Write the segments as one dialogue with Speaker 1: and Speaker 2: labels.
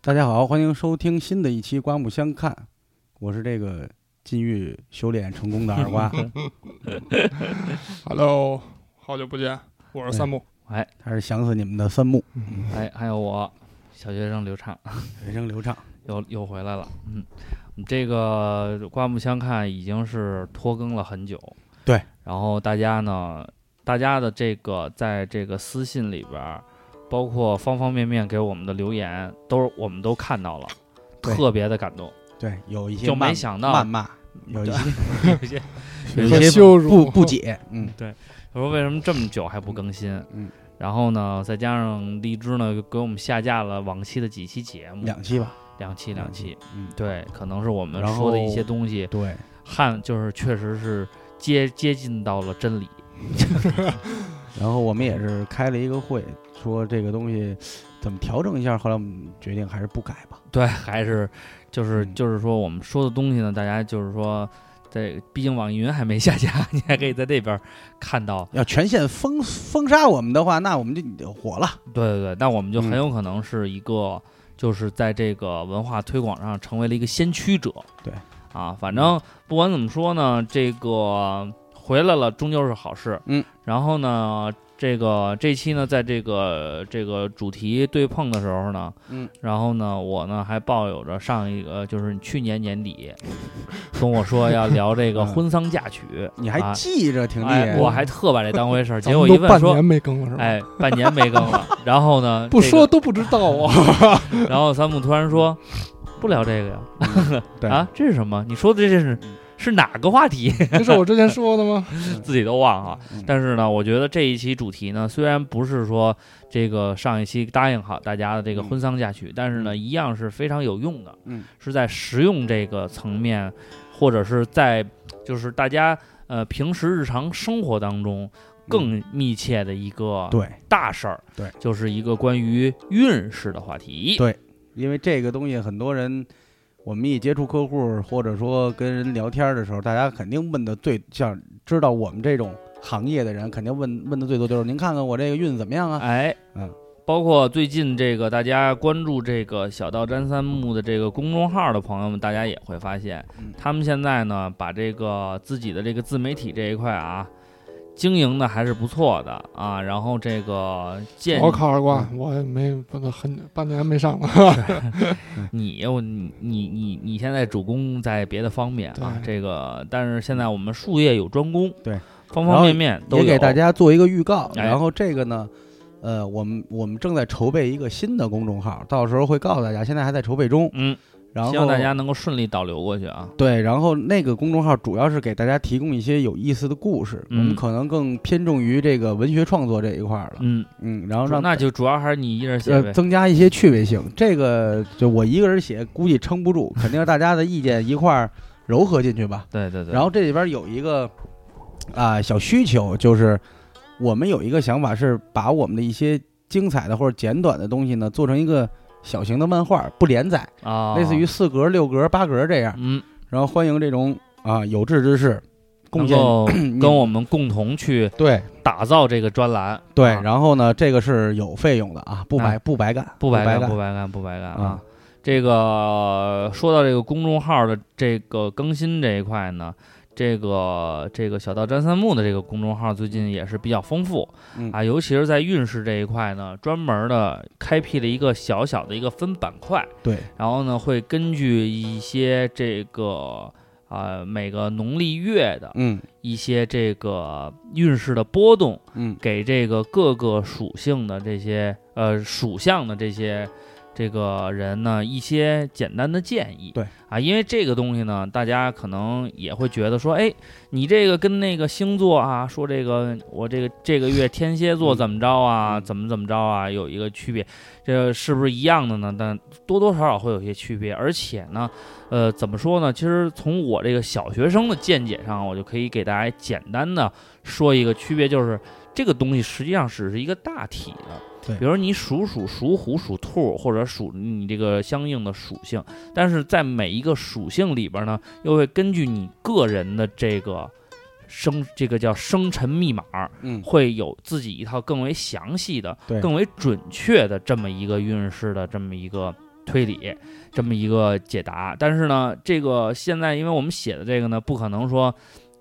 Speaker 1: 大家好，欢迎收听新的一期《刮目相看》，我是这个禁欲修炼成功的二 瓜，
Speaker 2: Hello，好久不见，我是三木。
Speaker 3: 哎
Speaker 1: 他是想死你们的三木，
Speaker 2: 嗯
Speaker 3: 哎，还有我小学生刘畅
Speaker 1: 人生流畅，
Speaker 3: 又又回来了。嗯，这个刮目相看已经是拖更了很久。
Speaker 1: 对，
Speaker 3: 然后大家呢，大家的这个在这个私信里边儿，包括方方面面给我们的留言，都是我们都看到了，
Speaker 1: 对
Speaker 3: 特别的感动，
Speaker 1: 对，有一些
Speaker 3: 就
Speaker 1: 谩
Speaker 3: 没想到
Speaker 1: 谩骂，有一些
Speaker 3: 有些
Speaker 1: 有一
Speaker 2: 和
Speaker 1: 些
Speaker 2: 羞辱
Speaker 1: 不不解，嗯，
Speaker 3: 我说为什么这么久还不更新？
Speaker 1: 嗯，
Speaker 3: 然后呢，再加上荔枝呢给我们下架了往期的几期节目，
Speaker 1: 两期吧，
Speaker 3: 两期两期，，
Speaker 1: 嗯，
Speaker 3: 对，可能是我们
Speaker 1: 然后
Speaker 3: 说的一些东西，
Speaker 1: 对，
Speaker 3: 汉就是确实是接接近到了真理，
Speaker 1: 然后我们也是开了一个会，说这个东西怎么调整一下，后来我们决定还是不改吧，
Speaker 3: 对，还是就是、
Speaker 1: 嗯
Speaker 3: 就是说我们说的东西呢，大家就是说。在，毕竟网易云还没下架，你还可以在那边看到。
Speaker 1: 要全线封封杀我们的话，那我们就火了，
Speaker 3: 对对对，那我们就很
Speaker 1: 嗯
Speaker 3: 有可能是一个，就是在这个文化推广上成为了一个先驱者。
Speaker 1: 对，嗯
Speaker 3: 啊，反正不管怎么说呢，这个回来了终究是好事。
Speaker 1: 嗯，
Speaker 3: 然后呢，这个这期呢，在这个这个主题对碰的时候呢，
Speaker 1: 嗯，
Speaker 3: 然后呢，我呢还抱有着上一个就是去年年底跟我说要聊这个
Speaker 1: 嗯
Speaker 3: 婚丧嫁娶，
Speaker 1: 你还
Speaker 3: 啊
Speaker 1: 记着，挺厉害
Speaker 3: 哎，
Speaker 1: 的，
Speaker 3: 我还特把这当回 事儿，
Speaker 2: 咱
Speaker 3: 结
Speaker 2: 们
Speaker 3: 果
Speaker 2: 都
Speaker 3: 一问
Speaker 2: 半
Speaker 3: 说
Speaker 2: 年。没更了是吧？
Speaker 3: 哎，半年没更了，然后呢，
Speaker 2: 不
Speaker 3: 这个
Speaker 2: 说都不知道 啊！
Speaker 3: 然后三木突然说：“不聊这个呀，
Speaker 1: 嗯对嗯
Speaker 3: 啊，这是什么？你说的这是是哪个话题？
Speaker 2: 这是我之前说的吗？
Speaker 3: 自己都忘了。
Speaker 1: 嗯
Speaker 3: 但是呢，我觉得这一期主题呢，虽然不是说这个上一期答应好大家的这个
Speaker 1: 嗯
Speaker 3: 婚丧嫁娶，但是呢，一样是非常有用的，
Speaker 1: 嗯，
Speaker 3: 是在实用这个层面，或者是在就是大家呃平时日常生活当中更
Speaker 1: 嗯
Speaker 3: 密切的一个
Speaker 1: 对。
Speaker 3: 大事儿，
Speaker 1: 对
Speaker 3: 就是一个关于运势的话题，
Speaker 1: 对因为这个东西很多人，我们一接触客户或者说跟人聊天的时候，大家肯定问的最像知道我们这种行业的人，肯定问问的最多就是您看看我这个运怎么样啊？
Speaker 3: 哎，
Speaker 1: 嗯，
Speaker 3: 包括最近这个大家关注这个小道詹三木的这个公众号的朋友们，大家也会发现
Speaker 1: 嗯，
Speaker 3: 他们现在呢把这个自己的这个自媒体这一块啊。经营的还是不错的啊，然后这个建
Speaker 2: 我靠，二瓜，
Speaker 1: 嗯
Speaker 2: 我也没不能很半年没上了。
Speaker 3: 你我你你你你现在主攻在别的方面啊，
Speaker 2: 对
Speaker 3: 这个但是现在我们术业有专攻，
Speaker 1: 对，
Speaker 3: 方
Speaker 1: 然
Speaker 3: 方
Speaker 1: 后
Speaker 3: 面面都
Speaker 1: 也给
Speaker 3: 有
Speaker 1: 大家做一个预告。
Speaker 3: 哎
Speaker 1: 然后这个呢，呃，我们我们正在筹备一个新的公众号，到时候会告诉大家，现在还在筹备中。
Speaker 3: 嗯，
Speaker 1: 然后
Speaker 3: 希望大家能够顺利导流过去啊。
Speaker 1: 对，然后那个公众号主要是给大家提供一些有意思的故事，我们
Speaker 3: 嗯
Speaker 1: 可能更偏重于这个文学创作这一块儿了。
Speaker 3: 嗯，
Speaker 1: 嗯，然后让
Speaker 3: 那就主要还是你一人写呗
Speaker 1: 呃，。增加一些趣味性。这个就我一个人写，估计撑不住，肯定是大家的意见一块儿糅合进去吧。
Speaker 3: 对对对。
Speaker 1: 然后这里边有一个啊、小需求，就是我们有一个想法是把我们的一些精彩的或者简短的东西呢，做成一个小型的漫画，不连载，
Speaker 3: 啊，
Speaker 1: 类似于四格、六格、八格这样。
Speaker 3: 嗯，
Speaker 1: 然后欢迎这种啊、有志之士贡
Speaker 3: 能
Speaker 1: 献
Speaker 3: 够
Speaker 1: 你
Speaker 3: 跟我们共同去
Speaker 1: 对
Speaker 3: 打造这个专栏，
Speaker 1: 对。
Speaker 3: 啊
Speaker 1: 然后呢，这个是有费用的啊，不白、不白干，
Speaker 3: 不白
Speaker 1: 干
Speaker 3: 干，不白干，不白干啊
Speaker 1: 啊！
Speaker 3: 这个说到这个公众号的这个更新这一块呢，这个这个小道詹三木的这个公众号最近也是比较丰富
Speaker 1: 嗯
Speaker 3: 啊，尤其是在运势这一块呢，专门的开辟了一个小小的一个分板块，
Speaker 1: 对，
Speaker 3: 然后呢会根据一些这个啊每个农历月的
Speaker 1: 嗯
Speaker 3: 一些这个运势的波动，
Speaker 1: 嗯
Speaker 3: 给这个各个属性的这些呃属相的这些这个人呢一些简单的建议。
Speaker 1: 对
Speaker 3: 啊，因为这个东西呢，大家可能也会觉得说，哎，你这个跟那个星座啊，说这个我这个这个月天蝎座
Speaker 1: 嗯
Speaker 3: 怎么着啊，
Speaker 1: 嗯
Speaker 3: 怎么怎么着啊，有一个区别，这是不是一样的呢？但多多少少会有些区别，而且呢，呃，怎么说呢？其实从我这个小学生的见解上，我就可以给大家简单的说一个区别，就是这个东西实际上只是一个大体的。
Speaker 1: 对
Speaker 3: 比如你属鼠、属虎、属兔，或者属你这个相应的属性，但是在每一个属性里边呢，又会根据你个人的这个生这个叫生辰密码，
Speaker 1: 嗯，
Speaker 3: 会有自己一套更为详细的
Speaker 1: 对、
Speaker 3: 更为准确的这么一个运势的这么一个推理这么一个解答。但是呢，这个现在因为我们写的这个呢，不可能说。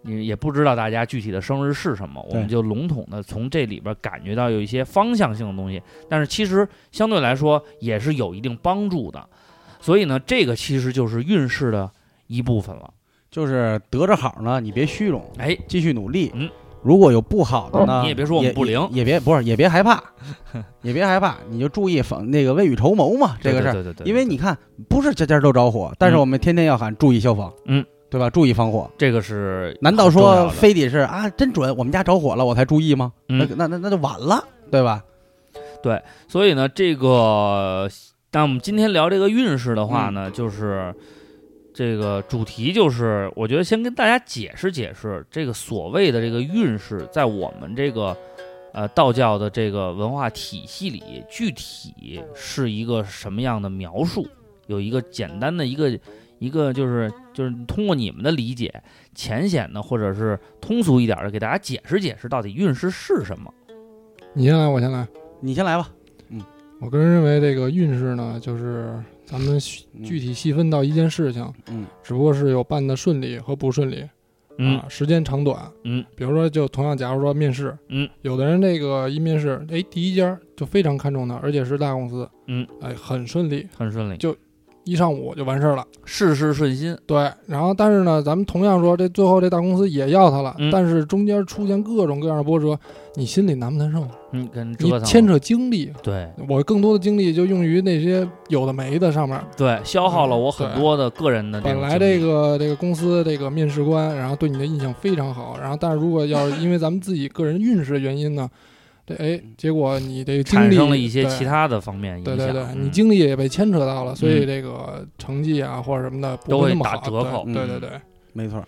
Speaker 3: 你也不知道大家具体的生日是什么，我们就笼统的从这里边感觉到有一些方向性的东西，但是其实相对来说也是有一定帮助的。所以呢，这个其实就是运势的一部分了。
Speaker 1: 就是得着好呢，你别虚荣，
Speaker 3: 哎，
Speaker 1: 继续努力。
Speaker 3: 嗯，哦
Speaker 1: 如果有不好的呢，
Speaker 3: 你也别说我们不灵
Speaker 1: 也也别不是，也别害 怕，也别害怕，你就注意防那个未雨绸缪嘛，这个事儿。
Speaker 3: 对对对对对
Speaker 1: 因为你看，不是家家都着火，但是
Speaker 3: 嗯
Speaker 1: 我们天天要喊注意消防，
Speaker 3: 嗯，
Speaker 1: 对吧？注意防火。
Speaker 3: 这个是
Speaker 1: 难道
Speaker 3: 很重要
Speaker 1: 说
Speaker 3: 的
Speaker 1: 非得是啊，真准，我们家着火了我才注意吗？那
Speaker 3: 嗯，
Speaker 1: 那那那就晚了，对吧？
Speaker 3: 所以呢，这个那我们今天聊这个运势的话呢，就是这个主题就是，我觉得先跟大家解释解释这个所谓的这个运势，在我们这个呃道教的这个文化体系里，具体是一个什么样的描述，有一个简单的一个。一个就是就是通过你们的理解，浅显的或者是通俗一点的，给大家解释解释到底运势是什么。啊
Speaker 2: 你先来，我先来。
Speaker 1: 你先来吧。
Speaker 2: 我个人认为，这个运势呢，就是咱们细
Speaker 1: 嗯
Speaker 2: 具体细分到一件事情，
Speaker 1: 嗯
Speaker 2: 只不过是有办的顺利和不顺利，
Speaker 3: 嗯
Speaker 2: 啊，时间长短。
Speaker 3: 嗯，
Speaker 2: 比如说，就同样，假如说面试，
Speaker 3: 嗯，
Speaker 2: 有的人这个一面试，哎，第一家就非常看重他，而且是大公司，
Speaker 3: 嗯，
Speaker 2: 哎，很顺利，
Speaker 3: 很顺利，
Speaker 2: 一上午就完事儿了。
Speaker 3: 事事顺心。
Speaker 2: 对，然后但是呢，咱们同样说，这最后这大公司也要他了，
Speaker 3: 嗯
Speaker 2: 但是中间出现各种各样的波折，你心里难不难受？
Speaker 3: 嗯，跟折
Speaker 2: 你
Speaker 3: 腾了
Speaker 2: 牵扯精力，
Speaker 3: 对
Speaker 2: 我更多的精力就用于那些有的没的上面。
Speaker 3: 对，消耗
Speaker 1: 嗯
Speaker 3: 了我很多的个人的种
Speaker 2: 本来
Speaker 3: 精
Speaker 2: 这
Speaker 3: 力
Speaker 2: 个这个公司这个面试官，然后对你的印象非常好，然后但是如果要是因为咱们自己个人运势的原因呢，这哎，结果你这精
Speaker 3: 产
Speaker 2: 力
Speaker 3: 生了一些其
Speaker 2: 对
Speaker 3: 他的方面影
Speaker 2: 对
Speaker 3: 响，
Speaker 2: 对对，
Speaker 3: 嗯
Speaker 2: 你精力也被牵扯到了，所以
Speaker 3: 嗯
Speaker 2: 这个成绩啊或者什么的不
Speaker 3: 都
Speaker 2: 会
Speaker 3: 会
Speaker 2: 那么
Speaker 3: 打
Speaker 2: 好，
Speaker 3: 折
Speaker 2: 对
Speaker 3: 扣
Speaker 2: 对对
Speaker 1: 嗯
Speaker 2: 对，
Speaker 1: 没错儿，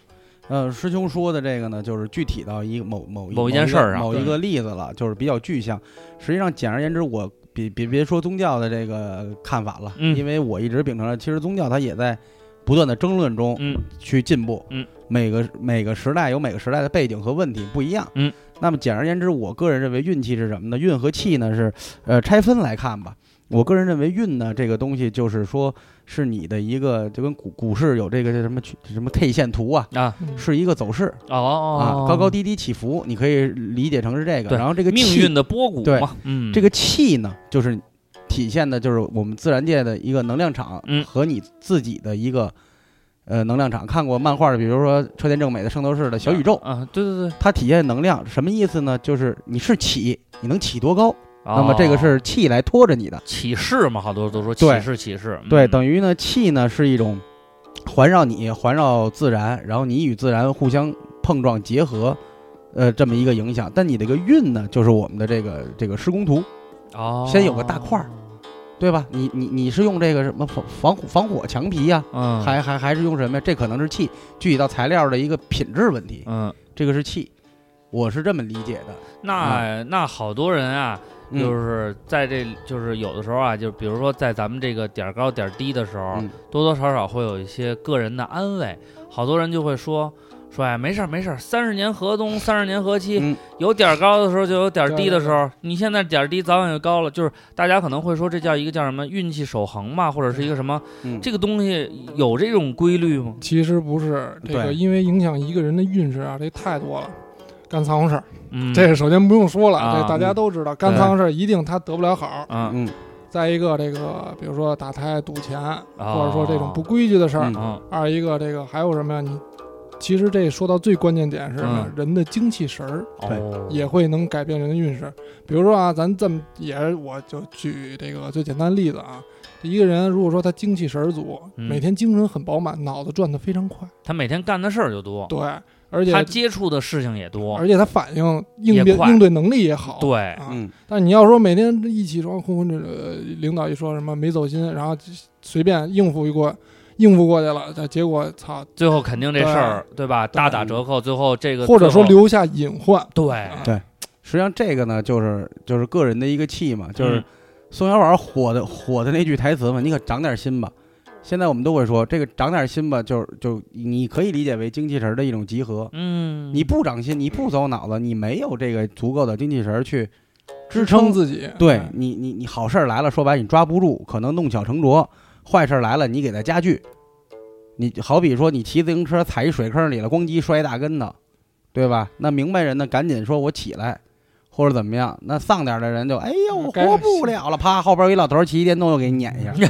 Speaker 1: 呃，师兄说的这个呢，就是具体到一个某某
Speaker 3: 某一
Speaker 1: 一
Speaker 3: 件
Speaker 1: 个
Speaker 3: 事儿啊上
Speaker 1: 某一个例子了，就是比较具象。实际上，简而言之，我别别别说宗教的这个看法了，
Speaker 3: 嗯
Speaker 1: 因为我一直秉承着，其实宗教它也在不断的争论中
Speaker 3: 嗯
Speaker 1: 去进步。
Speaker 3: 嗯
Speaker 1: 每个每个时代有每个时代的背景和问题不一样。
Speaker 3: 嗯，
Speaker 1: 那么简而言之，我个人认为运气是什么呢？运和气呢是呃拆分来看吧。我个人认为运呢这个东西就是说是你的一个就跟股股市有这个叫什么什么 K 线图啊，
Speaker 3: 啊
Speaker 2: 嗯
Speaker 1: 是一个走势
Speaker 3: 哦哦
Speaker 1: 啊，
Speaker 3: 哦
Speaker 1: 高高低低起伏，你可以理解成是这个。
Speaker 3: 对
Speaker 1: 然后这个
Speaker 3: 命
Speaker 1: 气
Speaker 3: 运的波谷
Speaker 1: 对
Speaker 3: 嘛，嗯，
Speaker 1: 这个气呢，就是体现的就是我们自然界的一个能量场
Speaker 3: 嗯
Speaker 1: 和你自己的一个呃能量场。看过漫画的，比如说车田正美的《圣斗士》的小宇宙，
Speaker 3: 啊，对对对，
Speaker 1: 它体现能量什么意思呢？就是你是起，你能起多高，那么
Speaker 3: 哦
Speaker 1: 这个是气来拖着你的。
Speaker 3: 启示嘛，好多都说
Speaker 1: 对
Speaker 3: 启示启示，嗯
Speaker 1: 对，等于呢，气呢是一种环绕你、环绕自然，然后你与自然互相碰撞结合，呃，这么一个影响。但你这个运呢，就是我们的这个这个施工图，
Speaker 3: 哦，
Speaker 1: 先有个大块儿，对吧？你你你是用这个什么防防火防火墙皮呀、
Speaker 3: 嗯，
Speaker 1: 还还还是用什么呀？这可能是气，具体到材料的一个品质问题，
Speaker 3: 嗯，
Speaker 1: 这个是气，我是这么理解的。
Speaker 3: 那那好多人啊，
Speaker 1: 嗯
Speaker 3: 就是在这，就是有的时候啊，就比如说在咱们这个点儿高点儿低的时候，
Speaker 1: 嗯
Speaker 3: 多多少少会有一些个人的安慰。好多人就会说说哎，没事儿没事儿，三十年河东，三十年河西，
Speaker 1: 嗯
Speaker 3: 有点儿高的时候就有点儿低的时
Speaker 2: 对
Speaker 3: 候，你现在点儿低，早晚就高了。就是大家可能会说这叫一个叫什么运气守恒嘛，或者是一个什么
Speaker 1: 嗯，
Speaker 3: 这个东西有这种规律吗？
Speaker 2: 其实不是这个，
Speaker 1: 对
Speaker 2: 因为影响一个人的运势啊，这太多了。干仓皇事儿，
Speaker 3: 嗯，
Speaker 2: 这首先不用说了，
Speaker 3: 啊
Speaker 2: 这大家都知道。干仓皇事儿一定他得不了好。
Speaker 3: 嗯
Speaker 1: 嗯
Speaker 2: 再一个，这个比如说打胎、赌钱，
Speaker 3: 哦
Speaker 2: 或者说这种不规矩的事儿。
Speaker 1: 嗯
Speaker 3: 嗯
Speaker 2: 二一个，这个还有什么呀？你其实这说到最关键点是什么呀？
Speaker 3: 嗯
Speaker 2: 人的精气神儿
Speaker 1: 对
Speaker 3: 哦
Speaker 2: 也会能改变人的运势。比如说啊，咱这么也是，我就举这个最简单的例子啊。一个人如果说他精气神儿足，
Speaker 3: 嗯
Speaker 2: 每天精神很饱满，脑子转得非常快，
Speaker 3: 他每天干的事儿就多，
Speaker 2: 对，而且
Speaker 3: 他接触的事情也多，
Speaker 2: 而且他反应应
Speaker 3: 也
Speaker 2: 变
Speaker 3: 快
Speaker 2: 应对能力也好。
Speaker 3: 对，
Speaker 2: 啊，
Speaker 1: 嗯
Speaker 2: 但你要说每天一起床昏昏沉沉，呃领导一说什么没走心，然后就随便应付一过，应付过去了，这结果操，
Speaker 3: 最后肯定这事儿对吧？
Speaker 2: 对
Speaker 3: 大打折扣，最后这个
Speaker 2: 或者说
Speaker 3: 最后
Speaker 2: 留下隐患。
Speaker 3: 对，
Speaker 1: 实际上这个呢，就是就是个人的一个气嘛，就是
Speaker 3: 嗯
Speaker 1: 宋小宝火的火的那句台词嘛，你可长点心吧。现在我们都会说，这个长点心吧，就是就你可以理解为精气神儿的一种集合。
Speaker 3: 嗯，
Speaker 1: 你不长心，你不走脑子，你没有这个足够的精气神儿去
Speaker 2: 支
Speaker 1: 支撑
Speaker 2: 自己，
Speaker 3: 嗯
Speaker 1: 对你，你你好事儿来了，说白了你抓不住，可能弄巧成拙，坏事儿来了，你给它加剧。你好比说你骑自行车踩一水坑里了，咣叽摔一大跟头，对吧？那明白人呢，赶紧说我起来，或者怎么样。那丧点儿的人就哎呦
Speaker 3: 嗯
Speaker 1: 我
Speaker 2: 该
Speaker 1: 活不了了，啪后边一老头儿骑一电动又给你撵一下。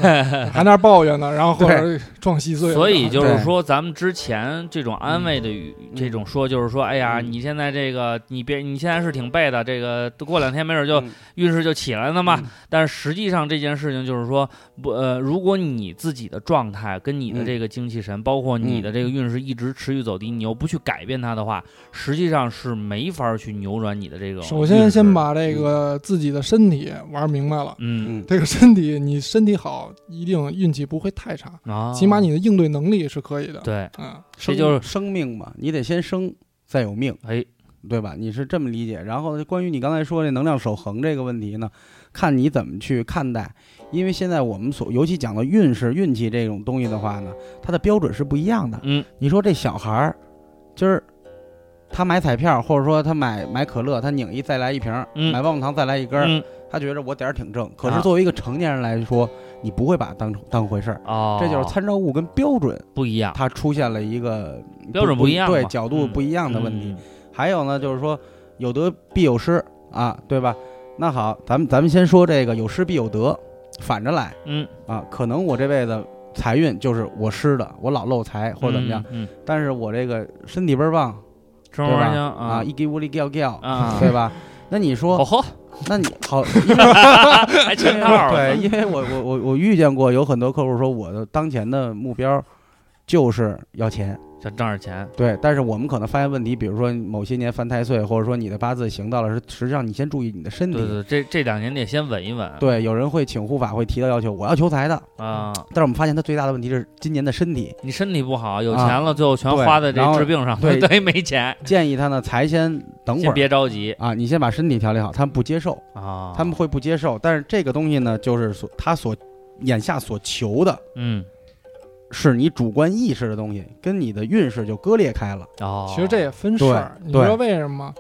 Speaker 2: 还那儿抱怨呢，然后后边撞稀碎了。
Speaker 3: 哎所以就是
Speaker 1: 对
Speaker 3: 说，咱们之前这种安慰的语，
Speaker 1: 嗯
Speaker 3: 这种说就是说，哎呀，
Speaker 1: 嗯
Speaker 3: 你现在这个你别，你现在是挺背的，这个过两天没准就
Speaker 1: 嗯
Speaker 3: 运势就起来了嘛。
Speaker 2: 嗯
Speaker 3: 但是实际上这件事情就是说，不呃，如果你自己的状态跟你的
Speaker 1: 嗯
Speaker 3: 这个精气神，包括
Speaker 2: 嗯
Speaker 3: 你的这个运势一直持续走低，你又不去改变它的话，实际上是没法去扭转你的这个。
Speaker 2: 首先先，把这个自己的身体玩明白了，
Speaker 3: 嗯
Speaker 1: 嗯，
Speaker 2: 这个身体你身体好，一定运气不会太差，
Speaker 3: 啊，
Speaker 2: 嗯起码你的应对能力是可以的。
Speaker 3: 对，
Speaker 2: 嗯，
Speaker 3: 这就是
Speaker 1: 啊生生命嘛，你得先生再有命。
Speaker 3: 哎，
Speaker 1: 对吧？你是这么理解。然后关于你刚才说这能量守恒这个问题呢，看你怎么去看待。因为现在我们所尤其讲到运势、运气这种东西的话呢，它的标准是不一样的。
Speaker 3: 嗯
Speaker 1: 你说这小孩儿，今儿他买彩票，或者说他买买可乐，他拧一再来一瓶儿，
Speaker 3: 嗯
Speaker 1: 买棒棒糖再来一根儿，
Speaker 3: 嗯
Speaker 1: 他觉着我点儿挺正。可
Speaker 3: 啊
Speaker 1: 是作为一个成年人来说，你不会把它当成当回事儿。
Speaker 3: 哦，
Speaker 1: 这就是参照物跟标准，
Speaker 3: 不一样，
Speaker 1: 它出现了一个
Speaker 3: 标准不一样嘛，
Speaker 1: 对角度
Speaker 3: 嗯
Speaker 1: 不一样的问题。
Speaker 3: 嗯
Speaker 1: 还有呢，就是说有得必有失啊，对吧？那好，咱们咱们先说这个有失必有得，反着来
Speaker 3: 嗯，
Speaker 1: 啊。可能我这辈子财运就是我失的，我老漏财或者怎么样，
Speaker 3: 嗯，嗯，嗯
Speaker 1: 但是我这个身体倍儿棒
Speaker 3: 中国
Speaker 1: 对吧
Speaker 3: 玩家
Speaker 1: 啊，一给屋里叫叫，
Speaker 3: 啊
Speaker 1: 对吧？那你
Speaker 3: 哦
Speaker 1: 说，
Speaker 3: 吼，
Speaker 1: 那 你好，
Speaker 3: 还全
Speaker 1: 因
Speaker 3: 套
Speaker 1: 为
Speaker 3: 儿
Speaker 1: 对，
Speaker 3: 了，
Speaker 1: 因为我我我我遇见过有很多客户说我的当前的目标就是要钱。
Speaker 3: 想挣点钱，
Speaker 1: 对，但是我们可能发现问题，比如说某些年犯太岁，或者说你的八字行到了，是实际上你先注意你的身体。
Speaker 3: 对对，这这两年得先稳一稳，
Speaker 1: 对有人会请护法，会提到要求，我要求财的。
Speaker 3: 啊，
Speaker 1: 但是我们发现他最大的问题是今年的身体，
Speaker 3: 你身体不好，有
Speaker 1: 啊
Speaker 3: 钱了，最后全
Speaker 1: 对
Speaker 3: 花在
Speaker 1: 然
Speaker 3: 这
Speaker 1: 后
Speaker 3: 治病上，
Speaker 1: 对
Speaker 3: 等于没钱，
Speaker 1: 建议他呢财先等会
Speaker 3: 先
Speaker 1: 儿
Speaker 3: 别着急
Speaker 1: 啊，你先把身体调理好。他们不接受，
Speaker 3: 啊，
Speaker 1: 他们会不接受。但是这个东西呢，就是所他所眼下所求的
Speaker 3: 嗯，
Speaker 1: 是你主观意识的东西，跟你的运势就割裂开了。
Speaker 3: 哦，
Speaker 2: 其实这也分事儿，
Speaker 1: 对
Speaker 2: 你
Speaker 1: 对嗯
Speaker 2: 知道为什么吗？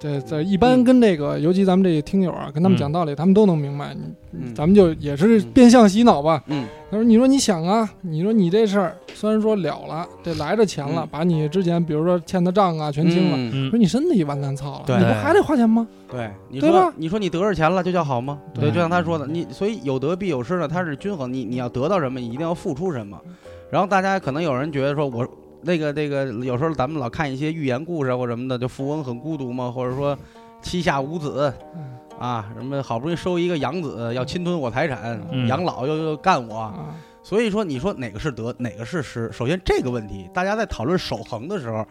Speaker 2: 这这一般跟这个，尤其咱们这些听友啊，跟他们讲道理，他们都能明白。你
Speaker 1: 嗯
Speaker 2: 咱们就也是变相洗脑吧。
Speaker 1: 嗯
Speaker 2: 他说：“你说你想啊，你说你这事儿虽然说了了，这来着钱了，
Speaker 1: 嗯
Speaker 2: 把你之前比如说欠的账啊全清了，
Speaker 1: 嗯
Speaker 3: 嗯
Speaker 2: 说你身体完蛋操了，
Speaker 1: 对
Speaker 2: 你不还得花钱吗？
Speaker 1: 对，你
Speaker 2: 对
Speaker 1: 说
Speaker 2: 吧
Speaker 1: 你说你得着钱了，就叫好吗？
Speaker 2: 对
Speaker 1: 对，就像他说的，你所以有得必有失呢，它是均衡。你你要得到什么，你一定要付出什么。然后大家可能有人觉得说我，那个那个，有时候咱们老看一些寓言故事啊或什么的，就富翁很孤独嘛，或者说膝下无子
Speaker 2: 嗯
Speaker 1: 啊，什么好不容易收一个养子，要侵吞我财产，
Speaker 3: 嗯
Speaker 1: 养老又又干我。
Speaker 2: 啊，
Speaker 1: 所以说，你说哪个是得，哪个是失？首先这个问题，大家在讨论守恒的时候，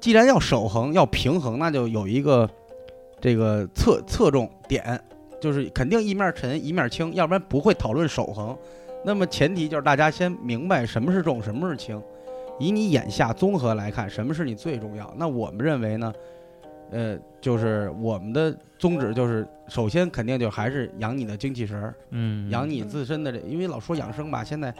Speaker 1: 既然要守恒，要平衡，那就有一个这个侧侧重点，就是肯定一面沉一面轻，要不然不会讨论守恒。那么前提就是大家先明白什么是重，什么是轻。以你眼下综合来看，什么是你最重要？那我们认为呢，呃，就是我们的宗旨就是，首先肯定就还是养你的精气神儿，
Speaker 3: 嗯，
Speaker 1: 养你自身的这，因为老说养生吧，现在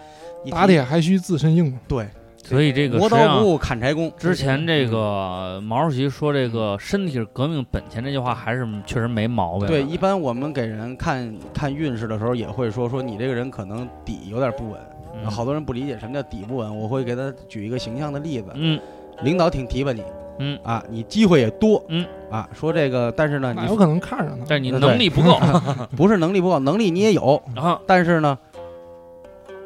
Speaker 1: 一
Speaker 2: 打
Speaker 1: 提
Speaker 2: 铁还需自身硬。
Speaker 1: 对，
Speaker 3: 所以这个
Speaker 1: 磨
Speaker 3: 实际
Speaker 1: 刀
Speaker 3: 上
Speaker 1: 不误砍柴工，
Speaker 3: 之前这个毛主席说这个“身体是革命本钱”这句话还是确实没毛病。
Speaker 1: 对，一般我们给人看看运势的时候，也会说说你这个人可能底有点不稳，
Speaker 3: 嗯
Speaker 1: 好多人不理解什么叫底不稳，我会给他举一个形象的例子，
Speaker 3: 嗯
Speaker 1: 领导挺提拔你，
Speaker 3: 嗯
Speaker 1: 啊，你机会也多，
Speaker 3: 嗯
Speaker 1: 啊，说这个，但是呢，
Speaker 2: 哪有
Speaker 1: 你
Speaker 2: 可能看上他？
Speaker 3: 但是你
Speaker 1: 对
Speaker 3: 能力 不够
Speaker 1: 不是能力不够，能力你也有，
Speaker 3: 啊，
Speaker 1: 但是呢，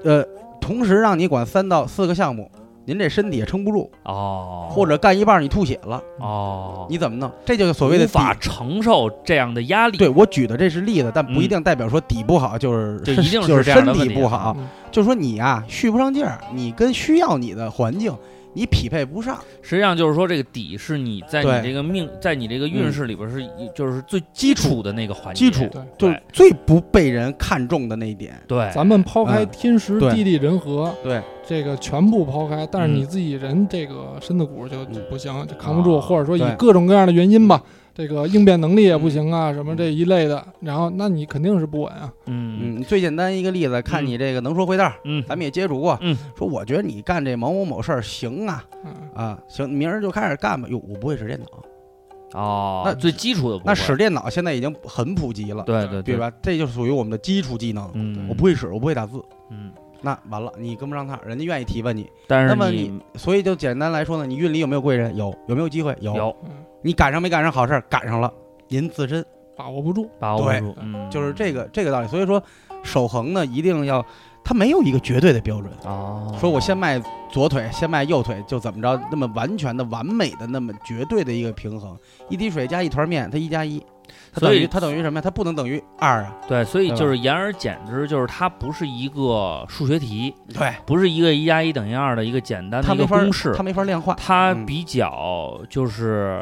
Speaker 1: 呃，同时让你管三到四个项目，您这身体也撑不住，
Speaker 3: 哦，
Speaker 1: 或者干一半儿你吐血了，
Speaker 3: 哦，
Speaker 1: 你怎么弄？这就是所谓的
Speaker 3: 无法
Speaker 1: 底
Speaker 3: 承受这样的压力，
Speaker 1: 对我举的这是例子，但不
Speaker 3: 嗯
Speaker 1: 一定代表说底不好就是
Speaker 3: 就一定是
Speaker 1: 就是
Speaker 3: 这样
Speaker 1: 身
Speaker 3: 的
Speaker 1: 体
Speaker 3: 问题
Speaker 1: 不
Speaker 3: 啊
Speaker 1: 好，
Speaker 2: 嗯
Speaker 1: 就是说你啊续不上劲儿，你跟需要你的环境你匹配不上。
Speaker 3: 实际上就是说，这个底是你在你
Speaker 1: 对嗯
Speaker 3: 这个命，在你这个运势里边是一，就是最基础的那个环节。
Speaker 1: 基础
Speaker 2: 对
Speaker 1: 就是最不被人看重的那一点，
Speaker 3: 对，
Speaker 2: 咱们抛开
Speaker 1: 嗯
Speaker 2: 天时、
Speaker 1: 对
Speaker 2: 地利、人和，
Speaker 1: 对
Speaker 2: 这个全部抛开，但是
Speaker 3: 嗯
Speaker 2: 你自己人这个身子骨就
Speaker 1: 嗯
Speaker 2: 就不行，就扛不住，
Speaker 3: 啊嗯
Speaker 2: 或者说以
Speaker 1: 对
Speaker 2: 各种各样的原因吧，这个应变能力也不行啊，什么这一类的，然后那你肯定是不稳啊。
Speaker 3: 嗯
Speaker 1: 嗯，最简单一个例子，看你这个能说会道儿，
Speaker 3: 嗯，
Speaker 1: 咱们也接触过，
Speaker 3: 嗯，
Speaker 1: 说我觉得你干这某某某事儿行啊
Speaker 2: 嗯，
Speaker 1: 啊行，明儿就开始干吧。哟，我不会使电脑，
Speaker 3: 哦，
Speaker 1: 那
Speaker 3: 最基础的不
Speaker 1: 那
Speaker 3: 会
Speaker 1: 使电脑现在已经很普及了，
Speaker 3: 对对
Speaker 1: 对？吧？这就属于我们的基础技能。
Speaker 3: 嗯，
Speaker 1: 我不会使，我不会打字，
Speaker 3: 嗯，
Speaker 1: 那完了，你跟不上趟，人家愿意提拔你。
Speaker 3: 但是
Speaker 1: 那么所以就简单来说呢，你运里有没有贵人？有，有没有机会？有。
Speaker 3: 有
Speaker 2: 嗯，
Speaker 1: 你赶上没赶上好事儿？赶上了，您自身
Speaker 2: 把握不住，
Speaker 3: 把握
Speaker 1: 对
Speaker 3: 住，嗯，
Speaker 1: 就是这个这个道理。所以说，守恒呢一定要，它没有一个绝对的标准。
Speaker 3: 哦，
Speaker 1: 说我先迈左腿，先迈右腿，就怎么着，那么完全的、完美的、那么绝对的一个平衡。一滴水加一团面，它一加一，它
Speaker 3: 所
Speaker 1: 等于
Speaker 3: 以
Speaker 1: 它等于什么呀？它不能等于二啊。
Speaker 3: 对，所以
Speaker 1: 对吧
Speaker 3: 就是言而简之，就是它不是一个数学题，
Speaker 1: 对，
Speaker 3: 不是一个一加一等于二的一个简单的
Speaker 1: 它
Speaker 3: 一
Speaker 1: 没
Speaker 3: 个
Speaker 1: 法
Speaker 3: 公式
Speaker 1: 它，没法量化。
Speaker 3: 它
Speaker 1: 嗯
Speaker 3: 比较就是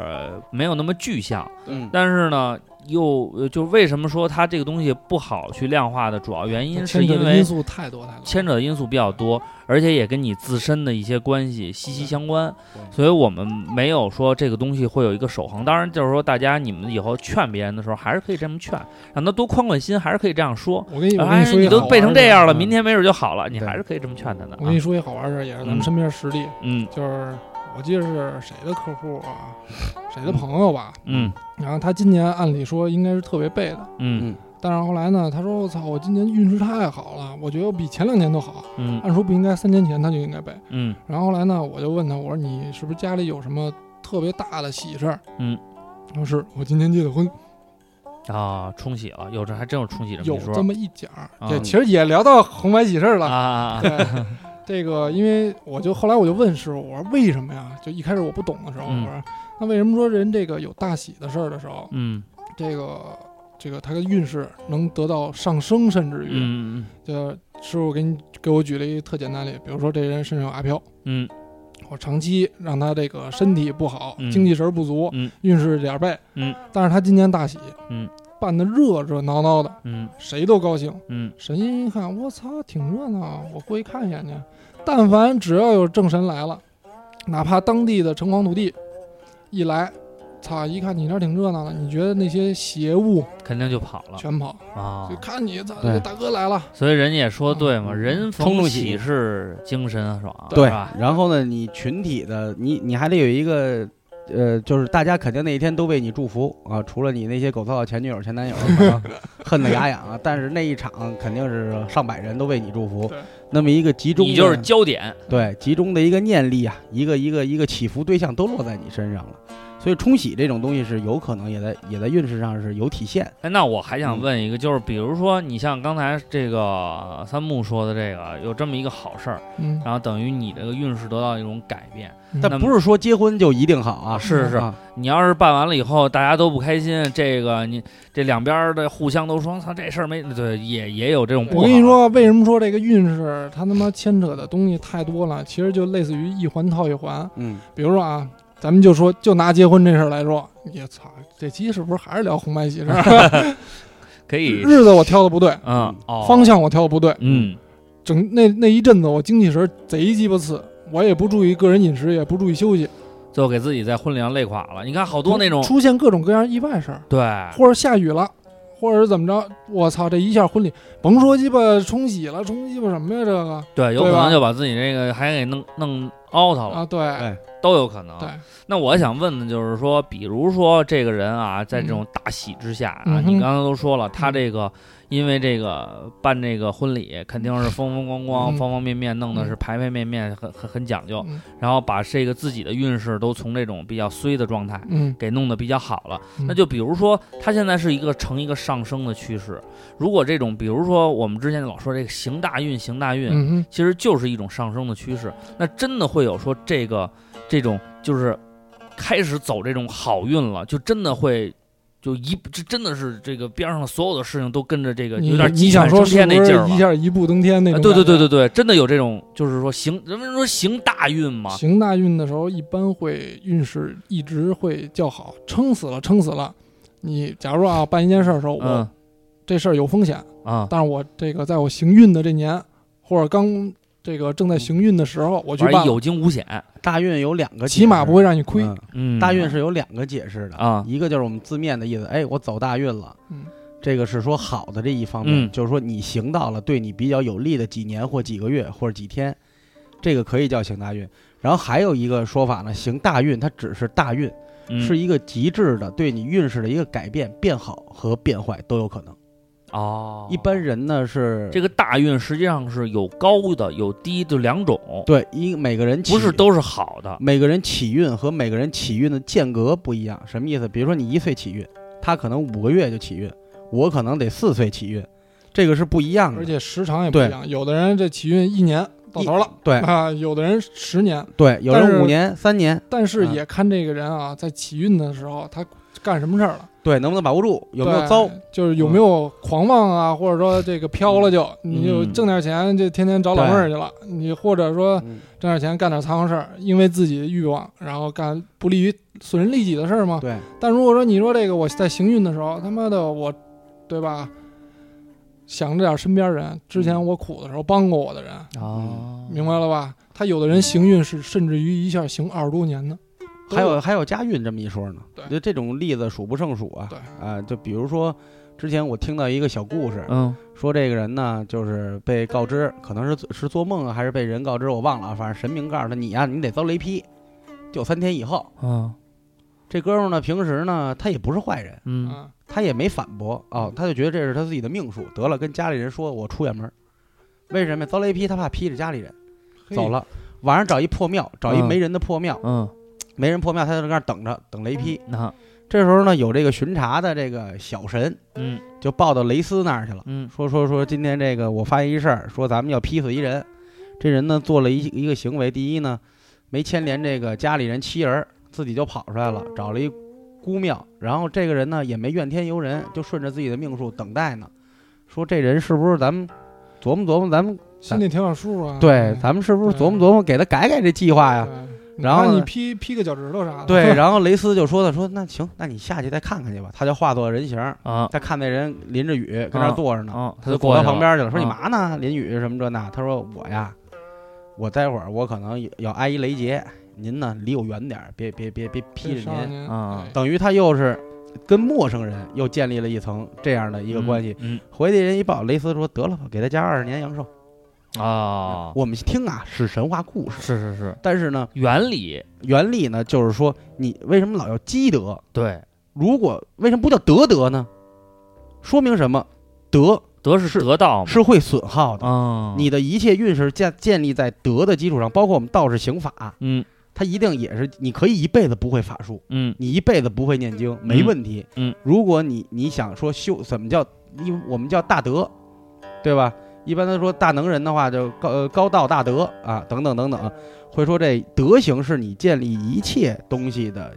Speaker 3: 没有那么具象，
Speaker 1: 嗯，
Speaker 3: 但是呢，又呃就是为什么说它这个东西不好去量化的主要原因，是
Speaker 2: 牵扯
Speaker 3: 因
Speaker 2: 的
Speaker 3: 为
Speaker 2: 因素太多太多。
Speaker 3: 牵扯的因素比较多，而且也跟你自身的一些关系息息相关，
Speaker 1: 对
Speaker 3: 所以我们没有说这个东西会有一个守恒。当然，就是说大家你们以后劝别人的时候，还是可以这么劝，让他多宽宽心，还是可以这样说。
Speaker 2: 我跟你我跟
Speaker 3: 哎
Speaker 2: 你，说一
Speaker 3: 你
Speaker 2: 好玩儿的事儿，啊
Speaker 3: 都背成这样了，
Speaker 1: 嗯
Speaker 3: 明天没准就好了，你
Speaker 1: 对
Speaker 3: 还是可以这么劝他的
Speaker 2: 我跟你
Speaker 3: 啊。
Speaker 2: 说一好玩儿的事儿，也是咱们
Speaker 3: 嗯
Speaker 2: 身边实例，
Speaker 3: 嗯
Speaker 2: 就是我记得是谁的客户 啊，谁的朋友吧，
Speaker 3: 嗯
Speaker 2: 然后他今年按理说应该是特别背的，
Speaker 3: 嗯
Speaker 2: 但是后来呢，他说我操，我今年运势太好了，我觉得我比前两年都好，
Speaker 3: 嗯
Speaker 2: 按说不应该三年前他就应该背。
Speaker 3: 嗯
Speaker 2: 然后后来呢，我就问他，我说你是不是家里有什么特别大的喜事儿？
Speaker 3: 嗯，
Speaker 2: 他说是我今年结的婚，
Speaker 3: 啊，冲洗了，有这还真有冲洗这
Speaker 2: 有
Speaker 3: 么一说
Speaker 2: 这么一讲儿，
Speaker 3: 啊
Speaker 2: 这其实也聊到红白喜事儿
Speaker 3: 啊
Speaker 2: 了。
Speaker 3: 啊，啊
Speaker 2: 对，这个因为我就后来我就问师傅，我说为什么呀？就一开始我不懂的时候，
Speaker 3: 嗯
Speaker 2: 我说那为什么说人这个有大喜的事儿的时候，
Speaker 3: 嗯
Speaker 2: 这个这个他的运势能得到上升，甚至于、
Speaker 3: 嗯
Speaker 2: 就师傅给你给我举了一个特简单的例，比如说这人身上有阿飘，
Speaker 3: 嗯
Speaker 2: 我长期让他这个身体不好，
Speaker 3: 嗯
Speaker 2: 精气神儿不足，
Speaker 3: 嗯
Speaker 2: 运势点儿背，
Speaker 3: 嗯，
Speaker 2: 但是他今年大喜，
Speaker 3: 嗯，
Speaker 2: 办的热热闹闹的，
Speaker 3: 嗯
Speaker 2: 谁都高兴。
Speaker 3: 嗯
Speaker 2: 神仙一看，我操，挺热闹，我过去看一眼去。但凡只要有正神来了，哪怕当地的城隍土地一来，操，一看你那儿挺热闹的，你觉得那些邪物
Speaker 3: 嗯，肯定就跑了
Speaker 2: 全跑，
Speaker 3: 啊
Speaker 2: 就。看你，操，
Speaker 1: 对
Speaker 2: 这大哥来了，
Speaker 3: 所以人家也说对嘛，
Speaker 2: 嗯
Speaker 3: 人
Speaker 1: 冲
Speaker 3: 逢
Speaker 1: 动
Speaker 3: 喜
Speaker 1: 喜
Speaker 3: 事精神爽，
Speaker 1: 对
Speaker 3: 是吧？
Speaker 1: 然后呢，你群体的，你你还得有一个，呃，就是大家肯定那一天都为你祝福啊，除了你那些狗操的前女友、前男友，可能 恨得牙痒啊。但是那一场肯定是上百人都为你祝福
Speaker 2: 对，
Speaker 1: 那么一个集中的，
Speaker 3: 你就是焦点，
Speaker 1: 对集中的一个念力啊，一个一个一个祈福对象都落在你身上了。所以冲喜这种东西是有可能也在也在运势上是有体现，
Speaker 3: 哎，那我还想
Speaker 2: 嗯
Speaker 3: 问一个，就是比如说，你像刚才这个三木说的这个，有这么一个好事儿，
Speaker 2: 嗯，
Speaker 3: 然后等于你这个运势得到一种改变。
Speaker 2: 嗯
Speaker 1: 但不是说结婚就一定好啊。
Speaker 3: 是是
Speaker 1: 啊
Speaker 3: 你要是办完了以后，大家都不开心，这个你这两边儿的互相都说，操，这事儿没对，也也有这种不
Speaker 2: 我
Speaker 3: 好。
Speaker 2: 跟你，说，为什么说这个运势它他妈牵扯的东西太多了？其实就类似于一环套一环。
Speaker 1: 嗯，
Speaker 2: 比如说啊，咱们就说，就拿结婚这事儿来说，也操，这期是不是还是聊红白喜事 儿？
Speaker 3: 可以，
Speaker 2: 日子我挑的不对，
Speaker 3: 嗯，哦，
Speaker 2: 方，向我挑的不对，
Speaker 3: 嗯
Speaker 2: 整那那一阵子我精气神儿贼鸡巴次，我也不注意个人饮食，也不注意休息，
Speaker 3: 最后给自己在婚礼上累垮了。你看好多那种，哎
Speaker 2: 出现各种各样意外事儿，
Speaker 3: 对，
Speaker 2: 或者下雨了。或者是怎么着？我操！这一下婚礼，甭说鸡巴冲洗了，冲鸡巴什么呀？这个
Speaker 3: 对，有可
Speaker 2: 对吧
Speaker 3: 能就把自己这个还给弄弄凹槽了，
Speaker 2: 啊，对
Speaker 1: 对
Speaker 3: 都有可能。
Speaker 2: 对，
Speaker 3: 那我想问的就是说，比如说这个人啊，在这种大喜之下啊，
Speaker 2: 嗯嗯哼
Speaker 3: 你刚才都说了，他这个因为这个办这个婚礼，肯定是风风光光、
Speaker 2: 嗯
Speaker 3: 方方面面弄的是
Speaker 2: 嗯
Speaker 3: 排排面面，很很很讲究，
Speaker 2: 嗯
Speaker 3: 然后把这个自己的运势都从这种比较衰的状态。
Speaker 2: 嗯，
Speaker 3: 给弄得比较好了，
Speaker 2: 嗯
Speaker 3: 那就比如说，他现在是一个呈一个上升的趋势。如果这种，比如说我们之前老说这个行大运，行大运，
Speaker 2: 嗯哼，
Speaker 3: 其实就是一种上升的趋势。那真的会有说这个这种就是开始走这种好运了，就真的会就一这真的是这个边上的所有的事情都跟着这个
Speaker 2: 你
Speaker 3: 有点
Speaker 2: 你
Speaker 3: 鸡
Speaker 2: 想
Speaker 3: 犬
Speaker 2: 说
Speaker 3: 升
Speaker 2: 是
Speaker 3: 天
Speaker 2: 不
Speaker 3: 那劲
Speaker 2: 是
Speaker 3: 儿
Speaker 2: 一
Speaker 3: 了。
Speaker 2: 下一步登天那
Speaker 3: 啊
Speaker 2: 种？
Speaker 3: 对对对对，对，真的有这种，就是说行，人们说行大运嘛，
Speaker 2: 行大运的时候一般会运势一直会较好，撑死了撑死了。你假如啊办一件事儿的时候，我、
Speaker 3: 嗯
Speaker 2: 这事儿有风险，
Speaker 3: 啊，
Speaker 2: 但是我这个在我行运的这年，或者刚这个正在行运的时候，我去
Speaker 3: 反正
Speaker 2: 办，
Speaker 3: 有惊无险，
Speaker 1: 大运有两个解释，
Speaker 2: 起码不会让你亏。
Speaker 1: 嗯
Speaker 3: 嗯，
Speaker 1: 大运是有两个解释的
Speaker 3: 啊
Speaker 1: 一个就是我们字面的意思，哎，我走大运了，
Speaker 2: 嗯
Speaker 1: 这个是说好的这一方面，
Speaker 3: 嗯
Speaker 1: 就是说你行到了对你比较有利的几年或几个月或者几天，这个可以叫行大运。然后还有一个说法呢，行大运它只是大运，
Speaker 3: 嗯
Speaker 1: 是一个极致的对你运势的一个改变、变好和变坏都有可能。
Speaker 3: 哦，
Speaker 1: 一般人呢是
Speaker 3: 这个大运实际上是有高的有低的两种，
Speaker 1: 对一每个人起
Speaker 3: 不是都是好的。
Speaker 1: 啊每个人起运和每个人起运的间隔不一样，什么意思？比如说你一岁起运，他可能五个月就起运，我可能得四岁起运，这个是不一样的。
Speaker 2: 而且时长也不一样，有的人这起运一年到头了
Speaker 1: 对
Speaker 2: 啊，有的人十年，
Speaker 1: 对，有
Speaker 2: 但是
Speaker 1: 人五年、三年，
Speaker 2: 但是
Speaker 1: 嗯
Speaker 2: 也看这个人啊，在起运的时候他干什么事儿了，
Speaker 1: 对，能不能把握住，有没有
Speaker 2: 对
Speaker 1: 糟？，
Speaker 2: 就是有没有狂妄啊，或者说这个飘了就你就
Speaker 3: 嗯
Speaker 2: 挣点钱就天天找老妹儿去了，你或者说
Speaker 1: 嗯
Speaker 2: 挣点钱干点苍蝇事儿，因为自己的欲望，然后干不利于损人利己的事儿嘛。
Speaker 1: 对，
Speaker 2: 但如果说你说这个我在行运的时候，他妈的我，对吧？想着点身边人，之前我苦的时候帮过我的人，
Speaker 3: 哦，
Speaker 1: 嗯
Speaker 2: 明白了吧？他有的人行运是甚至于一下行二十多年啊的，都
Speaker 1: 还有还有家运这么一说呢。
Speaker 2: 对
Speaker 1: 我觉得这种例子数不胜数啊。
Speaker 2: 对
Speaker 1: 啊，就比如说之前我听到一个小故事，
Speaker 3: 嗯
Speaker 1: 说这个人呢，就是被告知，可能是是做梦啊，还是被人告知，我忘了啊，反正神明告诉他，你呀、你得遭雷劈，就三天以后。
Speaker 3: 嗯
Speaker 1: 这哥们儿呢，平时呢，他也不是坏人，
Speaker 3: 嗯，
Speaker 2: 啊，
Speaker 1: 他也没反驳哦，他就觉得这是他自己的命数，得了，跟家里人说我出远门儿，为什么呀？遭雷劈，他怕劈着家里人，
Speaker 2: 嘿
Speaker 1: 走。了。晚上找一破庙，找一
Speaker 3: 嗯
Speaker 1: 没人的破庙，
Speaker 3: 嗯，
Speaker 1: 没人破庙，他就在那儿等着等雷劈。
Speaker 3: 那
Speaker 1: 这时候呢，有这个巡查的这个小神
Speaker 3: 嗯
Speaker 1: 就报到雷斯那儿去了，
Speaker 3: 嗯
Speaker 1: 说说说今天这个我发现一事儿，说咱们要劈死一人，这人呢做了一一个行为，第一呢没牵连这个家里人妻儿，自己就跑出来了，找了一姑庙，然后这个人呢也没怨天尤人，就顺着自己的命数等待呢，说这人是不是咱们琢磨琢磨，咱们
Speaker 2: 心里挺有数啊。
Speaker 1: 嗯对咱们是不是琢磨琢磨，给他改改这计划呀？
Speaker 2: 对
Speaker 1: 然后
Speaker 2: 你
Speaker 1: 呢
Speaker 2: 看你劈劈个脚趾头啥的，
Speaker 1: 对，然后雷斯就说呢，说那行，那你下去再看看去吧，他就化作人形儿，
Speaker 3: 啊
Speaker 1: 他看那人淋着雨跟那儿坐着呢，
Speaker 3: 啊，
Speaker 1: 嗯他就
Speaker 3: 过
Speaker 1: 过到
Speaker 3: 去了
Speaker 1: 旁边去了，说你嘛
Speaker 3: 啊
Speaker 1: 呢？淋雨什么这那？他说我呀，我待会儿我可能要挨一雷劫，您呢离我远点儿，别别别别劈着
Speaker 2: 上
Speaker 1: 您。
Speaker 2: 您
Speaker 3: 啊
Speaker 2: 对
Speaker 1: 等于他又是跟陌生人又建立了一层这样的一个关系。
Speaker 3: 嗯
Speaker 1: 回去人一报，雷斯说得了吧，给他加二十年阳寿。
Speaker 3: 嗯啊，
Speaker 1: 我们听啊是神话故事，
Speaker 3: 是是是，
Speaker 1: 但是呢
Speaker 3: 原理
Speaker 1: 原理呢就是说你为什么老要积德？
Speaker 3: 对，
Speaker 1: 如果为什么不叫德德呢？说明什么？德
Speaker 3: 得是得到嘛，
Speaker 1: 是会损耗的。
Speaker 3: 嗯，
Speaker 1: 你的一切运势建建立在德的基础上，包括我们道士行法，
Speaker 3: 嗯
Speaker 1: 它一定也是你可以一辈子不会法术，
Speaker 3: 嗯
Speaker 1: 你一辈子不会念经，没问题。
Speaker 3: 嗯
Speaker 1: 如果你你想说修怎么叫，因为我们叫大德，对吧？一般都说大能人的话，就高呃高道大德啊，等等等等，会说这德行是你建立一切东西的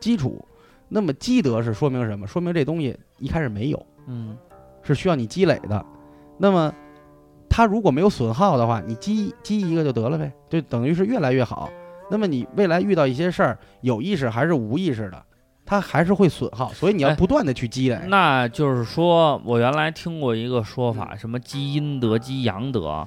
Speaker 1: 基础。那么积德是说明什么？说明这东西一开始没有，
Speaker 3: 嗯
Speaker 1: 是需要你积累的。那么，它如果没有损耗的话，你积积一个就得了呗，就等于是越来越好。那么你未来遇到一些事儿，有意识还是无意识的，它还是会损耗，所以你要
Speaker 3: 哎
Speaker 1: 不断的去积累。
Speaker 3: 那就是说，我原来听过一个说
Speaker 1: 嗯
Speaker 3: 法，什么积阴德、积阳德，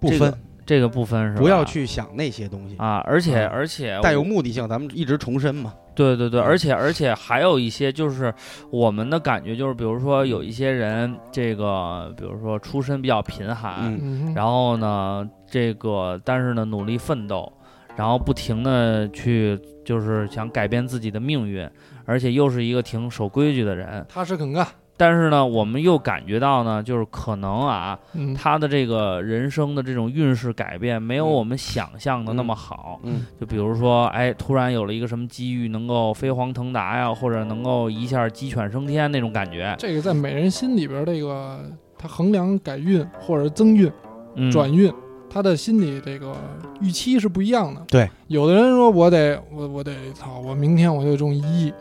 Speaker 1: 不
Speaker 3: 这
Speaker 1: 分，
Speaker 3: 个这个不分是吧？
Speaker 1: 不要去想那些东西，
Speaker 3: 啊！而且
Speaker 1: 嗯
Speaker 3: 而且我，
Speaker 1: 带有目的性，咱们一直重申嘛。
Speaker 3: 对对对，
Speaker 1: 嗯
Speaker 3: 而且而且还有一些就是我们的感觉就是，比如说有一些人，这个比如说出身比较贫寒，
Speaker 1: 嗯
Speaker 2: 嗯哼，
Speaker 3: 然后呢，这个但是呢努力奋斗，然后不停的去就是想改变自己的命运，
Speaker 1: 嗯
Speaker 3: 而且又是一个挺守规矩的人，
Speaker 2: 踏实肯干，
Speaker 3: 但是呢，我们又感觉到呢，就是可能啊，
Speaker 2: 嗯，
Speaker 3: 他的这个人生的这种运势改变没有
Speaker 1: 嗯
Speaker 3: 我们想象的那么好。
Speaker 1: 嗯，
Speaker 3: 就比如说，哎，突然有了一个什么机遇，能够飞黄腾达呀，或者能够一下鸡犬升天那种感觉。
Speaker 2: 这个在每人心里边，这个他衡量改运或者增运、
Speaker 3: 嗯，
Speaker 2: 转运，他的心理这个预期是不一样的。
Speaker 1: 对，
Speaker 2: 有的人说我得我我得操，我明天我就中一亿，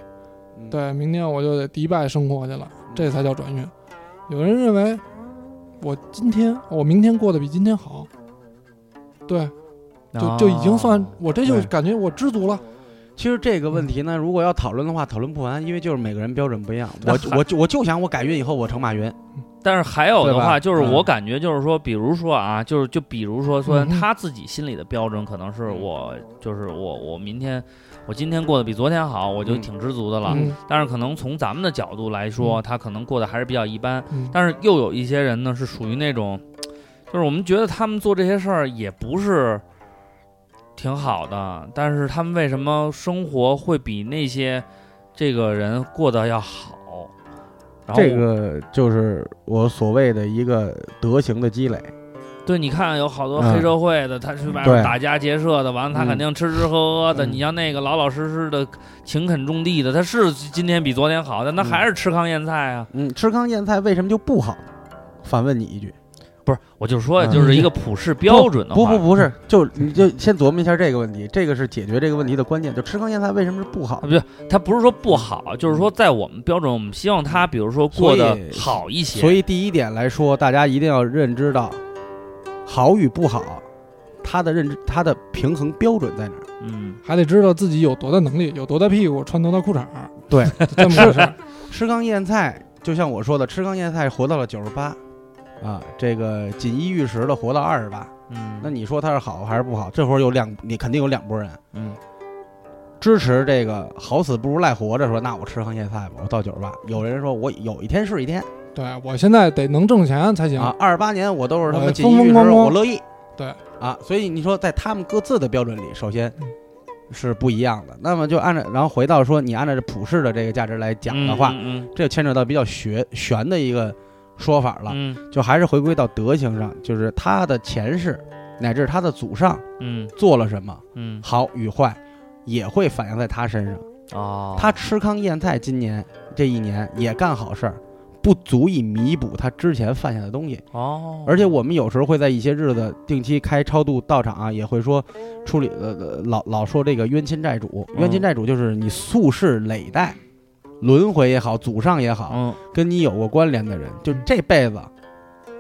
Speaker 1: 嗯，
Speaker 2: 对，明天我就得迪拜生活去了，这才叫转运。有人认为我今天我明天过得比今天好，对，就就已经算
Speaker 3: 啊
Speaker 2: 我这就
Speaker 1: 哦对
Speaker 2: 感觉我知足了。
Speaker 1: 其实这个问题呢，如果要讨论的话，讨论不完，因为就是每个人标准不一样。
Speaker 3: 那
Speaker 1: 我
Speaker 3: 还
Speaker 1: 我就我就想我改运以后我成马云，
Speaker 3: 但是还有的
Speaker 1: 对
Speaker 3: 话，
Speaker 1: 吧
Speaker 3: 就是
Speaker 1: 嗯
Speaker 3: 我感觉就是说，比如说啊，就是就比如说，虽然
Speaker 2: 嗯
Speaker 3: 他自己心里的标准可能是
Speaker 1: 嗯
Speaker 3: 我就是我我明天我今天过得比昨天好，我就
Speaker 1: 嗯
Speaker 3: 挺知足的了。
Speaker 2: 嗯
Speaker 3: 但是可能从咱们的角度来说，
Speaker 2: 嗯
Speaker 3: 他可能过得还是比较一般。
Speaker 2: 嗯，
Speaker 3: 但是又有一些人呢，是属于那种，就是我们觉得他们做这些事儿也不是挺好的，但是他们为什么生活会比那些这个人过得要好？然后
Speaker 1: 这个就是我所谓的一个德行的积累。
Speaker 3: 对，你看有好多
Speaker 1: 嗯
Speaker 3: 黑社会的，他去外
Speaker 1: 对
Speaker 3: 面打家劫舍的，完了他肯定吃吃喝喝的。
Speaker 1: 嗯
Speaker 3: 你像那个老老实实的、勤恳种地的，他是今天比昨天好，但他还是吃糠咽菜啊。
Speaker 1: 嗯，吃糠咽菜为什么就不好？反问你一句，
Speaker 3: 不是，我就说，
Speaker 1: 嗯
Speaker 3: 就是一个普世标准的
Speaker 1: 不
Speaker 3: 话。
Speaker 1: 不不是，就你就先琢磨一下这个问题，这个是解决这个问题的关键。就吃糠咽菜为什么是不好？
Speaker 3: 他不是说不好，就是说在我们标准，我们希望他比如说过得好一些。
Speaker 1: 所以第一点来说，大家一定要认知到好与不好，它的认知它的平衡标准在哪儿？
Speaker 3: 嗯，
Speaker 2: 还得知道自己有多大能力，有多大屁股，穿多大裤衩儿，
Speaker 1: 对，
Speaker 2: 就这么回事儿。
Speaker 1: 吃糠咽菜，就像我说的，吃糠咽菜活到了九十八，啊，这个锦衣玉食的活到二十八，
Speaker 3: 嗯，
Speaker 1: 那你说它是好还是不好？这会儿有两，你肯定有两拨人
Speaker 3: 嗯，
Speaker 1: 支持这个好死不如赖活着，说那我吃糠咽菜吧，我到九十八。有人说我有一天是一天
Speaker 2: 对我现在得能挣钱才行。
Speaker 1: 啊，二十八年我都是他妈
Speaker 2: 哎
Speaker 1: 锦衣玉
Speaker 2: 风
Speaker 1: 食，
Speaker 2: 风光光
Speaker 1: 我乐意。
Speaker 2: 对
Speaker 1: 啊，所以你说在他们各自的标准里，首先
Speaker 2: 嗯
Speaker 1: 是不一样的。那么就按照，然后回到说你按照这普世的这个价值来讲的话，
Speaker 3: 嗯嗯
Speaker 1: 这牵扯到比较学玄的一个说法了，
Speaker 3: 嗯
Speaker 1: 就还是回归到德行上，就是他的前世乃至他的祖上
Speaker 3: 嗯
Speaker 1: 做了什么，
Speaker 3: 嗯
Speaker 1: 好与坏，也会反映在他身上。
Speaker 3: 嗯哦，
Speaker 1: 他吃糠咽菜，今年这一年也干好事儿，不足以弥补他之前犯下的东西。
Speaker 3: 哦，
Speaker 1: 而且我们有时候会在一些日子定期开超度道场啊，也会说处理呃呃老老说这个冤亲债主，
Speaker 3: 嗯
Speaker 1: 冤亲债主就是你宿世累代。轮回也好，祖上也好，
Speaker 3: 嗯
Speaker 1: 跟你有过关联的人，就这辈子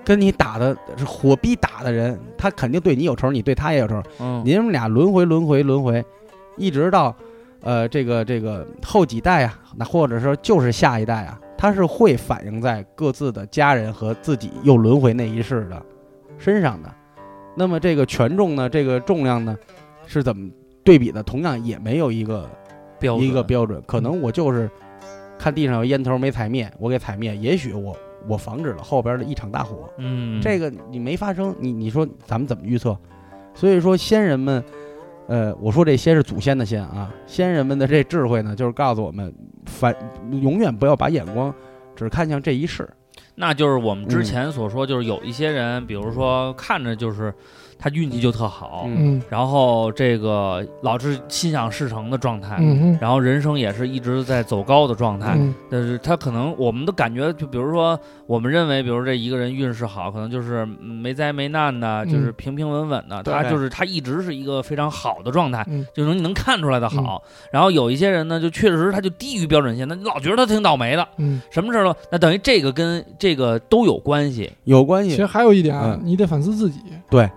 Speaker 1: 跟你打的是火逼打的人，他肯定对你有仇，你对他也有仇，
Speaker 3: 嗯，
Speaker 1: 您们俩轮回轮回轮回，一直到呃这个这个后几代啊，那或者说就是下一代啊，它是会反映在各自的家人和自己又轮回那一世的身上的。那么这个权重呢，这个重量呢，是怎么对比的？同样也没有一个
Speaker 3: 标准
Speaker 1: 一个标准，可能我就是看地上有烟头没踩灭，我给踩灭，也许我我防止了后边的一场大火。
Speaker 3: 嗯
Speaker 1: 这
Speaker 3: 个
Speaker 1: 个你没发生，你你说咱们怎么预测？所以说先人们，呃，我说这先是祖先的先啊，先人们的这智慧呢，就是告诉我们，凡永远不要把眼光只看向这一世。
Speaker 3: 那就是我们
Speaker 1: 嗯
Speaker 3: 之前所说，就是有一些人，比如说看着就是他运气就特好，
Speaker 1: 嗯
Speaker 2: 嗯
Speaker 3: 然后这个老是心想事成的状态。
Speaker 2: 嗯哼
Speaker 3: 然后人生也是一直在走高的状态，
Speaker 2: 嗯
Speaker 3: 但是他可能我们的感觉，就比如说我们认为，比如这一个人运势好，可能就是没灾没难的，
Speaker 2: 嗯
Speaker 3: 就是平平稳稳的，
Speaker 2: 对
Speaker 3: 他就是他一直是一个非常好的状态，
Speaker 2: 嗯
Speaker 3: 就能你能看出来的好。然后有一些人呢，就确实他就低于标准线，那你老觉得他挺倒霉的，
Speaker 2: 嗯。
Speaker 3: 什么事儿都，那等于这个跟这个都有关系。
Speaker 1: 有关
Speaker 2: 其
Speaker 1: 系
Speaker 2: 实，还有一点啊
Speaker 1: 嗯，
Speaker 2: 你得反思自己。
Speaker 1: 对，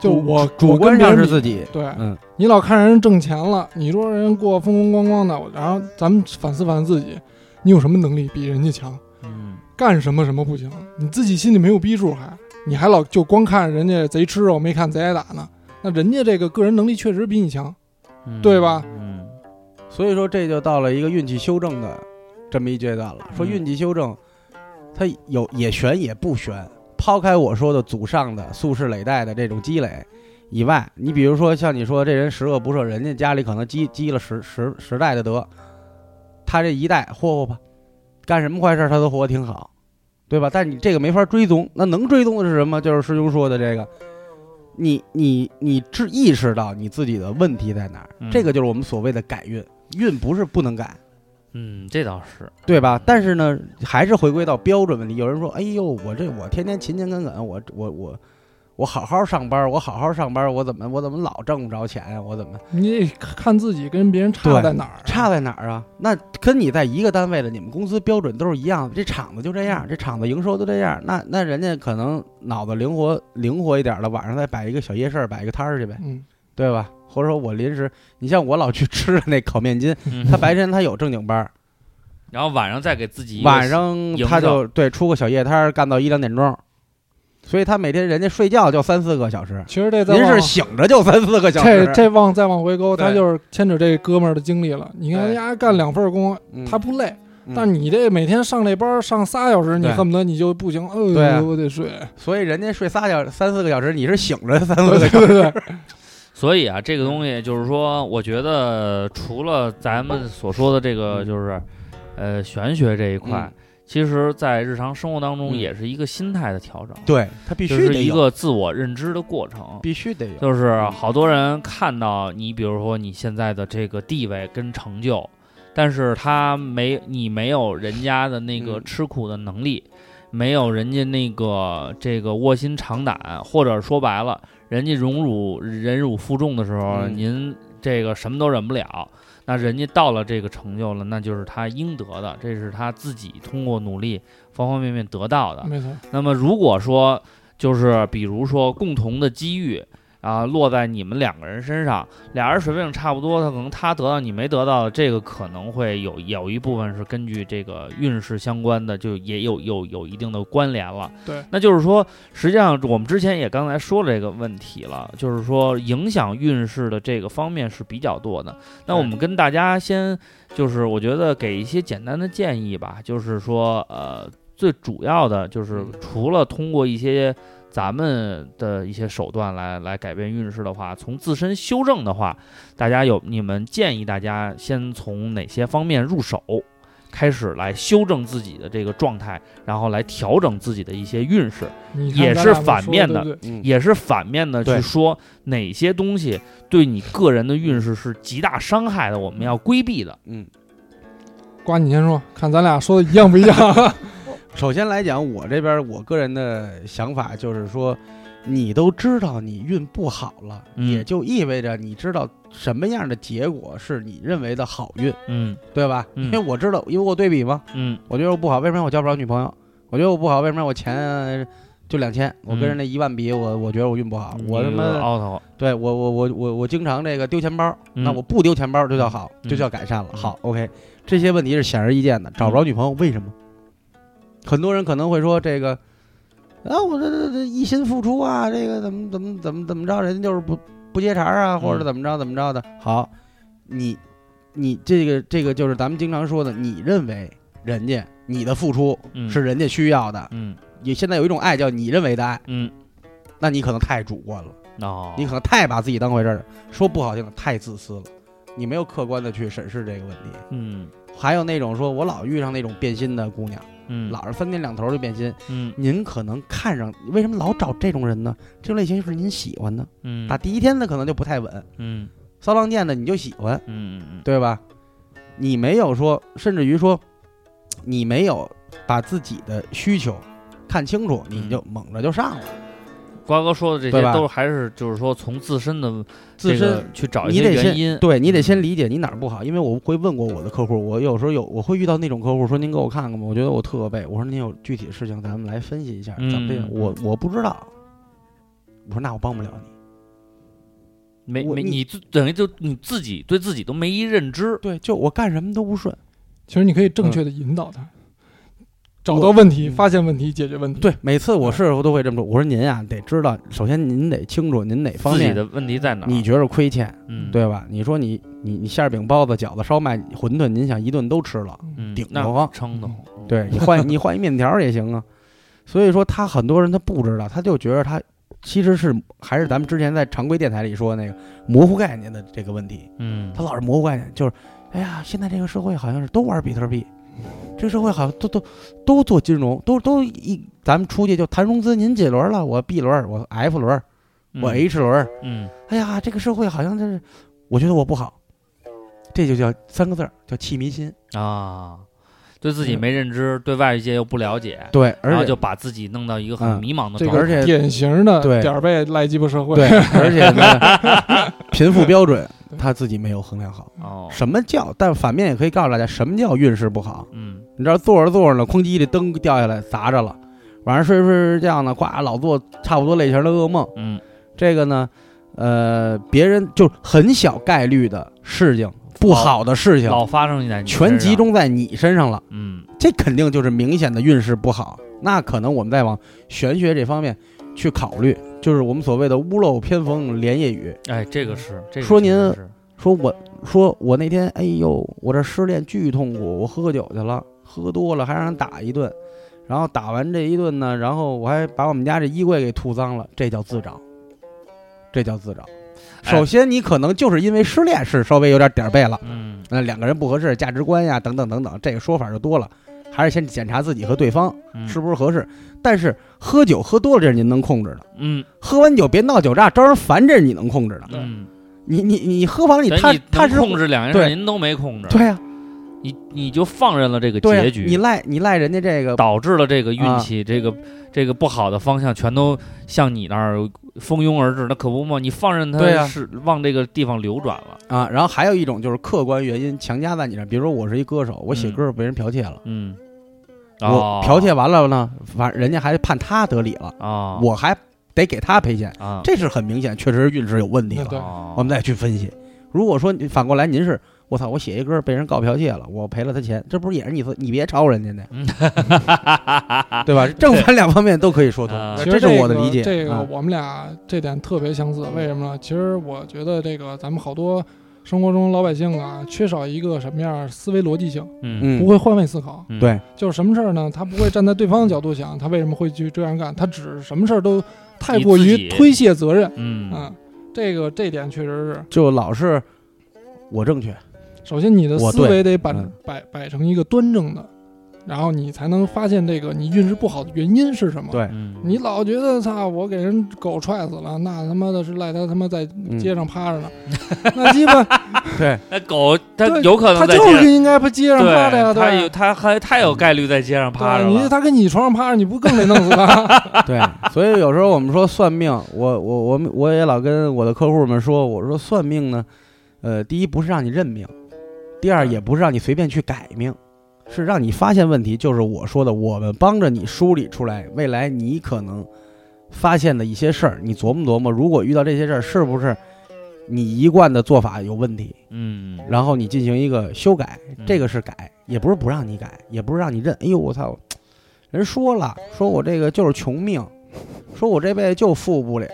Speaker 2: 就我
Speaker 1: 主观上是
Speaker 2: 己。
Speaker 1: 自己，
Speaker 2: 对
Speaker 1: 嗯，
Speaker 2: 你老看人挣钱了，你说人过风风光光的，我然后咱们反思反思自己，你有什么能力比人家强？
Speaker 3: 嗯，
Speaker 2: 干什么什么不行？你自己心里没有逼数还，你还老就光看人家贼吃肉，没看贼挨打呢。那人家这个个人能力确实比你强，
Speaker 3: 嗯
Speaker 2: 对吧
Speaker 3: 嗯
Speaker 1: 所以说这就到了一个运气修正的这么一阶段了。说
Speaker 3: 嗯
Speaker 1: 运气修正，它有也悬也不悬。抛开我说的祖上的宿世累代的这种积累以外，你比如说像你说这人十恶不赦，人家家里可能积积了十十十代的德，他这一代霍霍吧，干什么坏事儿他都活得挺好，对吧？但你这个没法追踪，那能追踪的是什么？就是师兄说的这个，你你你知意识到你自己的问题在哪儿，
Speaker 3: 嗯
Speaker 1: 这个就是我们所谓的改运。运不是不能改，
Speaker 3: 嗯，这倒是，
Speaker 1: 对吧？但是呢，还是回归到标准问题。有人说：“哎呦，我这我天天勤勤恳恳，我我我我好好上班，我好好上班，我怎么我怎么老挣不着钱呀？我怎么
Speaker 2: 你得看自己跟别人差
Speaker 1: 对
Speaker 2: 在哪儿。
Speaker 1: 差在哪儿啊？那跟你在一个单位的，你们工资标准都是一样的，这厂子就这
Speaker 2: 嗯
Speaker 1: 样，这厂子营收都这样。那那人家可能脑子灵活灵活一点了，晚上再摆一个小夜市儿，摆一个摊儿去呗，
Speaker 2: 嗯，
Speaker 1: 对吧？或者说我临时，你像我老去 吃的那烤面筋，
Speaker 3: 嗯
Speaker 1: 他白天他有正经班儿，
Speaker 3: 然后晚上再给自己一个
Speaker 1: 晚上他就对出个小夜摊儿干到一两点钟，所以他每天人家睡觉就三四个小时，
Speaker 2: 其实这再
Speaker 1: 您
Speaker 2: 往
Speaker 1: 是醒着就三四个小时
Speaker 2: 这。这往再往回勾，
Speaker 1: 对
Speaker 2: 他就是牵扯这哥们儿的经历了。你看人家干两份工，
Speaker 1: 嗯
Speaker 2: 他不累，
Speaker 1: 嗯
Speaker 2: 但你这每天上这班上仨小时，你
Speaker 1: 对
Speaker 2: 恨不得你就不行，
Speaker 1: 对啊
Speaker 2: 呃，我得 睡。
Speaker 1: 所以人家睡仨小三四个小时，你是醒着三四
Speaker 2: 对
Speaker 1: 个小时。
Speaker 2: 对对，
Speaker 3: 所以啊，这
Speaker 1: 嗯
Speaker 3: 个东西就是说，我觉得除了咱们所说的这个，就是呃玄学这一块，
Speaker 1: 嗯
Speaker 3: 其实，在日常生活当中
Speaker 1: 嗯
Speaker 3: 也是一个心态的调整，
Speaker 1: 对他必
Speaker 3: 就
Speaker 1: 须
Speaker 3: 是
Speaker 1: 得
Speaker 3: 一
Speaker 1: 有，
Speaker 3: 个自我认知的过程。
Speaker 1: 必须得有，
Speaker 3: 就是好多人看到你，比如说你现在的这个地位跟成就，但是他没你没有人家的那个
Speaker 1: 嗯
Speaker 3: 吃苦的能力，没有人家那个这个卧薪尝胆，或者说白了，人家荣辱忍辱负重的时候，
Speaker 1: 嗯
Speaker 3: 您这个什么都忍不了。那人家到了这个成就了，那就是他应得的，这是他自己通过努力方方面面得到的。
Speaker 2: 没错，
Speaker 3: 那么如果说就是比如说共同的机遇啊落在你们两个人身上，俩人水平差不多，他可能他得到你没得到的，这个可能会有有一部分是根据这个运势相关的，就也有有有一定的关联了。
Speaker 2: 对，
Speaker 3: 那就是说，实际上我们之前也刚才说了这个问题了，就是说影响运势的这个方面是比较多的。那我们跟大家先就是我觉得给一些简单的建议吧，就是说呃，最主要的就是
Speaker 1: 嗯
Speaker 3: 除了通过一些咱们的一些手段来来改变运势的话，从自身修正的话，大家有你们建议大家先从哪些方面入手？开始来修正自己的这个状态，然后来调整自己的一些运势。
Speaker 2: 你看
Speaker 3: 也
Speaker 2: 咱
Speaker 3: 是
Speaker 2: 俩
Speaker 3: 反
Speaker 2: 说
Speaker 3: 面
Speaker 2: 对
Speaker 3: 的
Speaker 2: 不对
Speaker 1: 嗯，
Speaker 3: 也是反面的去
Speaker 1: 对
Speaker 3: 说哪些东西对你个人的运势是极大伤害的，我们要规避的。
Speaker 1: 嗯，
Speaker 2: 瓜，你先说，看咱俩说的一样不一样？
Speaker 1: 首先来讲，我这边我个人的想法就是说，你都知道你运不好了，
Speaker 3: 嗯
Speaker 1: 也就意味着你知道什么样的结果是你认为的好运，
Speaker 3: 嗯
Speaker 1: 对吧？
Speaker 3: 嗯
Speaker 1: 因为我知道，因为我对比嘛，
Speaker 3: 嗯
Speaker 1: 我觉得我不好，为什么我交不着女朋友？我觉得我不好，为什么我钱呃就两
Speaker 3: 嗯
Speaker 1: 千？我跟人那一万比，我我觉得我运不好，我他妈
Speaker 3: out
Speaker 1: 对我我我我我经常这个丢钱包，
Speaker 3: 嗯
Speaker 1: 那我不丢钱包就叫好，
Speaker 3: 嗯
Speaker 1: 就叫改善了。
Speaker 3: 嗯
Speaker 1: 好，OK，这些问题是显而易见的。找不着女朋友为什么？很多人可能会说这个啊，我这这这一心付出啊，这个怎么怎么怎么怎么着，人家就是不不接茬啊，或
Speaker 3: 嗯
Speaker 1: 者怎么着怎么着的。好，你你这个这个就是咱们经常说的，你认为人家你的付出
Speaker 3: 嗯
Speaker 1: 是人家需要的，
Speaker 3: 嗯
Speaker 1: 也现在有一种爱叫你认为的爱，
Speaker 3: 嗯
Speaker 1: 那你可能太主观了。
Speaker 3: 哦，
Speaker 1: 你可能太把自己当回事儿了，说不好听的太自私了，你没有客观的去审视这个问题。
Speaker 3: 嗯
Speaker 1: 还有那种说我老遇上那种变心的姑娘，
Speaker 3: 嗯
Speaker 1: 老是三天两头就变心，
Speaker 3: 嗯
Speaker 1: 您可能看上，为什么老找这种人呢？这种类型就是您喜欢的，
Speaker 3: 嗯
Speaker 1: 打第一天的可能就不太稳，
Speaker 3: 嗯
Speaker 1: 骚浪贱的你就喜欢，
Speaker 3: 嗯嗯
Speaker 1: 对吧？你没有说，甚至于说，你没有把自己的需求看清楚，你就猛着就上了，
Speaker 3: 嗯，瓜哥说的这
Speaker 1: 对
Speaker 3: 些
Speaker 1: 吧
Speaker 3: 都是还是就是说从自身的
Speaker 1: 自
Speaker 3: 这个
Speaker 1: 身
Speaker 3: 去找一
Speaker 1: 你
Speaker 3: 些
Speaker 1: 得
Speaker 3: 原
Speaker 1: 先
Speaker 3: 因，
Speaker 1: 对你得
Speaker 3: 嗯
Speaker 1: 先理解你哪儿不好，因为我会问过我的客户，我有时候有我会遇到那种客户说您给我看看吧，我觉得我特背，我说您有具体的事情咱们来分析一下，咱们这个
Speaker 3: 嗯
Speaker 1: 我我不知道，我说那我帮不了你，
Speaker 3: 没
Speaker 1: 我
Speaker 3: 没
Speaker 1: 你
Speaker 3: 你自等于就你自己对自己都没一认知，
Speaker 1: 对，就我干什么都不顺，
Speaker 2: 其实你可以正确的引导他，找
Speaker 1: 嗯我
Speaker 2: 到问题，
Speaker 1: 嗯
Speaker 2: 发现问题，解决问题。
Speaker 1: 对，每次
Speaker 3: 嗯
Speaker 1: 我是我都会这么说，我说您啊得知道，首先您得清楚您哪方
Speaker 3: 自己
Speaker 1: 面
Speaker 3: 的问题在哪儿？
Speaker 1: 你觉着亏欠，
Speaker 3: 嗯
Speaker 1: 对吧？你说你你你馅儿饼、包子、饺子、烧麦、馄饨，您想一顿都吃了。
Speaker 3: 嗯
Speaker 1: 顶
Speaker 3: 那
Speaker 1: 得慌
Speaker 3: 撑的
Speaker 1: 对你换你换一面条儿也行啊。所以说，他很多人他不知道，他就觉得他其实是还是咱们之前在常规电台里说那个模糊概念的这个问题，
Speaker 3: 嗯
Speaker 1: 他老是模糊概念，就是哎呀，现在这个社会好像是都玩比特币，这个社会好像都都都做金融，都都一咱们出去就谈融资，您几轮了？我 B 轮，我 F 轮，我 H 轮，
Speaker 3: 嗯
Speaker 1: 哎呀，这个社会好像就是，我觉得我不好，这就叫三个字儿叫气迷心。
Speaker 3: 嗯啊，对自己没认知，对外界又不了解，
Speaker 1: 嗯对，而
Speaker 3: 然后
Speaker 1: 且
Speaker 3: 就把自己弄到一个很
Speaker 1: 嗯
Speaker 3: 迷茫的
Speaker 2: 这
Speaker 3: 状态。
Speaker 1: 而且
Speaker 2: 个典型的
Speaker 1: 对
Speaker 2: 点儿背赖鸡巴社会。
Speaker 1: 对，而且呢， 贫富标准他自己没有衡量好。
Speaker 3: 哦，
Speaker 1: 什么叫？但反面也可以告诉大家，什么叫运势不好？
Speaker 3: 嗯
Speaker 1: 你知道坐着坐着呢，哐叽这灯掉下来砸着了，晚上睡着睡着觉呢，咵老做差不多类型的噩梦。
Speaker 3: 嗯
Speaker 1: 这个呢，呃，别人就很小概率的事情，不好的事情，
Speaker 3: 老发生在你
Speaker 1: 全
Speaker 3: 身上
Speaker 1: 集，中在你身上了。
Speaker 3: 嗯
Speaker 1: 这肯定就是明显的运势不好。那可能我们再往玄学这方面去考虑，就是我们所谓的屋漏偏逢连夜雨。
Speaker 3: 哎，这个是这个
Speaker 1: 说您
Speaker 3: 确实是
Speaker 1: 说我说我那天，哎呦，我这失恋巨痛苦，我喝酒去了，喝多了还让人打一顿，然后打完这一顿呢，然后我还把我们家这衣柜给吐脏了，这叫自找，这叫自找。
Speaker 3: 哎
Speaker 1: 首先，你可能就是因为失恋是稍微有点点儿背了，
Speaker 3: 嗯
Speaker 1: 那两个人不合适，价值观呀等等等等，这个说法就多了。还是先检查自己和对方
Speaker 3: 嗯
Speaker 1: 是不是合适。但是喝酒喝多了这是您能控制的，
Speaker 3: 嗯
Speaker 1: 喝完酒别闹酒炸招人烦，这是你能控制的。
Speaker 3: 嗯，
Speaker 1: 你你你喝完了你
Speaker 3: 等
Speaker 1: 他
Speaker 3: 你
Speaker 1: 他
Speaker 3: 能
Speaker 1: 是
Speaker 3: 控制两件
Speaker 1: 对
Speaker 3: 事，您都没控制，
Speaker 1: 对呀、
Speaker 3: 你你就放任了这个
Speaker 1: 对呀、
Speaker 3: 啊结局，
Speaker 1: 你赖你赖人家这个
Speaker 3: 导致了这个运
Speaker 1: 啊
Speaker 3: 气，这个这个不好的方向全都向你那儿蜂拥而至，那可不嘛？你放任
Speaker 1: 对啊呀
Speaker 3: 它是往这个地方流转了，
Speaker 1: 啊，然后还有一种就是客观原因强加在你上，比如说我是一歌手，我写
Speaker 3: 嗯
Speaker 1: 歌被人剽窃了，
Speaker 3: 嗯，哦
Speaker 1: 我剽窃完了呢，反正人家还判他得理了，
Speaker 3: 啊，
Speaker 1: 我还得给他赔钱，
Speaker 3: 啊，
Speaker 1: 这是很明显，确实运势有问题
Speaker 2: 那
Speaker 1: 了。
Speaker 2: 对
Speaker 3: 哦
Speaker 1: 我们再去分析。如果说你反过来您是我操，我写一歌被人告剽窃了，我赔了他钱，这不是也是你你别抄人家的，
Speaker 3: 嗯
Speaker 1: 对吧？正反两方面都可以说通
Speaker 3: 啊，
Speaker 2: 其
Speaker 1: 这
Speaker 2: 实
Speaker 1: 是
Speaker 2: 这
Speaker 1: 我的
Speaker 2: 个
Speaker 1: 理解。
Speaker 2: 这个
Speaker 1: 啊
Speaker 2: 我们俩这点特别相似，为什么呢？其实我觉得这个咱们好多生活中老百姓啊，缺少一个什么样儿思维逻辑性，
Speaker 3: 嗯
Speaker 2: 不
Speaker 1: 嗯，
Speaker 2: 会换位思考。
Speaker 3: 嗯
Speaker 1: 对，
Speaker 2: 就是什么事儿呢？他不会站在对方的角度想，他为什么会去这样干？他只什么事儿都太过
Speaker 3: 以自己
Speaker 2: 于推卸责任。
Speaker 3: 嗯
Speaker 2: 嗯，这个这点确实是，
Speaker 1: 就老是我正
Speaker 3: 嗯
Speaker 1: 确，
Speaker 2: 首先你的
Speaker 1: 我
Speaker 2: 思
Speaker 1: 对
Speaker 2: 维得摆
Speaker 1: 嗯
Speaker 2: 摆摆成一个端正的，然后你才能发现这个你运势不好的原因是什么。
Speaker 1: 对，
Speaker 3: 嗯，
Speaker 2: 你老觉得操，我给人狗踹死了，那他妈的是赖他他妈在
Speaker 1: 嗯
Speaker 2: 街上趴着呢，那鸡巴
Speaker 1: 对，
Speaker 3: 那狗它
Speaker 2: 对
Speaker 3: 有可
Speaker 2: 他
Speaker 3: 能在
Speaker 2: 就
Speaker 3: 街上
Speaker 2: 是应该趴街上趴着呀，
Speaker 3: 对，它
Speaker 2: 对
Speaker 3: 有
Speaker 2: 吧
Speaker 3: 它还太
Speaker 1: 嗯
Speaker 3: 有概率在街上趴着
Speaker 2: 对，你
Speaker 3: 了，
Speaker 2: 他跟你床上趴着，你不更得弄死他？
Speaker 1: 对，所以有时候我们说算命，我我我们我也老跟我的客户们说，我说算命呢，呃，第一不是让你认命，第二也不是让你随便去改命，是让你发现问题，就是我说的，我们帮着你梳理出来未来你可能发现的一些事儿，你琢磨琢磨，如果遇到这些事儿，是不是你一贯的做法有问题，
Speaker 3: 嗯，
Speaker 1: 然后你进行一个修改，
Speaker 3: 嗯
Speaker 1: 这个是改，也不是不让你改，也不是让你认。哎呦，我操！人说了，说我这个就是穷命，说我这辈子就富不了。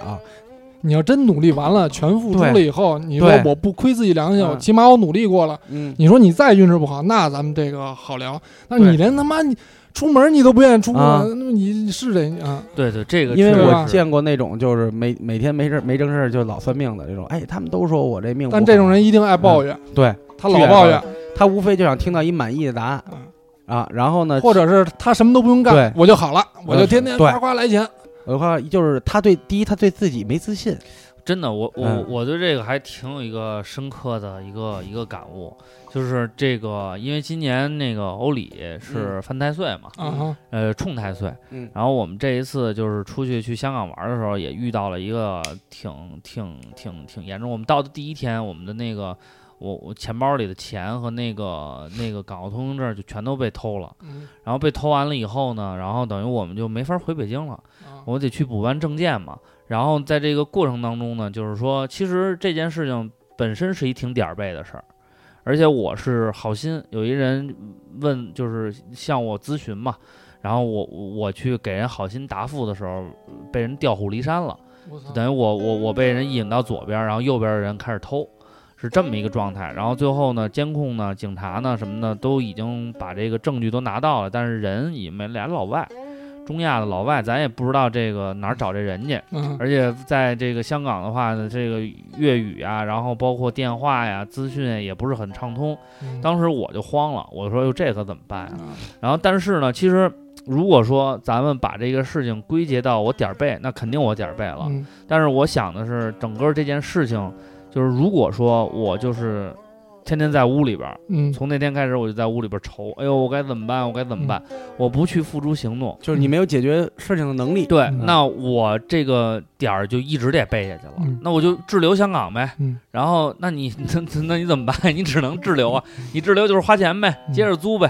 Speaker 2: 你要真努力完了，全付出
Speaker 1: 对
Speaker 2: 了以后，你说
Speaker 1: 对
Speaker 2: 我不亏自己良心，
Speaker 1: 嗯
Speaker 2: 我起码我努力过了。
Speaker 1: 嗯，
Speaker 2: 你说你再运势不好，那咱们这个好聊。那
Speaker 3: 对
Speaker 2: 你连他妈你出门你都不愿意出门，
Speaker 1: 啊
Speaker 2: 那么你是得啊，
Speaker 3: 对对，这个
Speaker 1: 因为
Speaker 3: 确实
Speaker 1: 我
Speaker 3: 是
Speaker 1: 见过那种就是每每天没事儿没正事儿就老算命的这种，哎，他们都说我这命不好。
Speaker 2: 但这种人一定爱
Speaker 3: 嗯
Speaker 2: 抱怨，
Speaker 1: 对
Speaker 2: 他老抱
Speaker 1: 巨爱
Speaker 2: 怨，
Speaker 1: 他无非就想听到一满意的答案
Speaker 2: 嗯
Speaker 1: 啊，然后呢，
Speaker 2: 或者是他什么都不用
Speaker 1: 对
Speaker 2: 干，我就好了，我
Speaker 3: 嗯
Speaker 2: 就天天
Speaker 1: 对
Speaker 2: 夸夸来钱。
Speaker 1: 我的话就是他对第一他对自己没自信，
Speaker 3: 真的，我我、
Speaker 1: 嗯
Speaker 3: 我对这个还挺有一个深刻的一个一个感悟，就是这个，因为今年那个欧里是犯太岁嘛，
Speaker 2: 啊哈，
Speaker 3: 呃，冲太岁，
Speaker 1: 嗯
Speaker 3: 然后我们这一次就是出去去香港玩的时候，也遇到了一个挺挺挺挺严重。我们到的第一天，我们的那个我我钱包里的钱和那个那个港澳通行证就全都被偷了，
Speaker 2: 嗯
Speaker 3: 然后被偷完了以后呢，然后等于我们就没法回北京了。
Speaker 2: 啊
Speaker 3: 我得去补办证件嘛。然后在这个过程当中呢，就是说，其实这件事情本身是一挺点儿背的事儿，而且我是好心，有一人问，就是向我咨询嘛，然后我我我去给人好心答复的时候，被人调虎离山了。
Speaker 2: 我操
Speaker 3: 等于我我我被人引到左边儿，然后右边儿的人开始偷，是这么一个状态。然后最后呢，监控呢、警察呢什么的都已经把这个证据都拿到了，但是人也没俩老外，中亚的老外，咱也不知道这个哪儿找这人去。
Speaker 2: 嗯
Speaker 3: 而且在这个香港的话呢，这个粤语啊，然后包括电话呀、资讯啊也不是很畅通。
Speaker 2: 嗯
Speaker 3: 当时我就慌了，我说：“哟，这可怎么办呀？”
Speaker 2: 啊
Speaker 3: 然后，但是呢，其实如果说咱们把这个事情归结到我点儿背，那肯定我点儿背了。
Speaker 2: 嗯
Speaker 3: 但是我想的是，整个这件事情，就是如果说我就是天天在屋里边儿，
Speaker 2: 嗯
Speaker 3: 从那天开始我就在屋里边儿愁，哎呦，我该怎么办？我该怎么办？我不去付诸行动，
Speaker 1: 就是你没有解决事情的能力。
Speaker 3: 对，
Speaker 2: 嗯
Speaker 3: 那我这个点儿就一直得背下去了。
Speaker 2: 嗯
Speaker 3: 那我就滞留香港呗。
Speaker 2: 嗯
Speaker 3: 然后，那你那那你怎么办？ 你只能滞留啊，你滞留就是花钱呗，
Speaker 2: 嗯
Speaker 3: 接着租呗，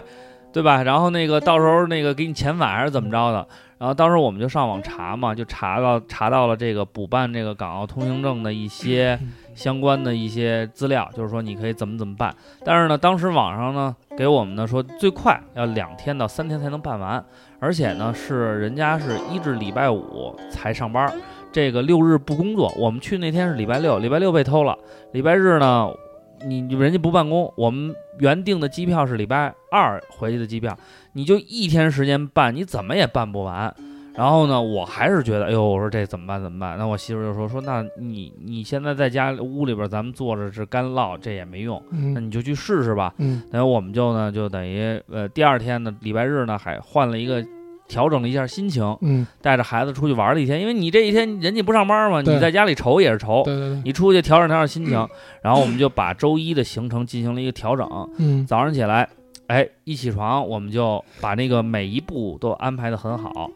Speaker 3: 对吧？然后那个到时候那个给你遣返还是怎么着的？然后当时我们就上网查嘛，就查到查到了这个补办这个港澳通行证的一些
Speaker 2: 嗯
Speaker 3: 相关的一些资料，就是说你可以怎么怎么办。但是呢，当时网上呢给我们呢说最快要两天到三天才能办完，而且呢是人家是一至礼拜五才上班儿，这个六日不工作。我们去那天是礼拜六，礼拜六被偷了，礼拜日呢你你人家不办公，我们原定的机票是礼拜二回去的机票，你就一天时间办，你怎么也办不完。然后呢，我还是觉得，哎呦，我说这怎么办？怎么办？那我媳妇儿就说说，那你你现在在家屋里边，咱们坐着是干唠，这也没用，那
Speaker 2: 嗯
Speaker 3: 你就去试试吧。
Speaker 2: 嗯
Speaker 3: 然后我们就呢，就等于呃，第二天呢，礼拜日呢，还换了一个。调整了一下心情，
Speaker 2: 嗯，
Speaker 3: 带着孩子出去玩了一天，因为你这一天人家不上班嘛，
Speaker 2: 对
Speaker 3: 你在家里愁也是愁，
Speaker 2: 对对对，
Speaker 3: 你出去调整调整心情，然后我们就把周一的行程进行了一个调整。
Speaker 2: 嗯
Speaker 3: 早上起来，哎，一起床我们就把那个每一步都安排得很好。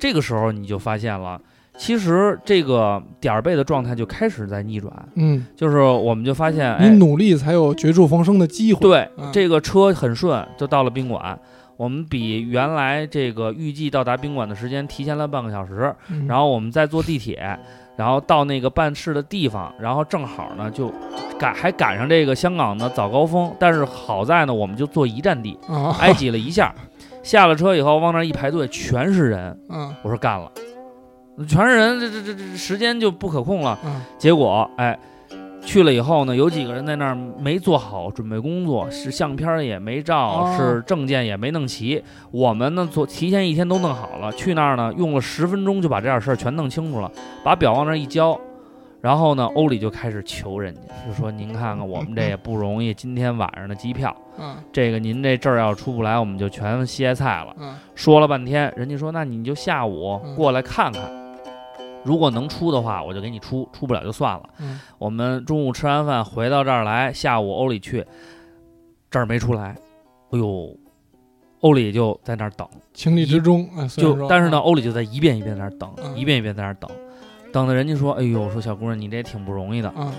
Speaker 3: 这个时候你就发现了，其实这个点儿背的状态就开始在逆转，
Speaker 2: 嗯，
Speaker 3: 就是我们就发现，
Speaker 2: 你
Speaker 3: 哎，
Speaker 2: 努力才有绝处逢生的机会。
Speaker 3: 对
Speaker 2: 嗯，
Speaker 3: 这个车很顺，就到了宾馆。我们比原来这个预计到达宾馆的时间提前了半个小时，
Speaker 2: 嗯，
Speaker 3: 然后我们再坐地铁，然后到那个办事的地方，然后正好呢就赶还赶上这个香港的早高峰，但是好在呢我们就坐一站地，
Speaker 2: 啊，
Speaker 3: 挨挤了一下，下了车以后往那儿一排队，全是人，
Speaker 2: 嗯
Speaker 3: 我说干了，全是人，这这这这时间就不可控了。
Speaker 2: 嗯
Speaker 3: 结果哎，去了以后呢，有几个人在那儿没做好准备工作，是相片儿也没照，
Speaker 2: 哦
Speaker 3: 是证件也没弄齐。我们呢，做提前一天都弄好了，去那儿呢用了十分钟就把这点事儿全弄清楚了，把表往那儿一交。然后呢，欧里就开始求人家，就说：“您看看我们这也不容易，今天晚上的机票，
Speaker 2: 嗯
Speaker 3: 这个您这证儿要出不来，我们就全歇菜了。
Speaker 2: 嗯，
Speaker 3: 说了半天，人家说那你就下午
Speaker 2: 嗯
Speaker 3: 过来看看，如果能出的话，我就给你出；出不了就算了。
Speaker 2: 嗯
Speaker 3: 我们中午吃完饭回到这儿来，下午欧里去，这儿没出来，哎呦，欧里就在那儿等，
Speaker 2: 情理之中。哎虽然
Speaker 3: 就
Speaker 2: 说
Speaker 3: 但是呢，，欧里就在一遍一遍在那儿等，
Speaker 2: 嗯
Speaker 3: 一遍一遍在那儿等，等的人家说，哎呦，说小姑娘你这也挺不容易的，
Speaker 2: 啊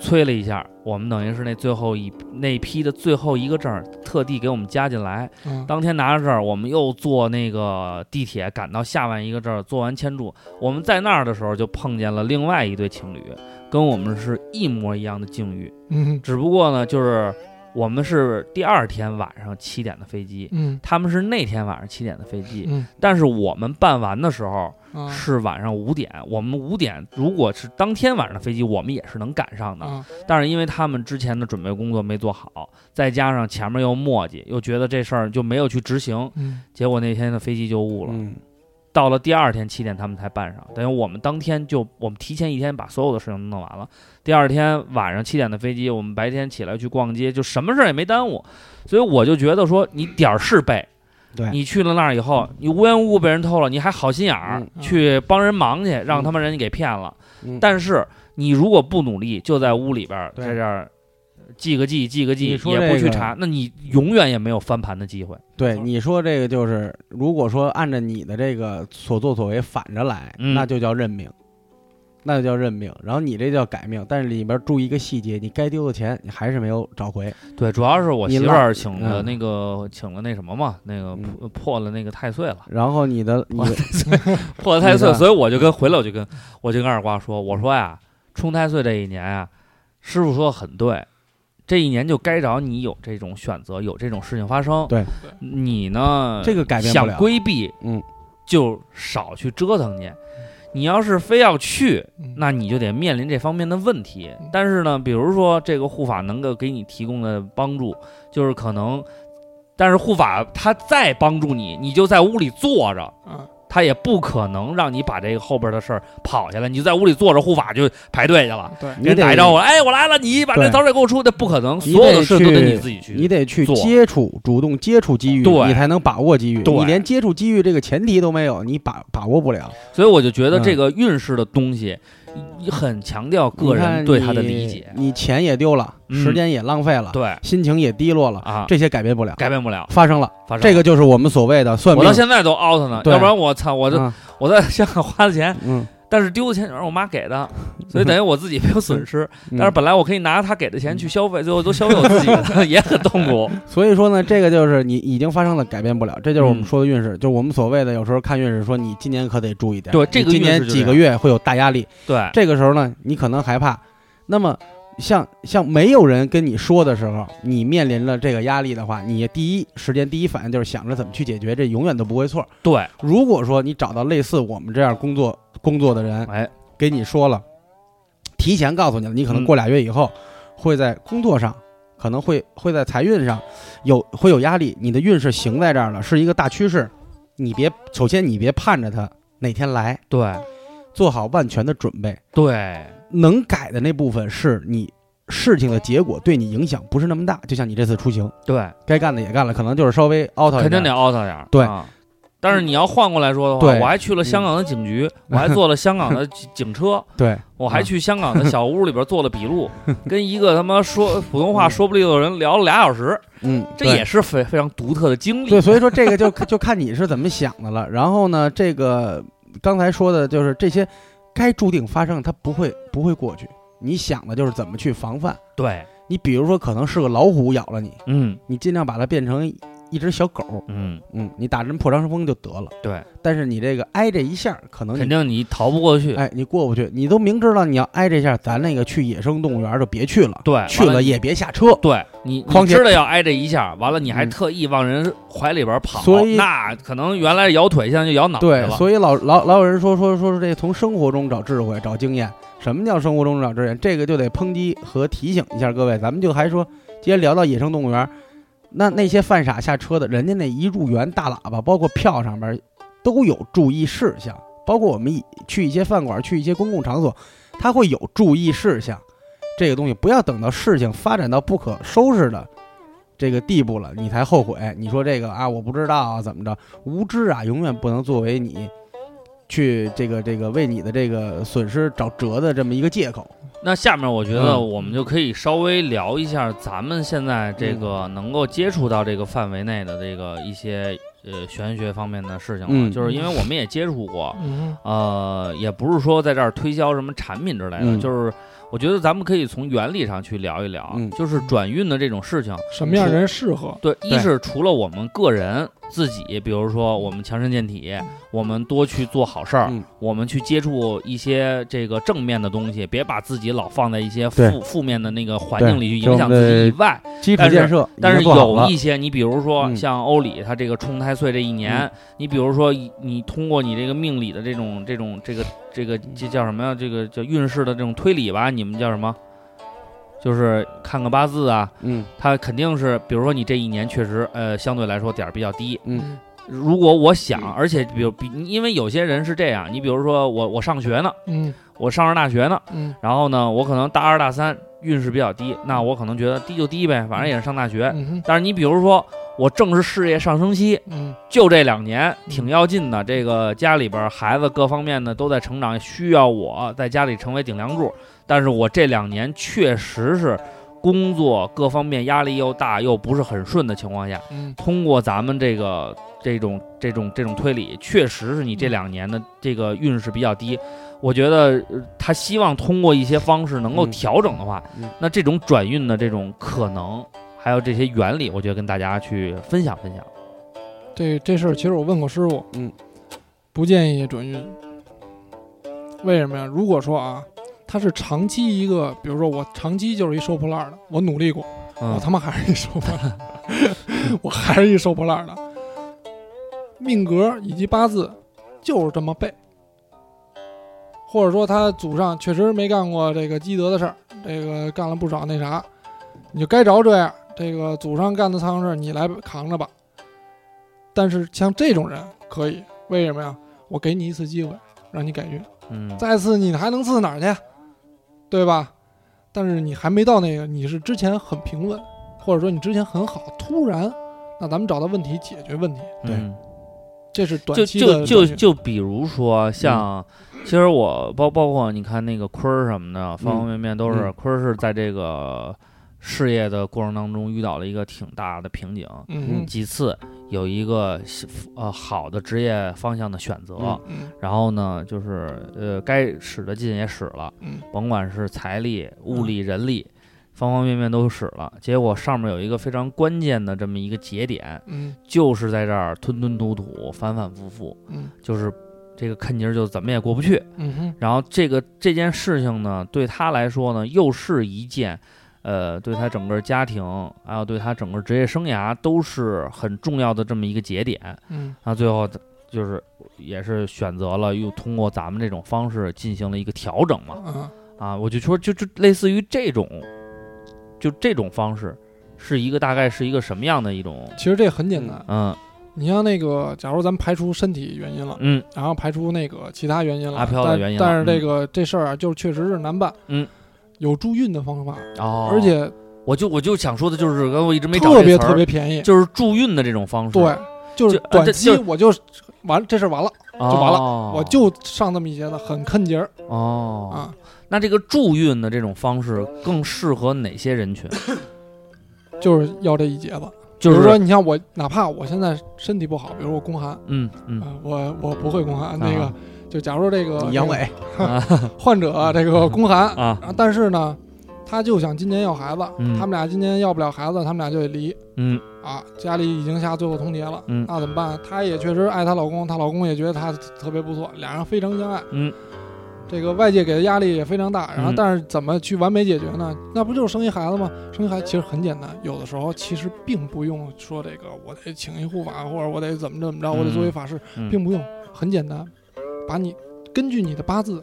Speaker 3: 催了一下，我们等于是那最后一那批的最后一个证儿，特地给我们加进来。
Speaker 2: 嗯
Speaker 3: 当天拿着证儿，我们又坐那个地铁赶到下万一个这儿，做完签注。我们在那儿的时候就碰见了另外一对情侣，跟我们是一模一样的境遇，
Speaker 2: 嗯
Speaker 3: 只不过呢，就是我们是第二天晚上七点的飞机，
Speaker 2: 嗯
Speaker 3: 他们是那天晚上七点的飞 机，
Speaker 2: 嗯
Speaker 3: 但是我们办完的时候
Speaker 2: 啊
Speaker 3: 是晚上五点，我们五点如果是当天晚上的飞机，我们也是能赶上的。
Speaker 2: 啊
Speaker 3: 但是因为他们之前的准备工作没做好，再加上前面又磨叽，又觉得这事儿就没有去执行，
Speaker 2: 嗯
Speaker 3: 结果那天的飞机就误了。
Speaker 1: 嗯，
Speaker 3: 到了第二天七点，他们才办上，等于我们当天就我们提前一天把所有的事情都弄完了。第二天晚上七点的飞机，我们白天起来去逛街，就什么事儿也没耽误。所以我就觉得说，你点儿是背，
Speaker 1: 对
Speaker 3: 你去了那儿以后，你无缘无故被人偷了，你还好心眼儿、
Speaker 2: 嗯
Speaker 3: 去帮人忙去，让他们人家给骗了。
Speaker 1: 嗯
Speaker 3: 但是你如果不努力，就在屋里边儿
Speaker 1: 对
Speaker 3: 在这儿记个记记个记，
Speaker 1: 你说
Speaker 3: 也不
Speaker 1: 这
Speaker 3: 去
Speaker 1: 个
Speaker 3: 查，那你永远也没有翻盘的机会。
Speaker 1: 对，
Speaker 2: 错
Speaker 1: 你说这个就是，如果说按照你的这个所作所为反着来，
Speaker 3: 嗯
Speaker 1: 那就叫认命，那就叫认命。然后你这叫改命，但是里边注意一个细节，你该丢的钱你还是没有找回。
Speaker 3: 对，主要是我
Speaker 1: 你
Speaker 3: 媳妇
Speaker 1: 拉
Speaker 3: 儿请了
Speaker 1: 嗯
Speaker 3: 那个请了那什么嘛，那个
Speaker 1: 嗯
Speaker 3: 破破了那个太岁了，
Speaker 1: 然后你的你的
Speaker 3: 破了太
Speaker 1: 你
Speaker 3: 岁，
Speaker 1: 看
Speaker 3: 所以我就跟回来我就跟我就跟二瓜说，我说呀，冲太岁这一年啊，师傅说得很对，这一年就该着你有这种选择，有这种事情发生。
Speaker 1: 对，
Speaker 3: 你呢
Speaker 1: 这个改变不
Speaker 3: 想
Speaker 1: 了，
Speaker 3: 规避，
Speaker 1: 嗯，
Speaker 3: 就少去折腾去。你要是非要去，
Speaker 2: 嗯
Speaker 3: 那你就得面临这方面的问题
Speaker 2: 嗯。
Speaker 3: 但是呢，比如说这个护法能够给你提供的帮助，就是可能，但是护法他再帮助你，你就在屋里坐着，
Speaker 2: 啊
Speaker 3: 他也不可能让你把这个后边的事儿跑下来。你就在屋里坐着，护法就排队去了，
Speaker 2: 对
Speaker 1: 你
Speaker 3: 给
Speaker 1: 得
Speaker 3: 打一招呼，哎，我来了，你把这
Speaker 1: 对
Speaker 3: 早点给我出，那不可能，
Speaker 1: 你
Speaker 3: 所有的
Speaker 1: 得
Speaker 3: 事都得
Speaker 1: 去
Speaker 3: 你自己去。
Speaker 1: 你得去
Speaker 3: 做
Speaker 1: 接触，主动接触机遇，
Speaker 3: 对
Speaker 1: 你才能把握机遇。
Speaker 3: 对
Speaker 1: 你连接触机遇这个前提都没有，你把把握不了。
Speaker 3: 所以我就觉得
Speaker 1: 嗯
Speaker 3: 这个运势的东西，一很强调个
Speaker 1: 你看
Speaker 3: 人对它的
Speaker 1: 你
Speaker 3: 理解。
Speaker 1: 你钱也丢了，
Speaker 3: 嗯
Speaker 1: 时间也浪费了，
Speaker 3: 对
Speaker 1: 心情也低落了，
Speaker 3: 啊，
Speaker 1: 这些改变不了，
Speaker 3: 改变不了。
Speaker 1: 发生了。
Speaker 3: 发生
Speaker 1: 这个就是我们所谓的算
Speaker 3: 我
Speaker 1: 命。
Speaker 3: 到现在都 out 呢，
Speaker 1: 对
Speaker 3: 要不然我操，我这
Speaker 1: 啊
Speaker 3: 我在香港花的钱，
Speaker 1: 嗯，
Speaker 3: 但是丢的钱也是我妈给的，所以等于我自己没有损失。
Speaker 1: 嗯
Speaker 3: 但是本来我可以拿她给的钱去消费，最后都消费我自己 的，也很痛苦。
Speaker 1: 所以说呢，这个就是你已经发生了，改变不了，这就是我们
Speaker 3: 嗯
Speaker 1: 说的运势，就是我们所谓的有时候看运势说你今年可得注意点，
Speaker 3: 对这个
Speaker 1: 你今
Speaker 3: 运势
Speaker 1: 年
Speaker 3: 就
Speaker 1: 几
Speaker 3: 这
Speaker 1: 个
Speaker 3: 样
Speaker 1: 月会有大压力，
Speaker 3: 对，
Speaker 1: 这个时候呢，你可能害怕。那么像像没有人跟你说的时候，你面临了这个压力的话，你第一时间第一反应就是想着怎么去解决，这永远都不会错。
Speaker 3: 对，
Speaker 1: 如果说你找到类似我们这样工作工作的人，
Speaker 3: 哎，
Speaker 1: 给你说了，提前告诉你了，你可能
Speaker 3: 嗯
Speaker 1: 过俩月以后、会在工作上，可能会会在财运上有会有压力，你的运势行在这儿了，是一个大趋势。你别首先你别盼着他哪天来，
Speaker 3: 对
Speaker 1: 做好万全的准备。
Speaker 3: 对，
Speaker 1: 能改的那部分是你事情的结果对你影响不是那么大，就像你这次出行，
Speaker 3: 对，
Speaker 1: 该干的也干了，可能就是稍微 out 一
Speaker 3: 肯定得
Speaker 1: 点。
Speaker 3: out 点儿。
Speaker 1: 对
Speaker 3: 啊但是你要换过来说的话，
Speaker 1: 对嗯
Speaker 3: 我还去了香港的警局，我还坐了香港的警警车，
Speaker 1: 对，
Speaker 3: 我还去香港的小屋里边做了 笔录，跟一个他妈说普通话说不利落的人聊了俩小时，
Speaker 1: 嗯，
Speaker 3: 这
Speaker 1: 对
Speaker 3: 也是非非常独特的经 历。
Speaker 1: 对，所以说这个就就看你是怎么想的了。然后呢，这个刚才说的就是这些该注定发生，它不会不会过去。你想的就是怎么去防范。
Speaker 3: 对，
Speaker 1: 你比如说，可能是个老虎咬了你，
Speaker 3: 嗯
Speaker 1: 你尽量把它变成一只小狗，
Speaker 3: 嗯，
Speaker 1: 嗯，你打针破伤风就得了。
Speaker 3: 对，
Speaker 1: 但是你这个挨这一下，可能
Speaker 3: 肯
Speaker 1: 你
Speaker 3: 定你逃不过去。
Speaker 1: 哎你过不去，你都明知道你要挨这下，咱那个去野生动物园就别去了，
Speaker 3: 对，
Speaker 1: 去
Speaker 3: 完
Speaker 1: 了
Speaker 3: 了
Speaker 1: 也别下车。
Speaker 3: 对你，
Speaker 1: 况
Speaker 3: 你
Speaker 1: 且
Speaker 3: 知道要挨这一下，完了你还
Speaker 1: 嗯
Speaker 3: 特意往人怀里边跑，
Speaker 1: 所以
Speaker 3: 那可能原来咬腿，现在就咬脑袋
Speaker 1: 对，
Speaker 3: 了。
Speaker 1: 所以老老老有人说说说是这从生活中找智慧、找经验。什么叫生活中找智慧？这个就得抨击和提醒一下各位。咱们就还说，今天聊到野生动物园，那那些犯傻下车的，人家那一入园大喇叭，包括票上面都有注意事项，包括我们一去一些饭馆、去一些公共场所，它会有注意事项。这个东西不要等到事情发展到不可收拾的这个地步了，你才后悔。你说这个啊，我不知道啊，怎么着？无知啊，永远不能作为你去这个这个为你的这个损失找辙的这么一个借口。
Speaker 3: 那下面我觉得
Speaker 1: 嗯
Speaker 3: 我们就可以稍微聊一下咱们现在这个
Speaker 1: 嗯
Speaker 3: 能够接触到这个范围内的这个一些呃玄学方面的事情了，
Speaker 1: 嗯
Speaker 3: 就是因为我们也接触过，
Speaker 2: 嗯，
Speaker 3: 呃，也不是说在这儿推销什么产品之类的，
Speaker 1: 嗯
Speaker 3: 就是我觉得咱们可以从原理上去聊一聊，
Speaker 1: 嗯
Speaker 3: 就是转运的这种事情。
Speaker 2: 什么样人适合？
Speaker 3: 对，一是除了我们个人自己，比如说我们强身健体，我们多去做好事儿，
Speaker 1: 嗯
Speaker 3: 我们去接触一些这个正面的东西，别把自己老放在一些
Speaker 1: 对
Speaker 3: 负负面的那个环
Speaker 1: 对
Speaker 3: 境里去
Speaker 1: 这
Speaker 3: 影
Speaker 1: 我
Speaker 3: 响
Speaker 1: 们
Speaker 3: 自
Speaker 1: 的
Speaker 3: 己以外，
Speaker 1: 基础
Speaker 3: 但是
Speaker 1: 建设
Speaker 3: 但是
Speaker 1: 已经做好了
Speaker 3: 有一些，你比如说
Speaker 1: 嗯
Speaker 3: 像欧里他这个冲太岁这一年，你比如说你通过你这个命理的这种这种这个这个
Speaker 1: 嗯
Speaker 3: 这叫什么呀？这个叫运势的这种推理吧，你们叫什么？就是看看八字啊，
Speaker 1: 嗯
Speaker 3: 他肯定是，比如说你这一年确实，呃，相对来说点儿比较低。
Speaker 1: 嗯，
Speaker 3: 如果我
Speaker 2: 嗯
Speaker 3: 想，而且比如比，因为有些人是这样，你比如说我我上学呢，
Speaker 2: 嗯
Speaker 3: 我上上大学呢，
Speaker 2: 嗯
Speaker 3: 然后呢，我可能大二大三运势比较低，那我可能觉得低就低呗，反正也是上大学。
Speaker 2: 嗯哼
Speaker 3: 但是你比如说我正是事业上升期，
Speaker 2: 嗯
Speaker 3: 就这两年
Speaker 1: 嗯
Speaker 3: 挺要劲的，这个家里边孩子各方面呢都在成长，需要我在家里成为顶梁柱。但是我这两年确实是工作各方面压力又大，又不是很顺的情况下，
Speaker 2: 嗯
Speaker 3: 通过咱们这个这种这种这种推理，确实是你这两年的这个运势比较低。我觉得呃他希望通过一些方式能够
Speaker 1: 嗯
Speaker 3: 调整的话，
Speaker 1: 嗯
Speaker 3: 那这种转运的这种可能，还有这些原理，我觉得跟大家去分享分享。
Speaker 2: 这这事儿其实我问过师傅，
Speaker 1: 嗯，
Speaker 2: 不建议转运。为什么呀？如果说啊，他是长期一个，比如说我长期就是一收破烂儿的，我努力过，
Speaker 3: 嗯
Speaker 1: 哦
Speaker 2: 我，他妈还是一收破烂儿，我还是一收破烂儿的。命格以及八字就是这么背，或者说他祖上确实没干过这个积德的事儿，这个干了不少那啥，你就该着这样。这个祖上干的苍蝇事儿，你来扛着吧。但是像这种人可以，为什么呀？我给你一次机会，让你改运。
Speaker 3: 嗯，
Speaker 2: 再次你还能次哪儿去？对吧？但是你还没到那个，你是之前很平稳，或者说你之前很好，突然，那咱们找到问题，解决问题，
Speaker 1: 对
Speaker 3: 嗯
Speaker 2: 这是短
Speaker 3: 就
Speaker 2: 期嗯的
Speaker 3: 就就
Speaker 2: 东西
Speaker 3: 就比如说像，其实我包包括你看那个坤儿什么的，方方面面都是
Speaker 1: 嗯
Speaker 3: 坤儿是在这个事业的过程当中遇到了一个挺大的瓶颈，
Speaker 2: 嗯
Speaker 3: 几次有一个喜呃好的职业方向的选择，
Speaker 1: 嗯
Speaker 2: 嗯
Speaker 3: 然后呢就是呃该使的劲也使了，
Speaker 2: 嗯
Speaker 3: 甭管是财力、物力、人力。方方面面都使了，结果上面有一个非常关键的这么一个节点，
Speaker 2: 嗯
Speaker 3: 就是在这儿吞吞吐吐、反反复复，
Speaker 2: 嗯
Speaker 3: 就是这个坎劲儿就怎么也过不去。
Speaker 2: 嗯哼
Speaker 3: 然后这个这件事情呢，对他来说呢，又是一件，呃，对他整个家庭，还有对他整个职业生涯都是很重要的这么一个节点。
Speaker 2: 嗯
Speaker 3: 那最后就是也是选择了又通过咱们这种方式进行了一个调整嘛。
Speaker 2: 啊，
Speaker 3: 啊，我就说就就类似于这种，就这种方式，是一个大概是一个什么样的一种？
Speaker 2: 其实这很简单，
Speaker 3: 嗯
Speaker 2: 你像那个，假如咱们排除身体原因了，
Speaker 3: 嗯
Speaker 2: 然后排除那个其他原因了，
Speaker 3: 阿飘的原因了
Speaker 2: 但但是这个、这事儿啊，就是确实是难办。
Speaker 3: 嗯，
Speaker 2: 有助孕的方法，
Speaker 3: 哦，
Speaker 2: 而且
Speaker 3: 我就我就想说的就是，刚才我一直没找
Speaker 2: 特
Speaker 3: 这
Speaker 2: 别
Speaker 3: 词儿
Speaker 2: 特别便宜。
Speaker 3: 就是助孕的这种方式，
Speaker 2: 对，就是
Speaker 3: 就呃
Speaker 2: 短
Speaker 3: 这
Speaker 2: 期
Speaker 3: 就
Speaker 2: 我就完这事儿完了，
Speaker 3: 哦，
Speaker 2: 就
Speaker 3: 就
Speaker 2: 完了
Speaker 3: 了
Speaker 2: 我就上这么一节的，很坑节儿
Speaker 3: 哦
Speaker 2: 啊。
Speaker 3: 那这个助孕的这种方式更适合哪些人群？
Speaker 2: 就是要这一节子。
Speaker 3: 就
Speaker 2: 比
Speaker 3: 是
Speaker 2: 如说，你像我，哪怕我现在身体不好，比如我宫寒，
Speaker 3: 嗯嗯，
Speaker 2: 啊，我我不会宫寒，那个
Speaker 3: 啊
Speaker 2: 就假如这个
Speaker 1: 你嗯阳痿，
Speaker 2: 这个 患者啊这个宫寒
Speaker 3: 啊，
Speaker 2: 但是呢，他就想今年要孩子，
Speaker 3: 嗯
Speaker 2: 他们俩今年要不了孩子，他们俩就得离
Speaker 3: 嗯
Speaker 2: 啊，家里已经下最后通牒了，
Speaker 3: 嗯
Speaker 2: 那怎么办？她也确实爱她老公，她老公也觉得她特别不错，俩人非常相爱，
Speaker 3: 嗯，
Speaker 2: 这个外界给的压力也非常大，然后
Speaker 3: 嗯
Speaker 2: 但是怎么去完美解决呢？那不就是生一孩子吗？生一孩子其实很简单，有的时候其实并不用说这个我得请一护法，或者我得怎么怎么着，我得做一法事，
Speaker 3: 嗯
Speaker 2: 并不用，很简单，把你根据你的八字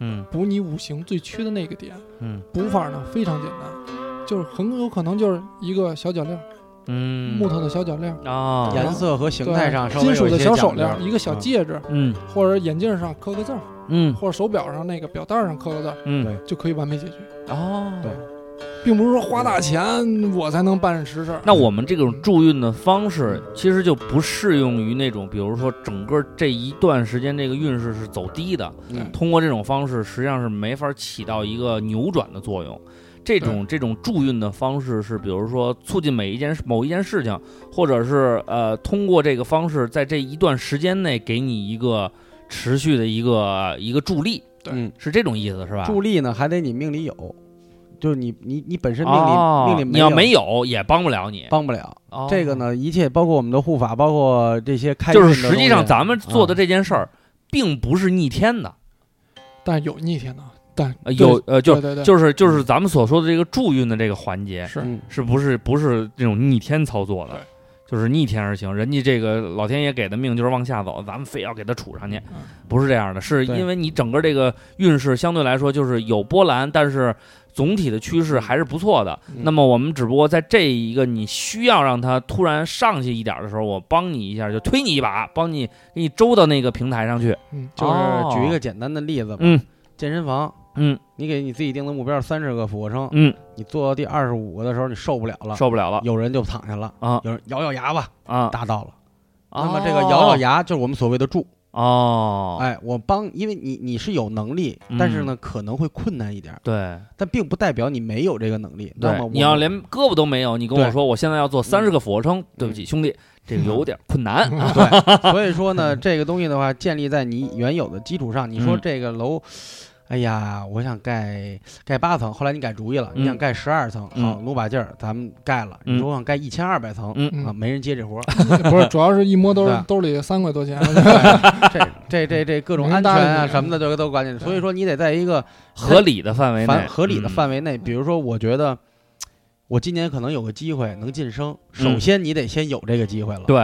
Speaker 3: 嗯
Speaker 2: 补你五行最缺的那个点，
Speaker 3: 嗯
Speaker 2: 补法呢非常简单，就是很有可能就是一个小脚链儿，
Speaker 3: 嗯，
Speaker 2: 木头的小脚链儿。
Speaker 3: 啊，
Speaker 2: 然
Speaker 1: 颜色和形
Speaker 2: 对
Speaker 1: 态上稍微
Speaker 2: 金属
Speaker 1: 有一
Speaker 2: 的
Speaker 1: 些
Speaker 2: 小
Speaker 1: 讲
Speaker 2: 手
Speaker 1: 究
Speaker 2: 链儿，一个小
Speaker 1: 嗯
Speaker 2: 戒指，
Speaker 3: 嗯
Speaker 2: 或者眼镜上刻个字儿，
Speaker 3: 嗯
Speaker 2: 或者手表上那个表带上刻个字儿，
Speaker 3: 嗯，
Speaker 1: 对
Speaker 2: 就可以完美解决，
Speaker 3: 哦，
Speaker 1: 对
Speaker 2: 并不是说花大钱我才能办实事儿。
Speaker 3: 那我们这种助孕的方式，其实就不适用于那种，比如说整个这一段时间这个运势是走低的，
Speaker 1: 嗯
Speaker 3: 通过这种方式实际上是没法起到一个扭转的作用。这种这种助运的方式是，比如说促进每一件事某一件事情，或者是呃通过这个方式在这一段时间内给你一个持续的一个一个助力，
Speaker 2: 对
Speaker 1: 嗯，
Speaker 3: 是这种意思是吧？
Speaker 1: 助力呢还得你命里有，就是你你你本身命里、
Speaker 3: 哦
Speaker 1: 命里
Speaker 3: 你要
Speaker 1: 没
Speaker 3: 没有也帮不了你。
Speaker 1: 帮不了。
Speaker 3: 哦
Speaker 1: 这个呢，一切包括我们的护法，包括这些开运
Speaker 3: 就
Speaker 1: 的
Speaker 3: 是实际上
Speaker 1: 东西
Speaker 3: 咱们做的
Speaker 1: 啊
Speaker 3: 这件事儿，并不是逆天的，
Speaker 2: 但是有逆天的，但
Speaker 3: 呃有呃就
Speaker 2: 对对
Speaker 3: 是
Speaker 2: 对，
Speaker 3: 就是就是咱们所说的这个助运的这个环节，
Speaker 2: 是
Speaker 1: 嗯
Speaker 3: 是不是不是这种逆天操作
Speaker 2: 对
Speaker 3: 的？就是逆天而行，人家这个老天爷给的命就是往下走，咱们非要给他杵上去，
Speaker 2: 嗯
Speaker 3: 不是这样的，是
Speaker 1: 对
Speaker 3: 因为你整个这个运势相对来说就是有波澜，但是总体的趋势还是不错的。
Speaker 1: 嗯
Speaker 3: 那么我们只不过在这一个你需要让它突然上去一点的时候，我帮你一下，就推你一把，帮你给你周到那个平台上去。
Speaker 2: 嗯，
Speaker 3: 哦
Speaker 1: 就是举一个简单的例子吧，
Speaker 3: 嗯
Speaker 1: 健身房，
Speaker 3: 嗯
Speaker 1: 你给你自己定的目标三十个俯卧撑，
Speaker 3: 嗯，
Speaker 1: 你做到第二十五个的时候你受不了了，
Speaker 3: 受不了了
Speaker 1: 有人就躺下了，
Speaker 3: 啊
Speaker 1: 有人咬咬牙吧，
Speaker 3: 啊！
Speaker 1: 达到了。那么这个咬咬牙就是我们所谓的助，
Speaker 3: 哦，
Speaker 1: 哎，我帮，因为你你是有能力，
Speaker 3: 嗯
Speaker 1: 但是呢可能会困难一点，
Speaker 3: 对
Speaker 1: 但并不代表你没有这个能力。那么
Speaker 3: 对
Speaker 1: 我，
Speaker 3: 你要连胳膊都没有，你跟我
Speaker 1: 对嗯
Speaker 3: 说我现在要做三十个俯卧撑，对不起兄弟，这个有点困难。
Speaker 1: 啊 对，所以说呢，这个东西的话，建立在你原有的基础上。你说
Speaker 3: 嗯
Speaker 1: 这个楼，哎呀，我想盖盖八层，后来你改主意了，你想
Speaker 3: 嗯
Speaker 1: 盖十二层，好，
Speaker 3: 嗯
Speaker 1: 努把劲儿，咱们盖了。
Speaker 3: 嗯
Speaker 1: 你说我想盖一千二百层
Speaker 3: 嗯
Speaker 1: 啊，
Speaker 2: 嗯，
Speaker 1: 没人接这活儿。
Speaker 2: 不是，主要是一摸兜
Speaker 1: 对啊
Speaker 2: 兜里三 块多钱，
Speaker 1: 对这这这这各种
Speaker 2: 没人
Speaker 1: 安
Speaker 2: 搭
Speaker 1: 全
Speaker 2: 理
Speaker 1: 啊
Speaker 2: 你
Speaker 1: 什么的，这个都关键。所以说你得在一个
Speaker 3: 合理的范围内
Speaker 1: 范，合理的
Speaker 3: 嗯
Speaker 1: 范围内，比如说，我觉得。我今年可能有个机会能晋升，首
Speaker 3: 嗯
Speaker 1: 先你得先有这个机会了，
Speaker 3: 对，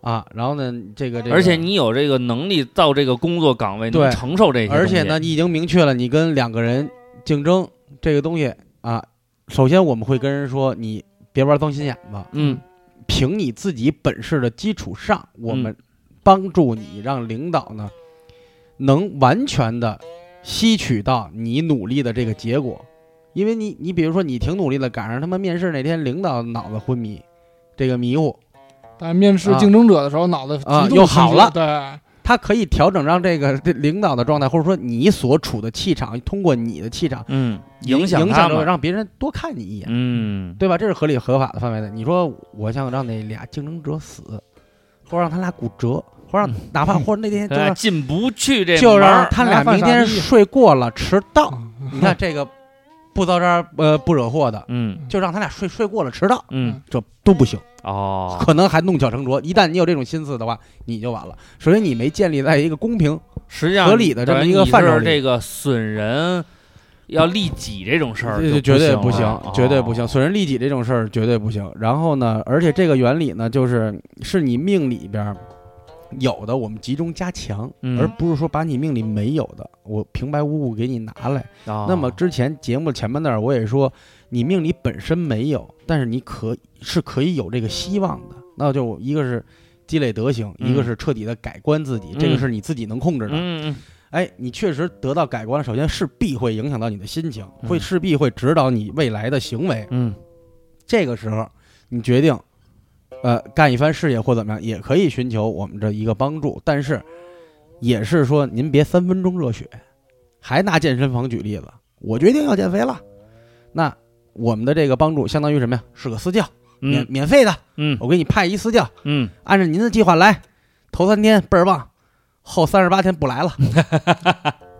Speaker 1: 啊，然后呢，这个这个，
Speaker 3: 而且你有这个能力到这个工作岗位，
Speaker 1: 对
Speaker 3: 能承受这些东西，
Speaker 1: 而且呢，你已经明确了你跟两个人竞争这个东西啊。首先，我们会跟人说，你别玩脏心眼子，
Speaker 3: 嗯，
Speaker 1: 凭你自己本事的基础上，我们帮助你，让领导呢能完全的吸取到你努力的这个结果。因为你，你比如说你挺努力的，赶上他妈面试那天，领导脑子昏迷，这个迷糊，
Speaker 2: 但面试
Speaker 1: 啊
Speaker 2: 竞争者的时候脑子
Speaker 1: 啊
Speaker 2: 极度
Speaker 1: 又好
Speaker 2: 清晰
Speaker 1: 了哦
Speaker 2: 对，
Speaker 1: 他可以调整让这个这领导的状态，或者说你所处的气场，通过你的气场。
Speaker 3: 嗯，
Speaker 1: 影
Speaker 3: 响
Speaker 1: 响
Speaker 3: 他
Speaker 1: 着
Speaker 3: 们，
Speaker 1: 让别人多看你一眼，
Speaker 3: 嗯，
Speaker 1: 对吧？这是合理合法的范围内。你说我想让那俩竞争者死，或者让他俩骨折，或者
Speaker 3: 嗯
Speaker 1: 让哪怕或者那天就
Speaker 3: 对吧
Speaker 1: 让
Speaker 3: 进不去这
Speaker 1: 就
Speaker 3: 门
Speaker 1: 让
Speaker 3: 儿，
Speaker 1: 他俩明天睡过了迟到，你看这个不遭渣呃不惹祸的，
Speaker 3: 嗯
Speaker 1: 就让他俩睡睡过了迟到，
Speaker 3: 嗯，
Speaker 1: 这都不行，
Speaker 3: 哦，
Speaker 1: 可能还弄巧成拙。一旦你有这种心思的话，你就完了。首先你没建立在一个公平，
Speaker 3: 实际上
Speaker 1: 合理的这么
Speaker 3: 等于
Speaker 1: 一个
Speaker 3: 你
Speaker 1: 范畴
Speaker 3: 是
Speaker 1: 里
Speaker 3: 这个损人要利己这种事儿，
Speaker 1: 这绝对
Speaker 3: 不
Speaker 1: 不行
Speaker 3: 了，
Speaker 1: 绝对不行。
Speaker 3: 哦
Speaker 1: 损人利己这种事儿绝对不行。然后呢，而且这个原理呢，就是是你命里边儿有的，我们集中加强，
Speaker 3: 嗯
Speaker 1: 而不是说把你命里没有的，我平白无故给你拿来。
Speaker 3: 哦
Speaker 1: 那么之前节目前半段我也说，你命里本身没有，但是你可是可以有这个希望的。那就一个是。积累德行，
Speaker 3: 嗯
Speaker 1: 一个是彻底的改观自己，
Speaker 3: 嗯
Speaker 1: 这个是你自己能控制的。
Speaker 3: 嗯嗯
Speaker 1: 哎，你确实得到改观了，首先势必会影响到你的心情，
Speaker 3: 嗯
Speaker 1: 会势必会指导你未来的行为。
Speaker 3: 嗯
Speaker 1: 这个时候，你决定，呃，干一番事业或怎么样，也可以寻求我们这一个帮助，但是也是说您别三分钟热血。还拿健身房举例子，我决定要减肥了，那我们的这个帮助相当于什么呀？是个私教，免
Speaker 3: 嗯
Speaker 1: 免费的，
Speaker 3: 嗯
Speaker 1: 我给你派一私教，
Speaker 3: 嗯，
Speaker 1: 按照您的计划来，头三天倍儿棒，后三十八天不来了。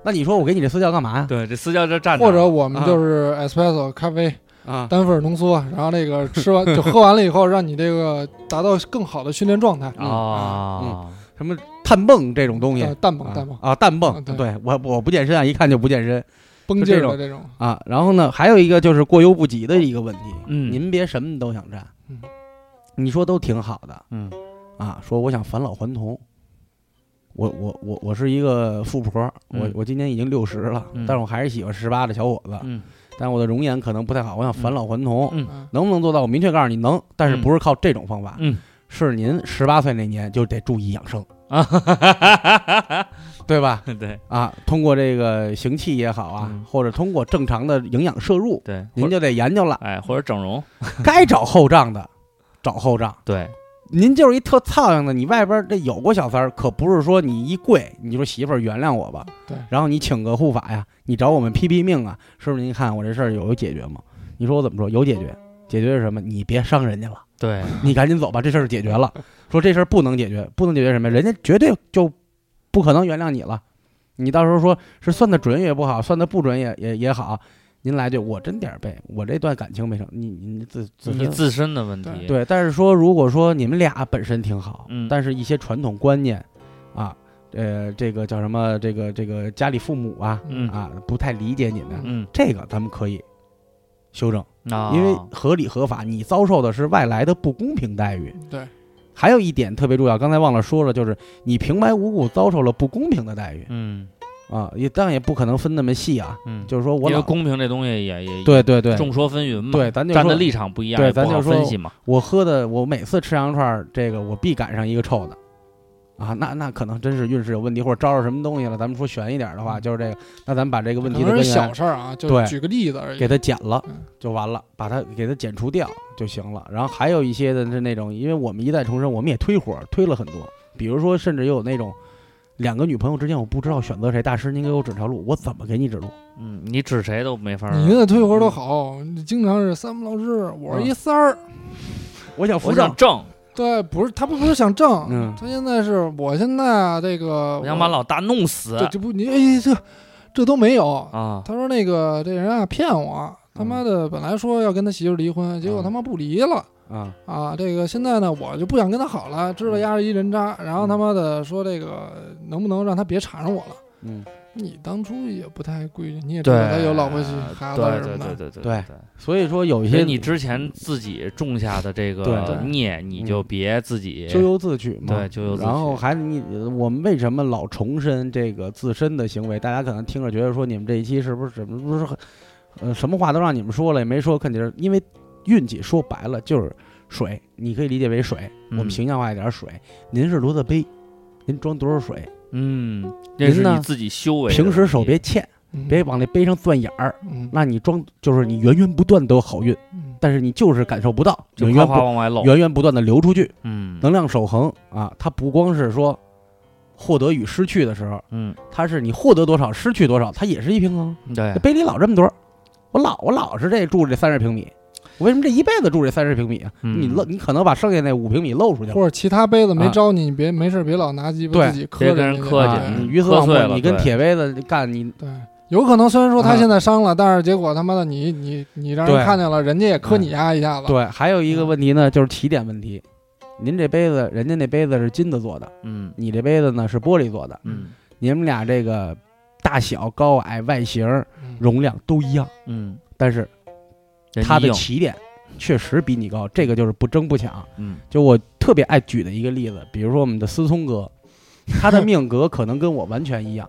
Speaker 1: 那你说我给你这私教干 嘛呀？
Speaker 3: 对，这私教这站 着，
Speaker 2: 或者我们就是 espresso 咖啡
Speaker 1: 啊，
Speaker 2: 单份浓缩，然后那个吃完就喝完了以后，让你这个达到更好的训练状态。
Speaker 3: 啊，
Speaker 1: 什么碳泵这种东西
Speaker 2: 呃，蛋泵蛋泵
Speaker 1: 啊，氮
Speaker 2: 啊
Speaker 1: 泵，
Speaker 2: 对
Speaker 1: 对我我不健身啊，一看就不健身
Speaker 2: 绷劲儿的这种，
Speaker 1: 啊。然后呢，还有一个就是过犹不及的一个问题，
Speaker 3: 嗯
Speaker 1: 您别什么都想占
Speaker 2: 嗯，
Speaker 1: 你说都挺好的
Speaker 3: 嗯
Speaker 1: 啊，说我想返老还童。我我我我是一个富婆，我
Speaker 3: 嗯
Speaker 1: 我今年已经六十了，
Speaker 3: 嗯
Speaker 1: 但是我还是喜欢十八的小伙子，
Speaker 3: 嗯
Speaker 1: 但我的容颜可能不太好，我想返老还童。
Speaker 3: 嗯
Speaker 2: 嗯，
Speaker 1: 能不能做到？我明确告诉你能，但是
Speaker 3: 嗯
Speaker 1: 不是靠这种方法，
Speaker 3: 嗯
Speaker 1: 是您十八岁那年就得注意养生，
Speaker 3: 啊，哈哈哈
Speaker 1: 嗯
Speaker 3: 哈
Speaker 1: 对吧？
Speaker 3: 哈啊嗯 对
Speaker 1: 啊，通过这个行气也好啊，
Speaker 3: 嗯
Speaker 1: 或者通过正常的营养摄入，
Speaker 3: 对，，
Speaker 1: 您就得研究了
Speaker 3: 哎，或者整容，
Speaker 1: 该找后账的找后账。
Speaker 3: 对，
Speaker 1: 您就是一特操样的，你外边这有过小三儿，可不是说你一跪，你说媳妇儿原谅我吧，
Speaker 2: 对
Speaker 1: 然后你请个护法呀，你找我们批批命啊，是不是？您看我这事儿有解决吗？你说我怎么说？有解决，解决是什么？你别伤人家了。
Speaker 3: 对，
Speaker 1: 你赶紧走吧，这事儿解决了。说这事儿不能解决，不能解决什么呀？人家绝对就不可能原谅你了。你到时候说是算的准也不好，算的不准也也也好。您来句我真点儿背，我这段感情没成，你你自自
Speaker 3: 你
Speaker 1: 身
Speaker 3: 自身的问题，
Speaker 2: 对
Speaker 1: 对。但是说如果说你们俩本身挺好，
Speaker 3: 嗯
Speaker 1: 但是一些传统观念啊，呃，这个叫什么？这个这个家里父母啊
Speaker 3: 嗯
Speaker 1: 啊不太理解你们，
Speaker 3: 嗯
Speaker 1: 这个咱们可以修正，
Speaker 3: 啊，
Speaker 1: 因为合理合法，你遭受的是外来的不公平待遇。
Speaker 2: 对，
Speaker 1: 还有一点特别重要，刚才忘了说了，就是你平白无故遭受了不公平的待遇
Speaker 3: 嗯
Speaker 1: 啊，也当然也不可能分那么细啊，
Speaker 3: 嗯，
Speaker 1: 就是说我
Speaker 3: 因为
Speaker 1: 老
Speaker 3: 公平这东西也也
Speaker 1: 对对对，
Speaker 3: 众说纷纭嘛，
Speaker 1: 对咱就
Speaker 3: 站的
Speaker 1: 说
Speaker 3: 立场不一样，
Speaker 1: 对
Speaker 3: 也不
Speaker 1: 咱就
Speaker 3: 好
Speaker 1: 说
Speaker 3: 分析嘛，
Speaker 1: 我喝的我每次吃羊肉串儿，这个我必赶上一个臭的啊，那那可能真是运势有问题，或者招着什么东西了。咱们说悬一点的话，就是这个，那咱们把这个
Speaker 2: 嗯可
Speaker 1: 问题的
Speaker 2: 能
Speaker 1: 根
Speaker 2: 是小
Speaker 1: 源
Speaker 2: 事儿啊，就
Speaker 1: 对
Speaker 2: 举个例子
Speaker 3: 哎
Speaker 2: 而已
Speaker 1: 给。它减了
Speaker 2: 嗯
Speaker 1: 就完了，把它给它减除掉就行了。然后还有一些的是那种，因为我们一代重生，我们也推火推了很多，比如说甚至有那种。两个女朋友之间，我不知道选择谁。大师，您给我指条路，我怎么给你指路？
Speaker 3: 嗯，你指谁都没法儿，
Speaker 2: 你的退活都好，你经常是三不老师，我
Speaker 3: 嗯
Speaker 2: 是一三儿，
Speaker 1: 我想
Speaker 3: 我
Speaker 1: 扶正，
Speaker 3: 想正，
Speaker 2: 对，不是他不是想挣，
Speaker 1: 嗯
Speaker 2: 他现在是我现在啊这个
Speaker 3: 我想把老大弄死
Speaker 2: 这这不你哎这这都没有，
Speaker 3: 啊，
Speaker 2: 他说那个这人啊骗我，
Speaker 1: 嗯
Speaker 2: 他妈的本来说要跟他媳妇离婚，结果他妈不离了。
Speaker 1: 啊，
Speaker 2: 啊，这个现在呢，我就不想跟他好了，
Speaker 1: 嗯
Speaker 2: 知道丫是一人渣，然后他妈的说这个能不能让他别缠上我了？
Speaker 1: 嗯，
Speaker 2: 你当初也不太规矩，你也知
Speaker 3: 对
Speaker 2: 道他有老婆孩子
Speaker 3: 对
Speaker 2: 什
Speaker 3: 对
Speaker 2: 么
Speaker 3: 对
Speaker 2: 的，
Speaker 3: 对对
Speaker 1: 对所以说有一
Speaker 3: 所
Speaker 1: 些
Speaker 3: 以你之前自己种下的这
Speaker 1: 对
Speaker 3: 个
Speaker 1: 对
Speaker 3: 孽，你就别自己
Speaker 1: 咎由自取嘛，
Speaker 3: 对咎由自取。
Speaker 1: 然后还你我们为什么老重申这个自身的行为？大家可能听着觉得说你们这一期是不是怎么不是很，呃，什么话都让你们说了也没说，肯定是因为运气说白了就是水，你可以理解为水，
Speaker 3: 嗯
Speaker 1: 我们形象化一点水。您是骡子杯，您装多少水？
Speaker 3: 嗯，这是
Speaker 1: 您呢
Speaker 3: 你自己修为的问题。
Speaker 1: 平时手别欠，
Speaker 2: 嗯
Speaker 1: 别往那杯上钻眼儿。
Speaker 2: 嗯
Speaker 1: 那你装就是你源源不断都有好运，
Speaker 2: 嗯
Speaker 1: 但是你就是感受不到，
Speaker 3: 就
Speaker 1: 源源
Speaker 3: 夸夸
Speaker 1: 不
Speaker 3: 往外漏。
Speaker 1: 源源不断的流出去。
Speaker 3: 嗯
Speaker 1: 能量守恒啊，它不光是说获得与失去的时候，
Speaker 3: 嗯，
Speaker 1: 它是你获得多少，失去多少，它也是一平衡。
Speaker 3: 对
Speaker 1: 这，杯里老这么多，我老我老是这住这三十平米，我为什么这一辈子住这三十平米啊？
Speaker 3: 嗯
Speaker 1: 你漏，你可能把剩下那五平米漏出去了。
Speaker 2: 或者其他杯子没
Speaker 1: 啊
Speaker 2: 招你，你别没事别老拿鸡巴
Speaker 1: 对
Speaker 2: 自己磕
Speaker 3: 别
Speaker 2: 着
Speaker 3: 跟人
Speaker 2: 那个
Speaker 3: 磕去
Speaker 2: 对
Speaker 1: 啊
Speaker 3: 嗯
Speaker 1: 你鱼死网
Speaker 3: 喝碎了
Speaker 1: 破，你跟
Speaker 3: 对
Speaker 1: 铁杯子干，你
Speaker 2: 对，有可能虽然说他
Speaker 3: 嗯
Speaker 1: 啊
Speaker 2: 现在伤了，但是结果他妈的你你你让人
Speaker 1: 对
Speaker 2: 看见了，人家也
Speaker 3: 嗯
Speaker 2: 磕你丫一下子。
Speaker 1: 对。还有一个问题呢，就是起点问题。您这杯子，人家那杯子是金子做的，
Speaker 3: 嗯
Speaker 1: 你这杯子呢是玻璃做的，
Speaker 3: 嗯
Speaker 1: 你们俩这个大小、高矮、外形、
Speaker 2: 嗯
Speaker 1: 容量都一样，
Speaker 3: 嗯，
Speaker 1: 但是
Speaker 3: 人
Speaker 1: 他的
Speaker 3: 硬
Speaker 1: 起点确实比你高，这个就是不争不抢。
Speaker 3: 嗯
Speaker 1: 就我特别爱举的一个例子，比如说我们的思聪哥，他的命格可能跟我完全一样，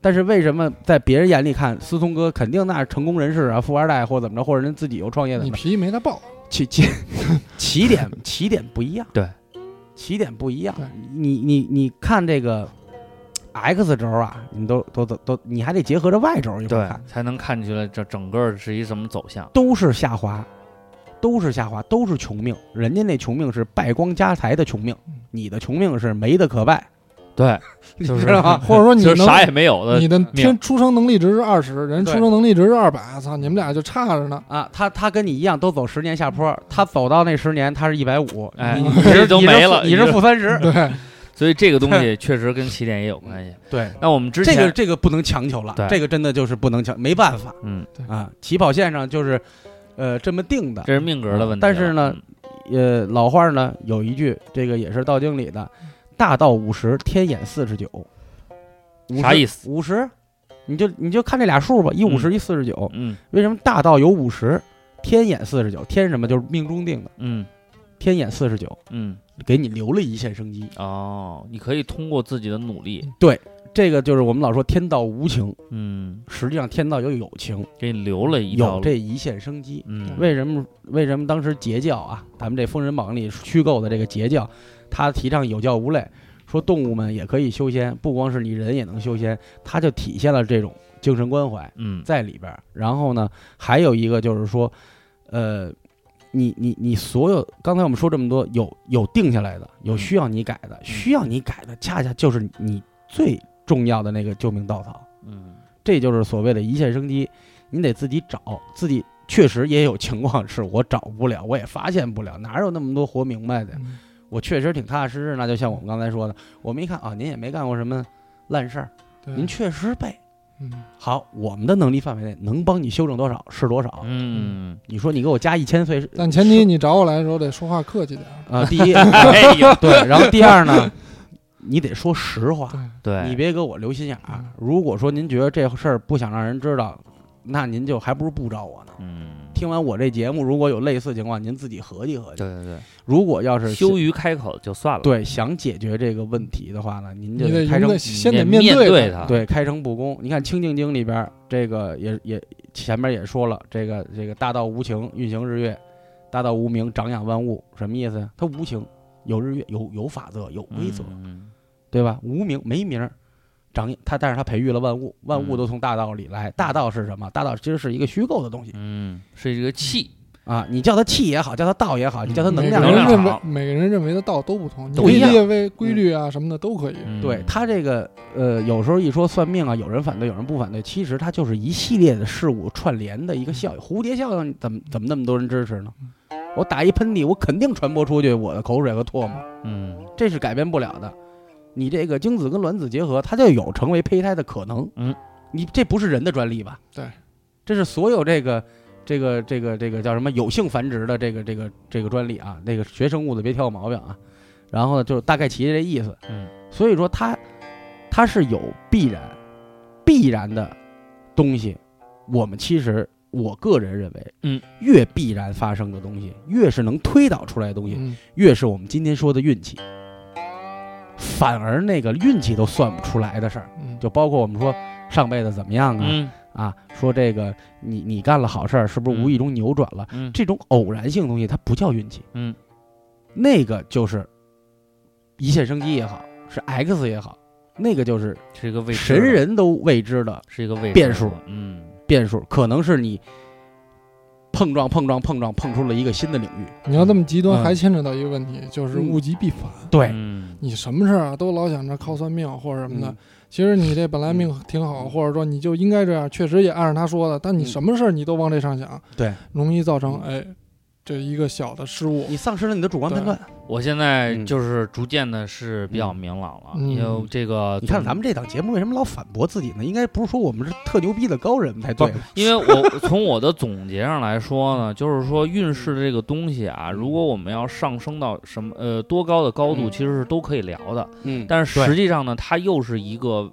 Speaker 1: 但是为什么在别人眼里看思聪哥肯定那是成功人士啊、富二代或怎么着，或者人自己又创业怎
Speaker 2: 你
Speaker 1: 么着，
Speaker 2: 脾气没他暴，
Speaker 1: 起起起点起点不一样，
Speaker 3: 对，
Speaker 1: 起点不一样
Speaker 2: 对。
Speaker 1: 你你你看这个 x 轴啊，你们都都都都，你还得结合着 y 轴一块儿
Speaker 3: 对
Speaker 1: 看，，
Speaker 3: 才能看出来这整个是一什么走向。
Speaker 1: 都是下滑，都是下滑，都是穷命。人家那穷命是败光家财的穷命
Speaker 2: 嗯，
Speaker 1: 你的穷命是没的可败。
Speaker 3: 对，
Speaker 2: 你
Speaker 3: 是
Speaker 2: 知道吗？或者说你
Speaker 3: 就是
Speaker 2: 能
Speaker 3: 啥也没有的
Speaker 2: 你的
Speaker 3: 命
Speaker 2: 天出生能力值是二十，人
Speaker 1: 对
Speaker 2: 出生能力值是二百，操，你们俩就差着呢。
Speaker 1: 啊，他他跟你一样都走十年下坡，他走到那十年他是一百五，
Speaker 3: 哎
Speaker 1: 你
Speaker 3: 你
Speaker 1: 你是
Speaker 3: 都
Speaker 1: 你是
Speaker 3: 没
Speaker 1: 负
Speaker 3: 了
Speaker 1: 你是
Speaker 3: 你是
Speaker 1: 负三十。
Speaker 2: 对，
Speaker 3: 所以这个东 西确实跟起点也有关系。
Speaker 1: 对，
Speaker 3: 那我们之前
Speaker 1: 嗯 这个这个不能强求了
Speaker 3: 对，
Speaker 1: 这个真的就是不能强，没办法
Speaker 3: 嗯，
Speaker 1: 啊。起跑线上就是，呃，这么定的。
Speaker 3: 这是命格的问题了。
Speaker 1: 嗯但是呢呃，老话呢有一句，这个也是道经里的，“大道五十，天眼四十九”，
Speaker 3: 啥意
Speaker 1: 思？
Speaker 3: 思？
Speaker 1: 五十，你就你就看这俩数吧，一五十，一四十九。
Speaker 3: 嗯
Speaker 1: 为什么大道有五十，天眼四十九？天什么？就是命中定的，
Speaker 3: 嗯
Speaker 1: 天眼四十九，
Speaker 3: 嗯，
Speaker 1: 给你留了一线生机。
Speaker 3: 哦，你可以通过自己的努力，
Speaker 1: 这个就是我们老说天道无情，
Speaker 3: 嗯，
Speaker 1: 实际上天道又有情，
Speaker 3: 给你留了一条
Speaker 1: 有
Speaker 3: 路。
Speaker 1: 这一线生机。
Speaker 3: 嗯，
Speaker 1: 为什么？为什么当时截教啊？咱们这《封神榜》里虚构的这个截教，他提倡有教无类，说动物们也可以修仙，不光是你人也能修仙，他就体现了这种精神关怀
Speaker 3: 嗯
Speaker 1: 在里边儿。然后呢，还有一个就是说，呃，你你你所有刚才我们说这么多，有有定下来的，有
Speaker 3: 嗯
Speaker 1: 需要你改的，需要你改的，恰恰就是你最重要的那个救命稻草。
Speaker 3: 嗯
Speaker 1: 这就是所谓的一线生机，你得自己找，自己确实也有情况是我找不了，我也发现不了，哪有那么多活明白的？
Speaker 2: 嗯
Speaker 1: 我确实挺踏踏实实，那就像我们刚才说的，我们一看啊，您也没干过什么烂事儿，
Speaker 2: 对
Speaker 1: 您确实背。
Speaker 2: 嗯
Speaker 1: 好，我们的能力范围内能帮你修正多少是多少。
Speaker 3: 嗯，
Speaker 1: 你说你给我加一千岁是，
Speaker 2: 但前提你找我来的时候得说话客气点儿。
Speaker 1: 啊，第一
Speaker 3: 哎呦，
Speaker 1: 对，然后第二呢，你得说实话，
Speaker 3: 对，
Speaker 1: 你别给我留心眼儿
Speaker 2: 嗯。
Speaker 1: 如果说您觉得这事儿不想让人知道，那您就还不如不找我呢。
Speaker 3: 嗯，
Speaker 1: 听完我这节目，如果有类似情况，您自己合计合计。
Speaker 3: 对对
Speaker 1: 如果要
Speaker 3: 对，
Speaker 1: 是
Speaker 3: 羞于开口就算了。，
Speaker 1: 对想解决这个问题的话呢，您就
Speaker 2: 你得
Speaker 1: 开
Speaker 2: 勇
Speaker 1: 诚
Speaker 2: 敢，先得
Speaker 3: 面
Speaker 2: 对
Speaker 3: 对
Speaker 2: 它
Speaker 3: 它
Speaker 1: 对开诚布公。你看《清净经》里边儿这个也也前面也说了，这个这个大道无情，运行日月；大道无名，长养万物。什么意思呀？它无情，有日月，有有法则，有规则，
Speaker 3: 嗯
Speaker 1: 对吧？无名没名儿。长养它，但是它培育了万物，万物
Speaker 3: 嗯
Speaker 1: 都从大道里来。大道是什么？大道其实是一个虚构的东西
Speaker 3: 嗯，是一个气，
Speaker 1: 啊！你叫它气也好，叫它道也好，你叫它能
Speaker 2: 每
Speaker 1: 量
Speaker 2: 个
Speaker 1: 也好
Speaker 2: 人，认为
Speaker 3: 好
Speaker 2: 每个人认为的道都不同，你
Speaker 1: 都
Speaker 2: 理
Speaker 1: 一样嗯
Speaker 2: 解为规律啊什么的都可以。
Speaker 3: 嗯
Speaker 1: 对他这个呃，有时候一说算命啊，有人反对，有人不反对，其实它就是一系列的事物串联的一个效应。蝴蝶效应怎么怎么那么多人支持呢？我打一喷嚏，我肯定传播出去我的口水和唾沫，
Speaker 3: 嗯
Speaker 1: 这是改变不了的。你这个精子跟卵子结合，它就有成为胚胎的可能。
Speaker 3: 嗯，
Speaker 1: 你这不是人的专利吧？
Speaker 2: 对，
Speaker 1: 这是所有这个这个这个这个叫什么有性繁殖的这个这个这个专利啊。那个学生物的别挑我毛病啊。然后呢，就大概其这意思。
Speaker 3: 嗯，
Speaker 1: 所以说它它是有必然必然的东西。我们其实我个人认为，
Speaker 3: 嗯，
Speaker 1: 越必然发生的东西，越是能推导出来的东西，
Speaker 2: 嗯，
Speaker 1: 越是我们今天说的运气，反而那个运气都算不出来的事儿，
Speaker 2: 嗯
Speaker 1: 就包括我们说上辈子怎么样啊、
Speaker 3: 嗯
Speaker 1: 啊，说这个你你干了好事儿，是不是无意中扭转了、
Speaker 3: 嗯
Speaker 1: 这种偶然性的东西，它不叫运气，
Speaker 3: 嗯，
Speaker 1: 那个就是一线生机也好，是 X 也好，那个就是
Speaker 3: 是一个未知
Speaker 1: 神
Speaker 3: 的，
Speaker 1: 人都未知的
Speaker 3: 是一个未知
Speaker 1: 变
Speaker 3: 的
Speaker 1: 数
Speaker 3: 嗯
Speaker 1: 变数，可能是你碰撞碰撞碰撞碰出了一个新的领域，
Speaker 2: 你要这么极端，
Speaker 1: 嗯
Speaker 2: 还牵扯到一个问题，就是
Speaker 1: 嗯
Speaker 2: 物极必反。
Speaker 1: 对，
Speaker 3: 嗯
Speaker 2: 你什么事儿啊，都老想着靠算命或者什么的。
Speaker 1: 嗯
Speaker 2: 其实你这本来命挺好，或者说你就应该这样，确实也按照他说的。但你
Speaker 1: 嗯
Speaker 2: 什么事儿你都往这上想，
Speaker 1: 对，
Speaker 2: 容易造成哎这一个小的失误。
Speaker 1: 你丧失了你的主观判断。
Speaker 3: 我现在
Speaker 1: 嗯
Speaker 3: 就是逐渐的是比较
Speaker 1: 嗯
Speaker 3: 明朗了，
Speaker 2: 嗯
Speaker 3: 因为这个
Speaker 1: 你看
Speaker 3: 总
Speaker 1: 咱们这档节目为什么老反驳自己呢？应该不是说我们是特牛逼的高人才对吧，
Speaker 3: 因为我从我的总结上来说呢，就是说
Speaker 1: 嗯
Speaker 3: 运势这个东西啊，如果我们要上升到什么呃多高的高度，
Speaker 1: 嗯
Speaker 3: 其实是都可以聊的。
Speaker 1: 嗯
Speaker 3: 但是实
Speaker 1: 对
Speaker 3: 际上呢，它又是一个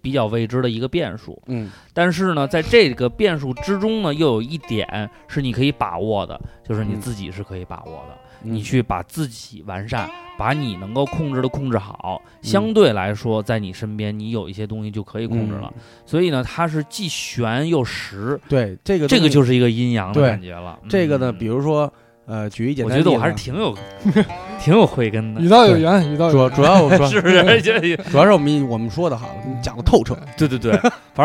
Speaker 3: 比较未知的一个变数。
Speaker 1: 嗯
Speaker 3: 但是呢，在这个变数之中呢，又有一点是你可以把握的，就是你
Speaker 1: 嗯
Speaker 3: 自己是可以把握的。
Speaker 1: 你
Speaker 3: 你
Speaker 1: 去
Speaker 3: 去把自己完善，把你能够控制的控制好，
Speaker 1: 嗯
Speaker 3: 相对来说，在你身边你有一些东西就可以控制了。
Speaker 1: 嗯
Speaker 3: 所以呢，它是既玄又实，
Speaker 1: 对这个
Speaker 3: 这个
Speaker 1: 东西
Speaker 3: 就是一个阴阳的
Speaker 1: 对
Speaker 3: 感觉了。
Speaker 1: 这个呢，比
Speaker 3: 如
Speaker 1: 如说呃，举一简
Speaker 3: 我
Speaker 1: 单例
Speaker 3: 觉
Speaker 1: 子
Speaker 3: 得
Speaker 1: 吧，
Speaker 3: 我还是挺有 挺有慧 根的
Speaker 2: 与，道有缘，与道
Speaker 1: 主
Speaker 2: 有
Speaker 1: 要
Speaker 2: 缘。
Speaker 1: 主要我嗯说
Speaker 3: 是不 是？这
Speaker 1: 主要是我们我们说的好，讲的透彻。
Speaker 3: 对对对，反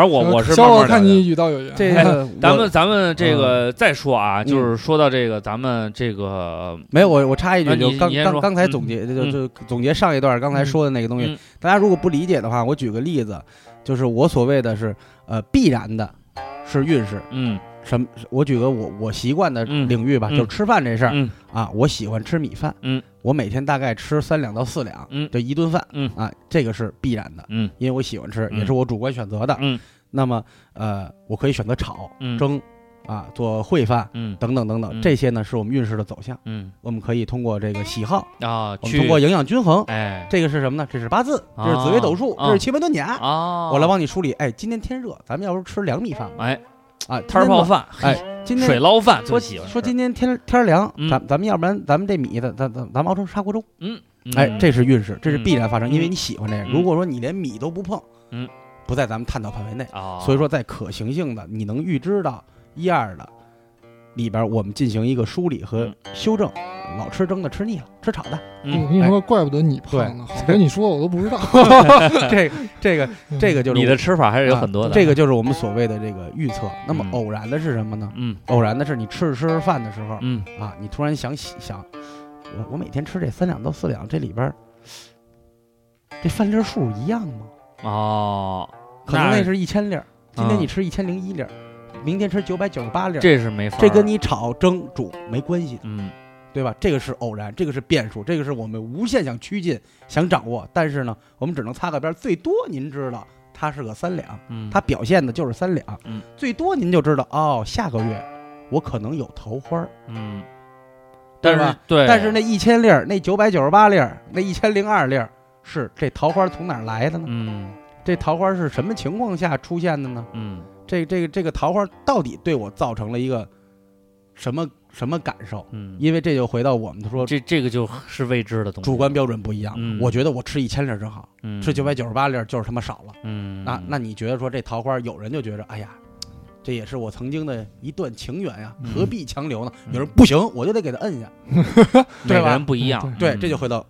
Speaker 3: 正我我是
Speaker 2: 小
Speaker 3: 慢慢
Speaker 2: 伙
Speaker 3: 了
Speaker 2: 看
Speaker 3: 解
Speaker 2: 你与道有缘。
Speaker 1: 这
Speaker 2: 哎
Speaker 1: 个
Speaker 3: 咱
Speaker 1: 我
Speaker 3: 们咱们这个再说啊，
Speaker 1: 嗯
Speaker 3: 就是说到这个咱们这个
Speaker 1: 没有，我我插一
Speaker 3: 啊
Speaker 1: 句，就
Speaker 3: 你
Speaker 1: 刚
Speaker 3: 你先
Speaker 1: 刚
Speaker 3: 说
Speaker 1: 刚才
Speaker 3: 嗯
Speaker 1: 总结，就就总结上一段刚才说的那个东西
Speaker 3: 嗯，
Speaker 1: 大家如果不理解的话，我举个例子，就是我所谓的是呃必然的，是运势。
Speaker 3: 嗯
Speaker 1: 什么？我举个我我习惯的
Speaker 3: 嗯
Speaker 1: 领域吧，就
Speaker 3: 嗯
Speaker 1: 是吃饭这事儿
Speaker 3: 嗯
Speaker 1: 啊，我喜欢吃米饭，
Speaker 3: 嗯，
Speaker 1: 我每天大概吃三两到四两，
Speaker 3: 嗯
Speaker 1: 就一顿饭，
Speaker 3: 嗯
Speaker 1: 啊，这个是必然的，
Speaker 3: 嗯
Speaker 1: 因为我喜欢吃，
Speaker 3: 嗯
Speaker 1: 也是我主观选择的。
Speaker 3: 嗯
Speaker 1: 那么呃，我可以选择炒、
Speaker 3: 嗯
Speaker 1: 蒸啊，做烩饭
Speaker 3: 嗯
Speaker 1: 等等等等，
Speaker 3: 嗯
Speaker 1: 这些呢是我们运势的走向。
Speaker 3: 嗯
Speaker 1: 我们可以通过这个喜好，
Speaker 3: 啊，
Speaker 1: 我
Speaker 3: 去
Speaker 1: 们通过营养均衡，
Speaker 3: 哎
Speaker 1: 这个是什么呢？这是八字，
Speaker 3: 啊
Speaker 1: 这是紫微斗数，
Speaker 3: 啊
Speaker 1: 这是奇门遁甲。
Speaker 3: 啊，
Speaker 1: 我来帮你梳理。哎，今天天热，咱们要不吃凉米饭吧？
Speaker 3: 哎
Speaker 1: 啊，
Speaker 3: 摊儿泡饭，嘿，
Speaker 1: 饭，今天
Speaker 3: 水捞饭
Speaker 1: 说
Speaker 3: 最喜欢
Speaker 1: 说
Speaker 3: 吃
Speaker 1: 今天天天儿凉，
Speaker 3: 嗯
Speaker 1: 咱咱们要不然咱们这米咱咱咱咱们熬成砂锅粥。
Speaker 3: 嗯
Speaker 1: 哎，这是运势，这是
Speaker 3: 嗯
Speaker 1: 必然发生，因为
Speaker 3: 嗯
Speaker 1: 你喜欢这个。
Speaker 3: 嗯
Speaker 1: 如果说你连米都不碰，
Speaker 3: 嗯，
Speaker 1: 不在咱们探讨范围内。
Speaker 3: 啊，
Speaker 1: 所以说，在可行性的你能预知到一二的里边，我们进行一个梳理和修正。老吃蒸的吃腻了，吃炒 的。
Speaker 2: 我
Speaker 3: 嗯
Speaker 1: 哎
Speaker 2: 跟你说，怪不得你胖呢，好跟你说我都不知道。
Speaker 1: 这个这个这个就是
Speaker 3: 你的吃法还是有很多
Speaker 1: 啊
Speaker 3: 的，
Speaker 1: 这个就是我们所谓的这个预测。那么
Speaker 3: 嗯
Speaker 1: 偶然的是什么呢？
Speaker 3: 嗯
Speaker 1: 偶然的是你吃着吃着饭的时候
Speaker 3: 嗯
Speaker 1: 啊，你突然想起想，我我每天吃这三两到四两，这里边儿这饭粒儿数一样吗？
Speaker 3: 哦，
Speaker 1: 可能那
Speaker 3: 那
Speaker 1: 是一千粒儿，今天
Speaker 3: 啊
Speaker 1: 你吃一千零一粒儿，明天吃九百九十八粒儿，
Speaker 3: 这是没法儿，
Speaker 1: 这跟你炒蒸煮没关系的，
Speaker 3: 嗯
Speaker 1: 对吧？这个是偶然，这个是变数，这个是我们无限想趋近、想掌握，但是呢，我们只能擦个边儿，最多您知道它是个三两。
Speaker 3: 嗯
Speaker 1: 它表现的就是三两，
Speaker 3: 嗯
Speaker 1: 最多您就知道哦，下个月我可能有桃花儿，
Speaker 3: 嗯，
Speaker 1: 对
Speaker 3: 但是
Speaker 1: 吧
Speaker 3: 对，
Speaker 1: 但是那一千粒儿、那九百九十八粒儿、那一千零二粒儿，是这桃花从哪儿来的呢？
Speaker 3: 嗯
Speaker 1: 这桃花是什么情况下出现的呢？
Speaker 3: 嗯
Speaker 1: 这这个这个桃花到底对我造成了一个什么什么感受？
Speaker 3: 嗯，
Speaker 1: 因为这就回到我们说
Speaker 3: 这这个就是未知的东西，
Speaker 1: 主观标准不一样。
Speaker 3: 嗯
Speaker 1: 我觉得我吃一千粒儿真好，
Speaker 3: 嗯
Speaker 1: 吃九百，九十八粒儿就是他妈少了。
Speaker 3: 嗯
Speaker 1: 那那你觉得说这桃花，有人就觉着，哎呀，这也是我曾经的一段情缘呀，
Speaker 3: 嗯
Speaker 1: 何必强留呢？
Speaker 3: 嗯
Speaker 1: 有人不行，我就得给他摁下。
Speaker 3: 每
Speaker 1: 对
Speaker 3: 个
Speaker 1: 吧
Speaker 3: 人不一样，
Speaker 2: 嗯
Speaker 1: 对，
Speaker 3: 嗯
Speaker 1: 这就回到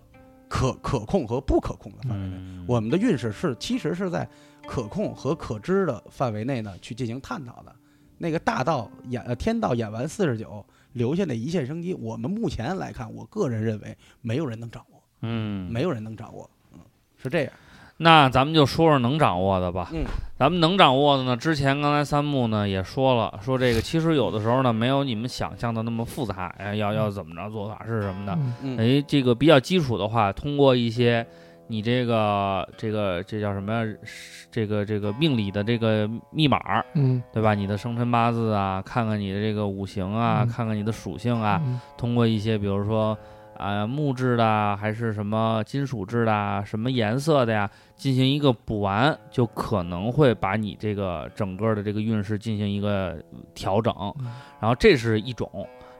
Speaker 1: 可可控和不可控的范围内。
Speaker 3: 嗯
Speaker 1: 我们的运势是其实是在可控和可知的范围内呢去进行探讨的。那个大道演呃天道演完四十九留下的一线生机，我们目前来看，我个人认为没有人能掌握，
Speaker 3: 嗯
Speaker 1: 没有人能掌握，嗯，是这样。
Speaker 3: 那咱们就说说能掌握的吧。
Speaker 1: 嗯，
Speaker 3: 咱们能掌握的呢，之前刚才三木呢也说了，说这个其实有的时候呢没有你们想象的那么复杂，哎，要要怎么着做法是什么的。
Speaker 2: 嗯
Speaker 1: 嗯，
Speaker 3: 哎，这个比较基础的话，通过一些你这个这个这叫什么呀？这个这个命理的这个密码儿，
Speaker 2: 嗯
Speaker 3: 对吧？你的生辰八字啊，看看你的这个五行啊，
Speaker 2: 嗯
Speaker 3: 看看你的属性啊，
Speaker 2: 嗯
Speaker 3: 通过一些比如说啊、木质的啊还是什么金属制的啊，什么颜色的呀，进行一个补完，就可能会把你这个整个的这个运势进行一个调整。
Speaker 2: 嗯
Speaker 3: 然后这是一种，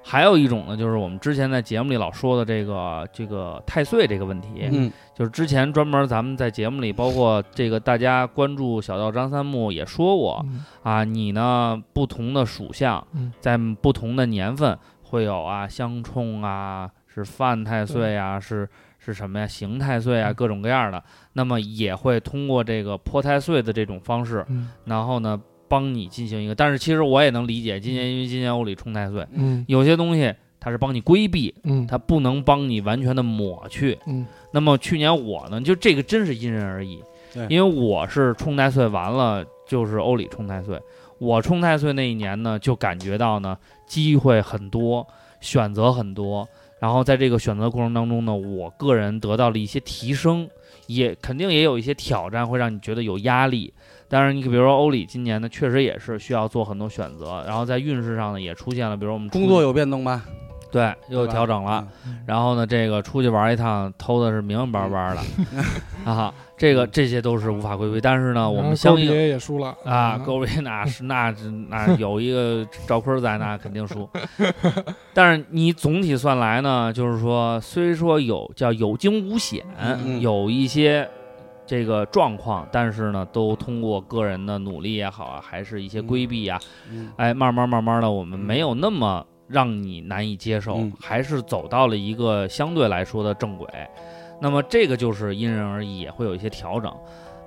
Speaker 3: 还有一种呢，就是我们之前在节目里老说的这个这个太岁这个问题，
Speaker 1: 嗯
Speaker 3: 就是之前专门咱们在节目里，包括这个大家关注小道张三木也说过，
Speaker 2: 嗯
Speaker 3: 啊，你呢不同的属相
Speaker 2: 嗯，
Speaker 3: 在不同的年份会有啊相冲啊，是犯太岁啊，是是什么呀刑太岁啊，
Speaker 2: 嗯
Speaker 3: 各种各样的。那么也会通过这个破太岁的这种方式，
Speaker 2: 嗯
Speaker 3: 然后呢帮你进行一个。但是其实我也能理解，今年因为今年屋里冲太岁，
Speaker 2: 嗯
Speaker 3: 有些东西它是帮你规避，
Speaker 2: 嗯
Speaker 3: 它不能帮你完全的抹去。
Speaker 2: 嗯
Speaker 3: 那么去年我呢，就这个真是因人而异
Speaker 1: 对，
Speaker 3: 因为我是冲太岁完了，就是欧里冲太岁。我冲太岁那一年呢，就感觉到呢机会很多，选择很多，然后在这个选择过程当中呢，我个人得到了一些提升，也肯定也有一些挑战，会让你觉得有压力。当然，你比如说欧里今年呢，确实也是需要做很多选择，然后在运势上呢也出现了，比如我们出
Speaker 1: 工作有变动吧？
Speaker 3: 对
Speaker 1: 对
Speaker 3: 又有
Speaker 1: 吧
Speaker 3: 调整了，，然后呢，这个出去玩一趟，偷的是明明白白的，啊，这个这些都是无法规避。但是呢，我
Speaker 2: 然后
Speaker 3: 们相
Speaker 2: 高
Speaker 3: 应
Speaker 2: 别也输了
Speaker 3: 啊，勾比那是那是那有一个赵坤在，那肯定输。 但是你总体算来呢，就是说，虽说有叫有惊无险，
Speaker 1: 嗯
Speaker 3: 有一些这个状况，但是呢，都通过个人的努力也好啊，还是一些规避啊，
Speaker 1: 嗯
Speaker 2: 嗯
Speaker 3: 哎，慢慢慢慢的，我们没有那么让你难以接受
Speaker 1: 嗯，
Speaker 3: 还是走到了一个相对来说的正轨。那么这个就是因人而异，也会有一些调整。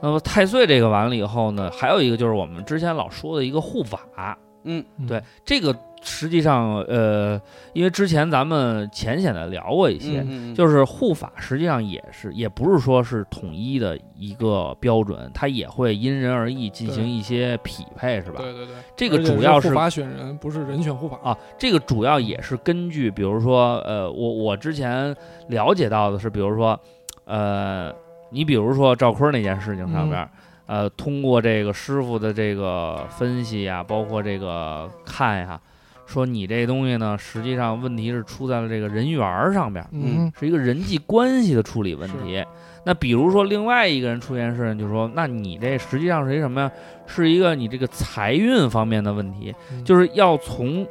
Speaker 3: 那么太岁这个完了以后呢，还有一个就是我们之前老说的一个护法，
Speaker 2: 嗯
Speaker 3: 对，这个实际上呃，因为之前咱们浅显的聊过一些，
Speaker 1: 嗯嗯嗯
Speaker 3: 就是护法实际上也是，也不是说是统一的一个标准，它也会因人而异进行
Speaker 2: 对
Speaker 3: 一些匹配，是吧？
Speaker 2: 对对对，
Speaker 3: 这个
Speaker 2: 而且
Speaker 3: 主要是
Speaker 2: 护法选人，不是人选护法。
Speaker 3: 啊，这个主要也是根据，比如说，呃，我我之前了解到的是，比如说，呃，你比如说赵坤那件事情上边儿，呃，通过这个师傅的这个分析呀、包括这个看呀、说你这东西呢，实际上问题是出在了这个人缘儿上边儿，
Speaker 2: 嗯，
Speaker 3: 是一个人际关系的处理问题。那比如说，另外一个人出现事情，就说，那你这实际上是一什么呀？是一个你这个财运方面的问题。
Speaker 2: 嗯
Speaker 3: 就是是要从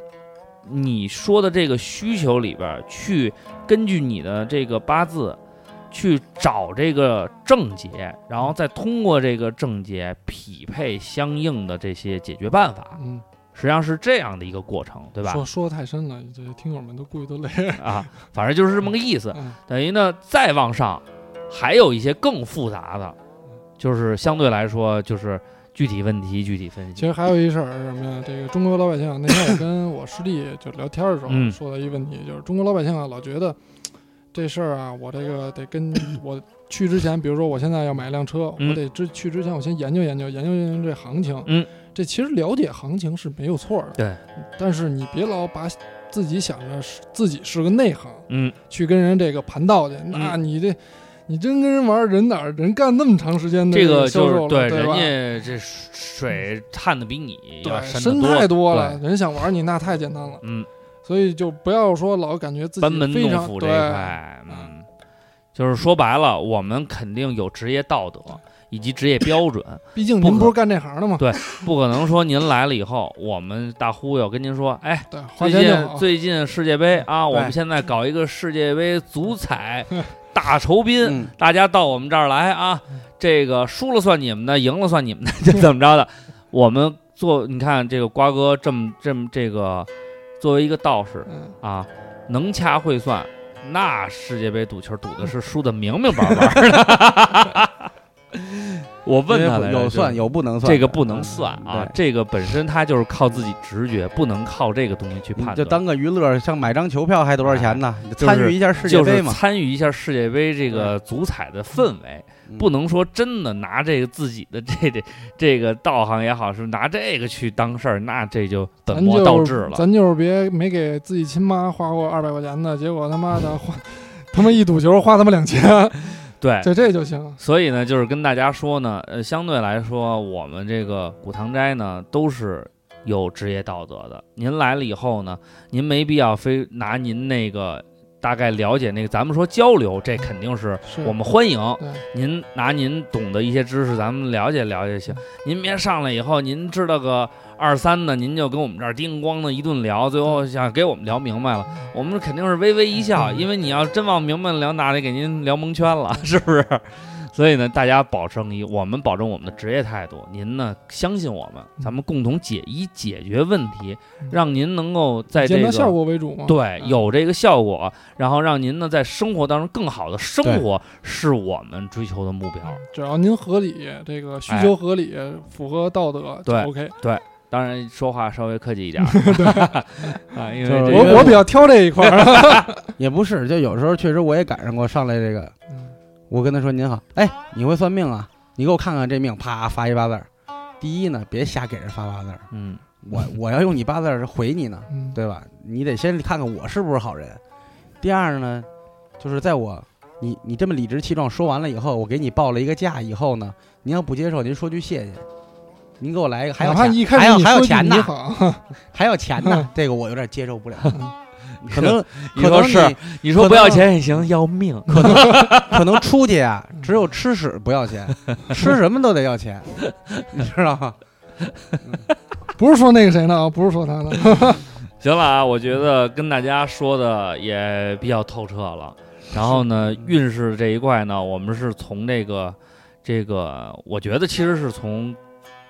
Speaker 3: 你说的这个需求里边儿去，根据你的这个八字去找这个症结，然后再通过这个症结匹配相应的这些解决办法，
Speaker 2: 嗯，
Speaker 3: 实际上是这样的一个过程，对吧？
Speaker 2: 说说的太深了，这听友们都估计都累。
Speaker 3: 啊，反正就是这么个意思。
Speaker 2: 嗯
Speaker 3: 等于呢，再往上还有一些更复杂的，就是相对来说就是具体问题具体分
Speaker 2: 其
Speaker 3: 析。
Speaker 2: 实还有一事儿是什么呀？这个中国老百姓啊，那天我跟我师弟就聊天的时候
Speaker 3: 嗯
Speaker 2: 说到一个问题，就是中国老百姓啊，老觉得这事儿啊，我这个得跟我去之前，比如说我现在要买一辆车，
Speaker 3: 嗯
Speaker 2: 我得之去之前我先研究研究，研究研究这行情。
Speaker 3: 嗯，
Speaker 2: 这其实了解行情是没有错的。
Speaker 3: 对，
Speaker 2: 但是你别老把自己想着是自己是个内行，
Speaker 3: 嗯，
Speaker 2: 去跟人这个盘道去，那你这。你真跟人玩儿，人哪儿人干那么长时间的
Speaker 3: 这
Speaker 2: 个
Speaker 3: 个
Speaker 2: 销
Speaker 3: 就
Speaker 2: 售了
Speaker 3: 是
Speaker 2: 对吧
Speaker 3: 人家这水探的比你要
Speaker 2: 对，
Speaker 3: 深
Speaker 2: 深
Speaker 3: 得
Speaker 2: 太多
Speaker 3: 对
Speaker 2: 了，人想玩你那太简单了，
Speaker 3: 嗯，
Speaker 2: 所以就不要说老感觉自
Speaker 3: 班门
Speaker 2: 己非
Speaker 3: 弄
Speaker 2: 常
Speaker 3: 斧这
Speaker 2: 对
Speaker 3: 一，块，嗯，就是说白了，我们肯定有职业道德以及职业标准，
Speaker 2: 毕竟
Speaker 3: 不可
Speaker 2: 您不是干这行的嘛，
Speaker 3: 对不可能说您来了以后，我们大忽悠跟您说，哎，
Speaker 2: 对，花
Speaker 3: 最
Speaker 2: 钱就
Speaker 3: 近
Speaker 2: 好，
Speaker 3: 最近世界杯啊，我们
Speaker 1: 对
Speaker 3: 现在搞一个世界杯 足彩大酬宾，
Speaker 1: 嗯
Speaker 3: 大家到我们这儿来啊，这个输了算你们的，赢了算你们的， 就怎么着的。我们做，你看这个瓜哥这么这么这个，作为一个道士
Speaker 2: 嗯，
Speaker 3: 啊，能掐会算，那世界杯赌球赌的是输的明明白白的。 我问他
Speaker 1: 因
Speaker 3: 来
Speaker 1: 为
Speaker 3: 着
Speaker 1: 有算
Speaker 3: 就
Speaker 1: 有不能算的，嗯
Speaker 3: 这个不能算啊
Speaker 1: 对，
Speaker 3: 这个本身他就是靠自己直觉，不能靠这个东西去
Speaker 1: 你
Speaker 3: 判
Speaker 1: 嗯就
Speaker 3: 断。
Speaker 1: 当个娱乐，像买张球票还多少钱呢？你参与一下世界
Speaker 3: 就
Speaker 1: 杯
Speaker 3: 是
Speaker 1: 嘛，
Speaker 3: 参与一下世界杯这个足彩的氛围，
Speaker 1: 嗯
Speaker 3: 不能说真的拿这个自己的这这这个道行也好，是拿这个去当事儿，那这就本
Speaker 2: 咱
Speaker 3: 末倒
Speaker 2: 就
Speaker 3: 置
Speaker 2: 是
Speaker 3: 了。
Speaker 2: 咱就是别没给自己亲妈花过二百块钱的，结果他妈的花， 他妈一赌球花他妈两
Speaker 3: 哎
Speaker 2: 千，
Speaker 3: 对，
Speaker 2: 就这就行，
Speaker 3: 所以呢，就是跟大家说呢，呃，相对来说，我们这个古堂斋呢都是有职业道德的。您来了以后呢，您没必要非拿您那个大概了解那个，咱们说交流，这肯定是
Speaker 2: 是
Speaker 3: 我们欢迎。
Speaker 2: 对
Speaker 3: 您拿您懂的一些知识，咱们了解了解行。您别上来以后，您知道个二三的，您就跟我们这儿叮咣的一顿聊，最后想给我们聊明白了，我们肯定是微微一笑，因为你要真往明白了聊，那得给您聊蒙圈了，是不是？所以呢，大家保证一，我们保证我们的职业态度，您呢相信我们，咱们共同解一解决问题，让您能够在这
Speaker 2: 简单
Speaker 3: 个
Speaker 2: 效果为主嘛，
Speaker 3: 对，
Speaker 2: 嗯
Speaker 3: 有这个效果，然后让您呢在生活当中更好的生活，是我们追求的目标。
Speaker 2: 啊只要您合理，这个需求合理，符合道德，
Speaker 3: 哎对
Speaker 2: o k
Speaker 3: 当然，说话稍微客气一点儿 啊，因为
Speaker 1: 就是
Speaker 3: 这
Speaker 1: 因为
Speaker 3: 个
Speaker 2: 我我比较挑这一块 儿，
Speaker 1: 也不是，就有时候确实我也赶上过上来这个，
Speaker 2: 嗯
Speaker 1: 我跟他说您好，哎，你会算命啊？你给我看看这命，啪发一八字儿。第一呢，别瞎给人发八字儿，
Speaker 3: 嗯，
Speaker 1: 我我要用你八字儿回你呢，
Speaker 2: 嗯，
Speaker 1: 对吧？你得先看看我是不是好人。第二呢，就是在我你你这么理直气壮说完了以后，我给你报了一个价以后呢，您要不接受，您说句谢谢。您给我来一个，还要
Speaker 2: 哪怕
Speaker 1: 钱，
Speaker 2: 一开
Speaker 1: 还
Speaker 2: 始
Speaker 1: 要
Speaker 2: 你
Speaker 1: 还
Speaker 2: 说
Speaker 1: 有
Speaker 2: 句
Speaker 1: 钱
Speaker 2: 你
Speaker 1: 呢，
Speaker 2: 好，
Speaker 1: 还要钱
Speaker 2: 嗯
Speaker 1: 呢，这个我有点接受不了。可
Speaker 3: 是
Speaker 1: 能
Speaker 3: 你
Speaker 1: 可
Speaker 3: 说
Speaker 1: 能
Speaker 3: 是，你说
Speaker 1: 可
Speaker 3: 不要
Speaker 1: 能
Speaker 3: 钱也行，要命。
Speaker 1: 可能可能出去 啊，只有吃屎不要钱， 吃什么都得要 钱，你知道吗？
Speaker 2: 不是说那个谁呢啊，不是说他呢，
Speaker 3: 行了啊，我觉得跟大家说的也比较透彻了。然后呢，运势这一块呢，我们是从这个这个，我觉得其实是从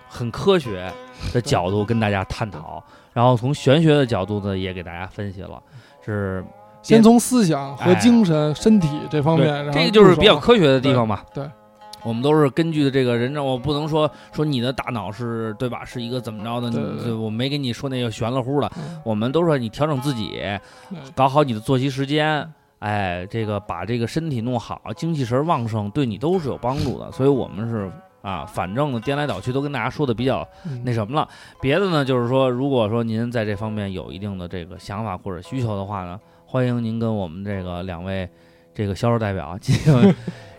Speaker 3: 很科学的角度跟大家探讨，然后从玄学的角度呢也给大家分析了，是
Speaker 2: 先从思想和
Speaker 3: 哎
Speaker 2: 精神、身体这方面，然
Speaker 3: 对，
Speaker 2: 后
Speaker 3: 这个就是比较
Speaker 2: 入手
Speaker 3: 科学的地方嘛。
Speaker 2: 对对
Speaker 3: 我们都是根据这个人证，我不能说说你的大脑是对吧，是一个怎么着的，
Speaker 2: 对对
Speaker 3: 你
Speaker 2: 对
Speaker 3: 我没跟你说那个玄了乎了。
Speaker 2: 嗯
Speaker 3: 我们都说你调整自己，
Speaker 2: 对
Speaker 3: 搞好你的作息时间，哎，这个把这个身体弄好，精气神旺盛，对你都是有帮助的。所以我们是啊，反正呢颠来倒去都跟大家说的比较
Speaker 2: 嗯
Speaker 3: 那什么了。别的呢，就是说，如果说您在这方面有一定的这个想法或者需求的话呢，欢迎您跟我们这个两位这个销售代表啊进行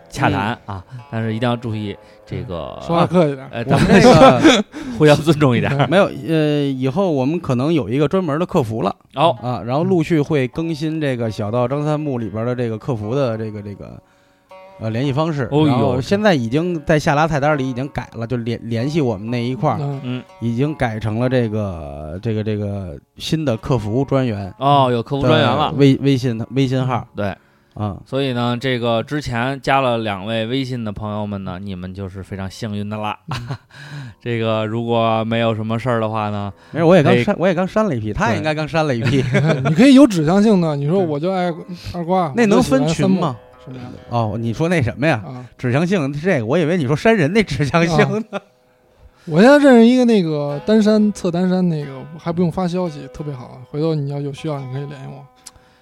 Speaker 3: 洽谈啊。但是一定要注意这个，
Speaker 2: 说话客气点，嗯
Speaker 3: 呃，
Speaker 1: 我
Speaker 3: 咱
Speaker 1: 哎们
Speaker 3: 们
Speaker 1: 这个
Speaker 3: 互相尊重一 点。
Speaker 1: 没有，呃，以后我们可能有一个专门的客服了
Speaker 3: 好，
Speaker 1: 啊，然后陆续会更新这个小道张三木里边的这个客服的这个这个呃联系方式。
Speaker 3: 哦呦
Speaker 1: 然后现在已经在下拉菜单里已经改了，就联联系我们那一块儿
Speaker 2: 嗯，
Speaker 3: 嗯，
Speaker 1: 已经改成了这个这个这个新的客服专员。
Speaker 3: 哦，有客服专员了
Speaker 1: 的，微微信微信号
Speaker 3: 对。
Speaker 1: 啊，
Speaker 3: 所以呢，这个之前加了两位微信的朋友们呢，你们就是非常幸运的啦。 这个如果没有什么事儿的话呢，
Speaker 1: 没事，我也刚
Speaker 3: 哎
Speaker 1: 删，我也刚删了一批，他也应该刚删了一 批，
Speaker 2: 你可以有指向性的，你说我就爱二瓜，
Speaker 1: 那
Speaker 2: 我就
Speaker 1: 能
Speaker 2: 喜欢
Speaker 1: 分群
Speaker 2: 三木
Speaker 1: 吗？？
Speaker 2: 什么呀？
Speaker 1: 哦，你说那什么呀？
Speaker 2: 啊，
Speaker 1: 指向性这个，我以为你说删人那指向性呢。
Speaker 2: 我现在认识一个那个单山测单山那个还不用发消息，特别好。回头你要有需要，你可以联系我。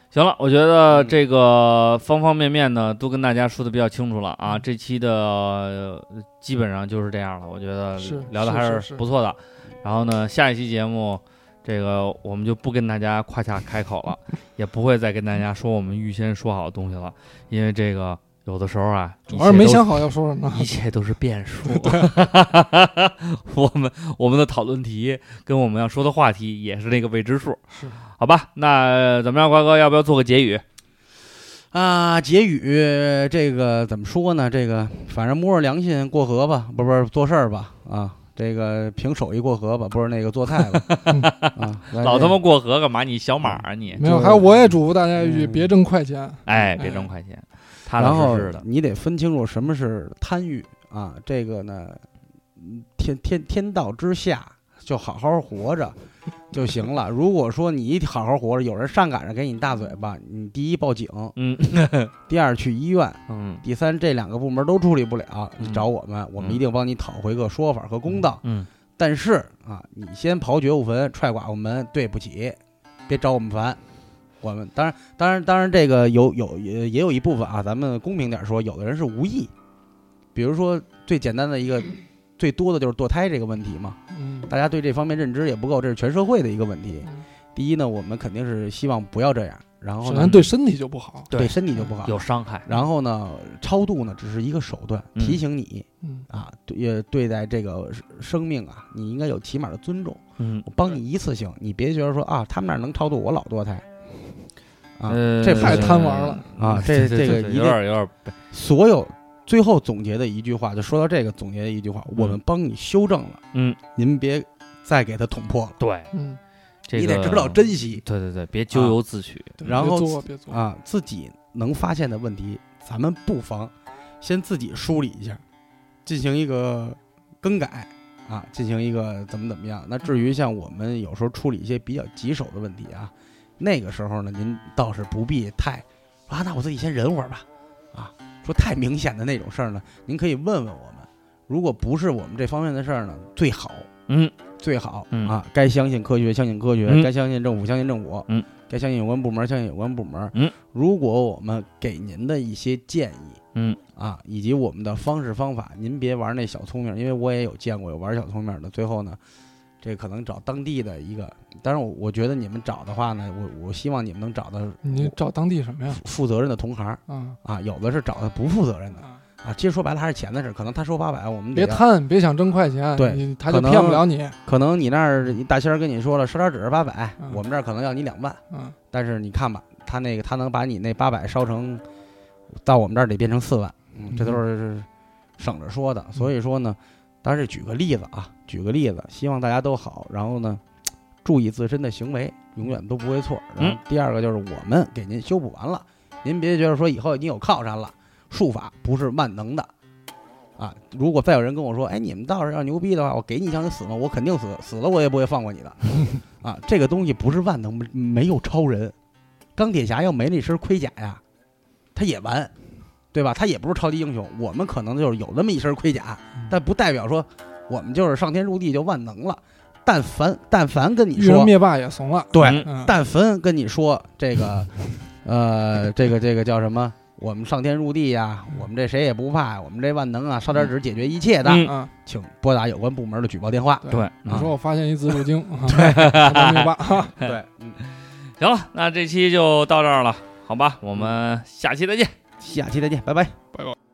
Speaker 3: 行了，我觉得
Speaker 1: 嗯
Speaker 3: 这个方方面面呢都跟大家说的比较清楚了
Speaker 2: 嗯
Speaker 3: 啊。这期的、呃基本上就是这样了，我觉得
Speaker 2: 是
Speaker 3: 聊的
Speaker 2: 是
Speaker 3: 还
Speaker 2: 是
Speaker 3: 是
Speaker 2: 是
Speaker 3: 不错的。然后呢，下一期节目。这个我们就不跟大家夸下开口 了，也不会再跟大家说我们预先说好的东西了，因为这个有的时候啊，
Speaker 2: 主要是没
Speaker 3: 一切都
Speaker 2: 想好要说什么。
Speaker 3: 一切都是 变数。我们我们的讨论题跟我们要说的话题也是那个未知数，
Speaker 2: 是
Speaker 3: 好吧？那呃怎么样，瓜哥？要不要做个结语？
Speaker 1: 啊，结语这个怎么说呢？这个反正摸着良心过河吧，不是不是做事儿吧啊，这个凭手艺过河吧，不是那个做菜 吧啊，来
Speaker 3: 老
Speaker 1: 这
Speaker 3: 他妈过河干嘛？你小马啊你！
Speaker 2: 没有，
Speaker 1: 就是
Speaker 2: 还有我也嘱咐大家一句，
Speaker 1: 嗯
Speaker 2: 别挣快钱。
Speaker 3: 哎，
Speaker 2: 哎
Speaker 3: 别挣快钱，踏
Speaker 1: 然
Speaker 3: 踏
Speaker 1: 后
Speaker 3: 实实的。
Speaker 1: 你得分清楚什么是贪欲啊，这个呢，嗯天天天道之下就好好活着就行了。如果说你一好好活着，有人上赶着给你大嘴巴，你第一报警，
Speaker 3: 嗯
Speaker 1: 第二去医院，
Speaker 3: 嗯
Speaker 1: 第三这两个部门都处理不了，你
Speaker 3: 嗯
Speaker 1: 找我们，我们
Speaker 3: 嗯
Speaker 1: 一定帮你讨回个说法和公道。
Speaker 3: 嗯，
Speaker 1: 但是啊，你先刨绝户坟，踹寡妇门，对不起，别找我们烦。我们当然，当然，当然，这个有有也也有一部分啊，咱们公平点说，有的人是无意，比如说最简单的一个，最多的就是堕胎这个问题嘛，
Speaker 2: 嗯，
Speaker 1: 大家对这方面认知也不够，这是全社会的一个问题。第一呢，我们肯定是希望不要这样，然后
Speaker 2: 首
Speaker 1: 呢
Speaker 2: 先对身体就不好。
Speaker 3: 对
Speaker 1: 对身体就不好，
Speaker 3: 有伤害。
Speaker 1: 嗯然后呢，超度呢只是一个手段，
Speaker 3: 嗯
Speaker 1: 提醒你
Speaker 2: 嗯，
Speaker 1: 啊，对也对待这个生命啊，你应该有起码的尊重。
Speaker 3: 嗯，
Speaker 1: 我帮你一次性，你别觉得说啊，他们那儿能超度，我老堕胎，啊，
Speaker 3: 呃
Speaker 1: 这不
Speaker 2: 太
Speaker 1: 是
Speaker 2: 贪玩了
Speaker 3: 嗯
Speaker 1: 啊这
Speaker 3: 对对
Speaker 1: 这个
Speaker 3: 对
Speaker 1: 一定
Speaker 3: 有点有点
Speaker 1: 所有最后总结的一句话，就说到这个总结的一句话，
Speaker 3: 嗯
Speaker 1: 我们帮你修正了，
Speaker 3: 嗯，
Speaker 1: 您别再给他捅破了，
Speaker 3: 对，
Speaker 2: 嗯，
Speaker 3: 这个
Speaker 1: 你得知道珍。啊惜
Speaker 3: 对对对，别咎由自取。
Speaker 2: 对
Speaker 1: 然后
Speaker 2: 别作，别作。
Speaker 1: 啊，自己能发现的问题，咱们不妨先自己梳理一下，进行一个更改啊，进行一个怎么怎么样。那至于像我们有时候处理一些比较棘手的问题啊，那个时候呢，您倒是不必太啊，那我自己先忍会儿吧，啊，说太明显的那种事儿呢，您可以问问我们。如果不是我们这方面的事儿呢，最好
Speaker 3: 嗯，
Speaker 1: 最好、
Speaker 3: 嗯
Speaker 1: 啊，该相信科学，相信科学；
Speaker 3: 嗯
Speaker 1: 该相信政府，相信政府；
Speaker 3: 嗯，
Speaker 1: 该相信有关部门，相信有关部门。
Speaker 3: 嗯，
Speaker 1: 如果我们给您的一些建议，
Speaker 3: 嗯
Speaker 1: 啊，以及我们的方式方法，您别玩那小聪明，因为我也有见过有玩小聪明的，最后呢。这可能找当地的一个，当然我我觉得你们找的话呢，我我希望你们能找到
Speaker 2: 你找当地什么呀？
Speaker 1: 负责任的同行
Speaker 2: 啊
Speaker 1: 啊，有的是找的不负责任的
Speaker 2: 啊，
Speaker 1: 啊，其实说白了还是钱的事儿，可能他收八百，我们得
Speaker 2: 别
Speaker 1: 要
Speaker 2: 贪，别想挣快钱，
Speaker 1: 对
Speaker 2: 你他
Speaker 1: 可
Speaker 2: 就
Speaker 1: 能
Speaker 2: 骗不了你。
Speaker 1: 可能你那儿大仙儿跟你说了，烧点纸是八百
Speaker 2: 嗯，
Speaker 1: 我们这儿可能要你两万，
Speaker 2: 嗯，
Speaker 1: 但是你看吧，他那个他能把你那八百烧成，到我们这儿得变成四万，嗯，这都是省着说的。所以说呢，当然是举个例子啊，举个例子，希望大家都好，然后呢，注意自身的行为，永远都不会错。然后第二个就是我们给您修补完了，您别觉得说以后你有靠山了，术法不是万能的。啊，如果再有人跟我说，哎，你们倒是要牛逼的话，我给你一枪，你死吗？我肯定死，死了我也不会放过你的。 啊，这个东西不是万能，没有超人，钢铁侠要没那身盔甲呀，他也完，对吧？他也不是超级英雄。我们可能就是有那么一身盔甲，但不代表说我们就是上天入地就万能了。但凡但凡跟你
Speaker 2: 遇上
Speaker 1: 说，
Speaker 2: 灭霸也怂了。
Speaker 1: 对，
Speaker 3: 嗯
Speaker 2: 嗯，
Speaker 1: 但凡跟你说这个，呃，这个这个叫什么？我们上天入地呀，我们这谁也不怕，我们这万能啊，烧点纸解决一切的，
Speaker 3: 嗯
Speaker 2: 啊，
Speaker 1: 请拨打有关部门的举报电话。
Speaker 3: 对，
Speaker 2: 你
Speaker 1: 啊
Speaker 2: 说我发现一紫 薯精，啊我当灭霸，哈
Speaker 1: 对，嗯，
Speaker 3: 行了，那这期就到这儿了，好吧，我们下期再见。
Speaker 1: 下期再见，拜拜。
Speaker 2: 拜拜。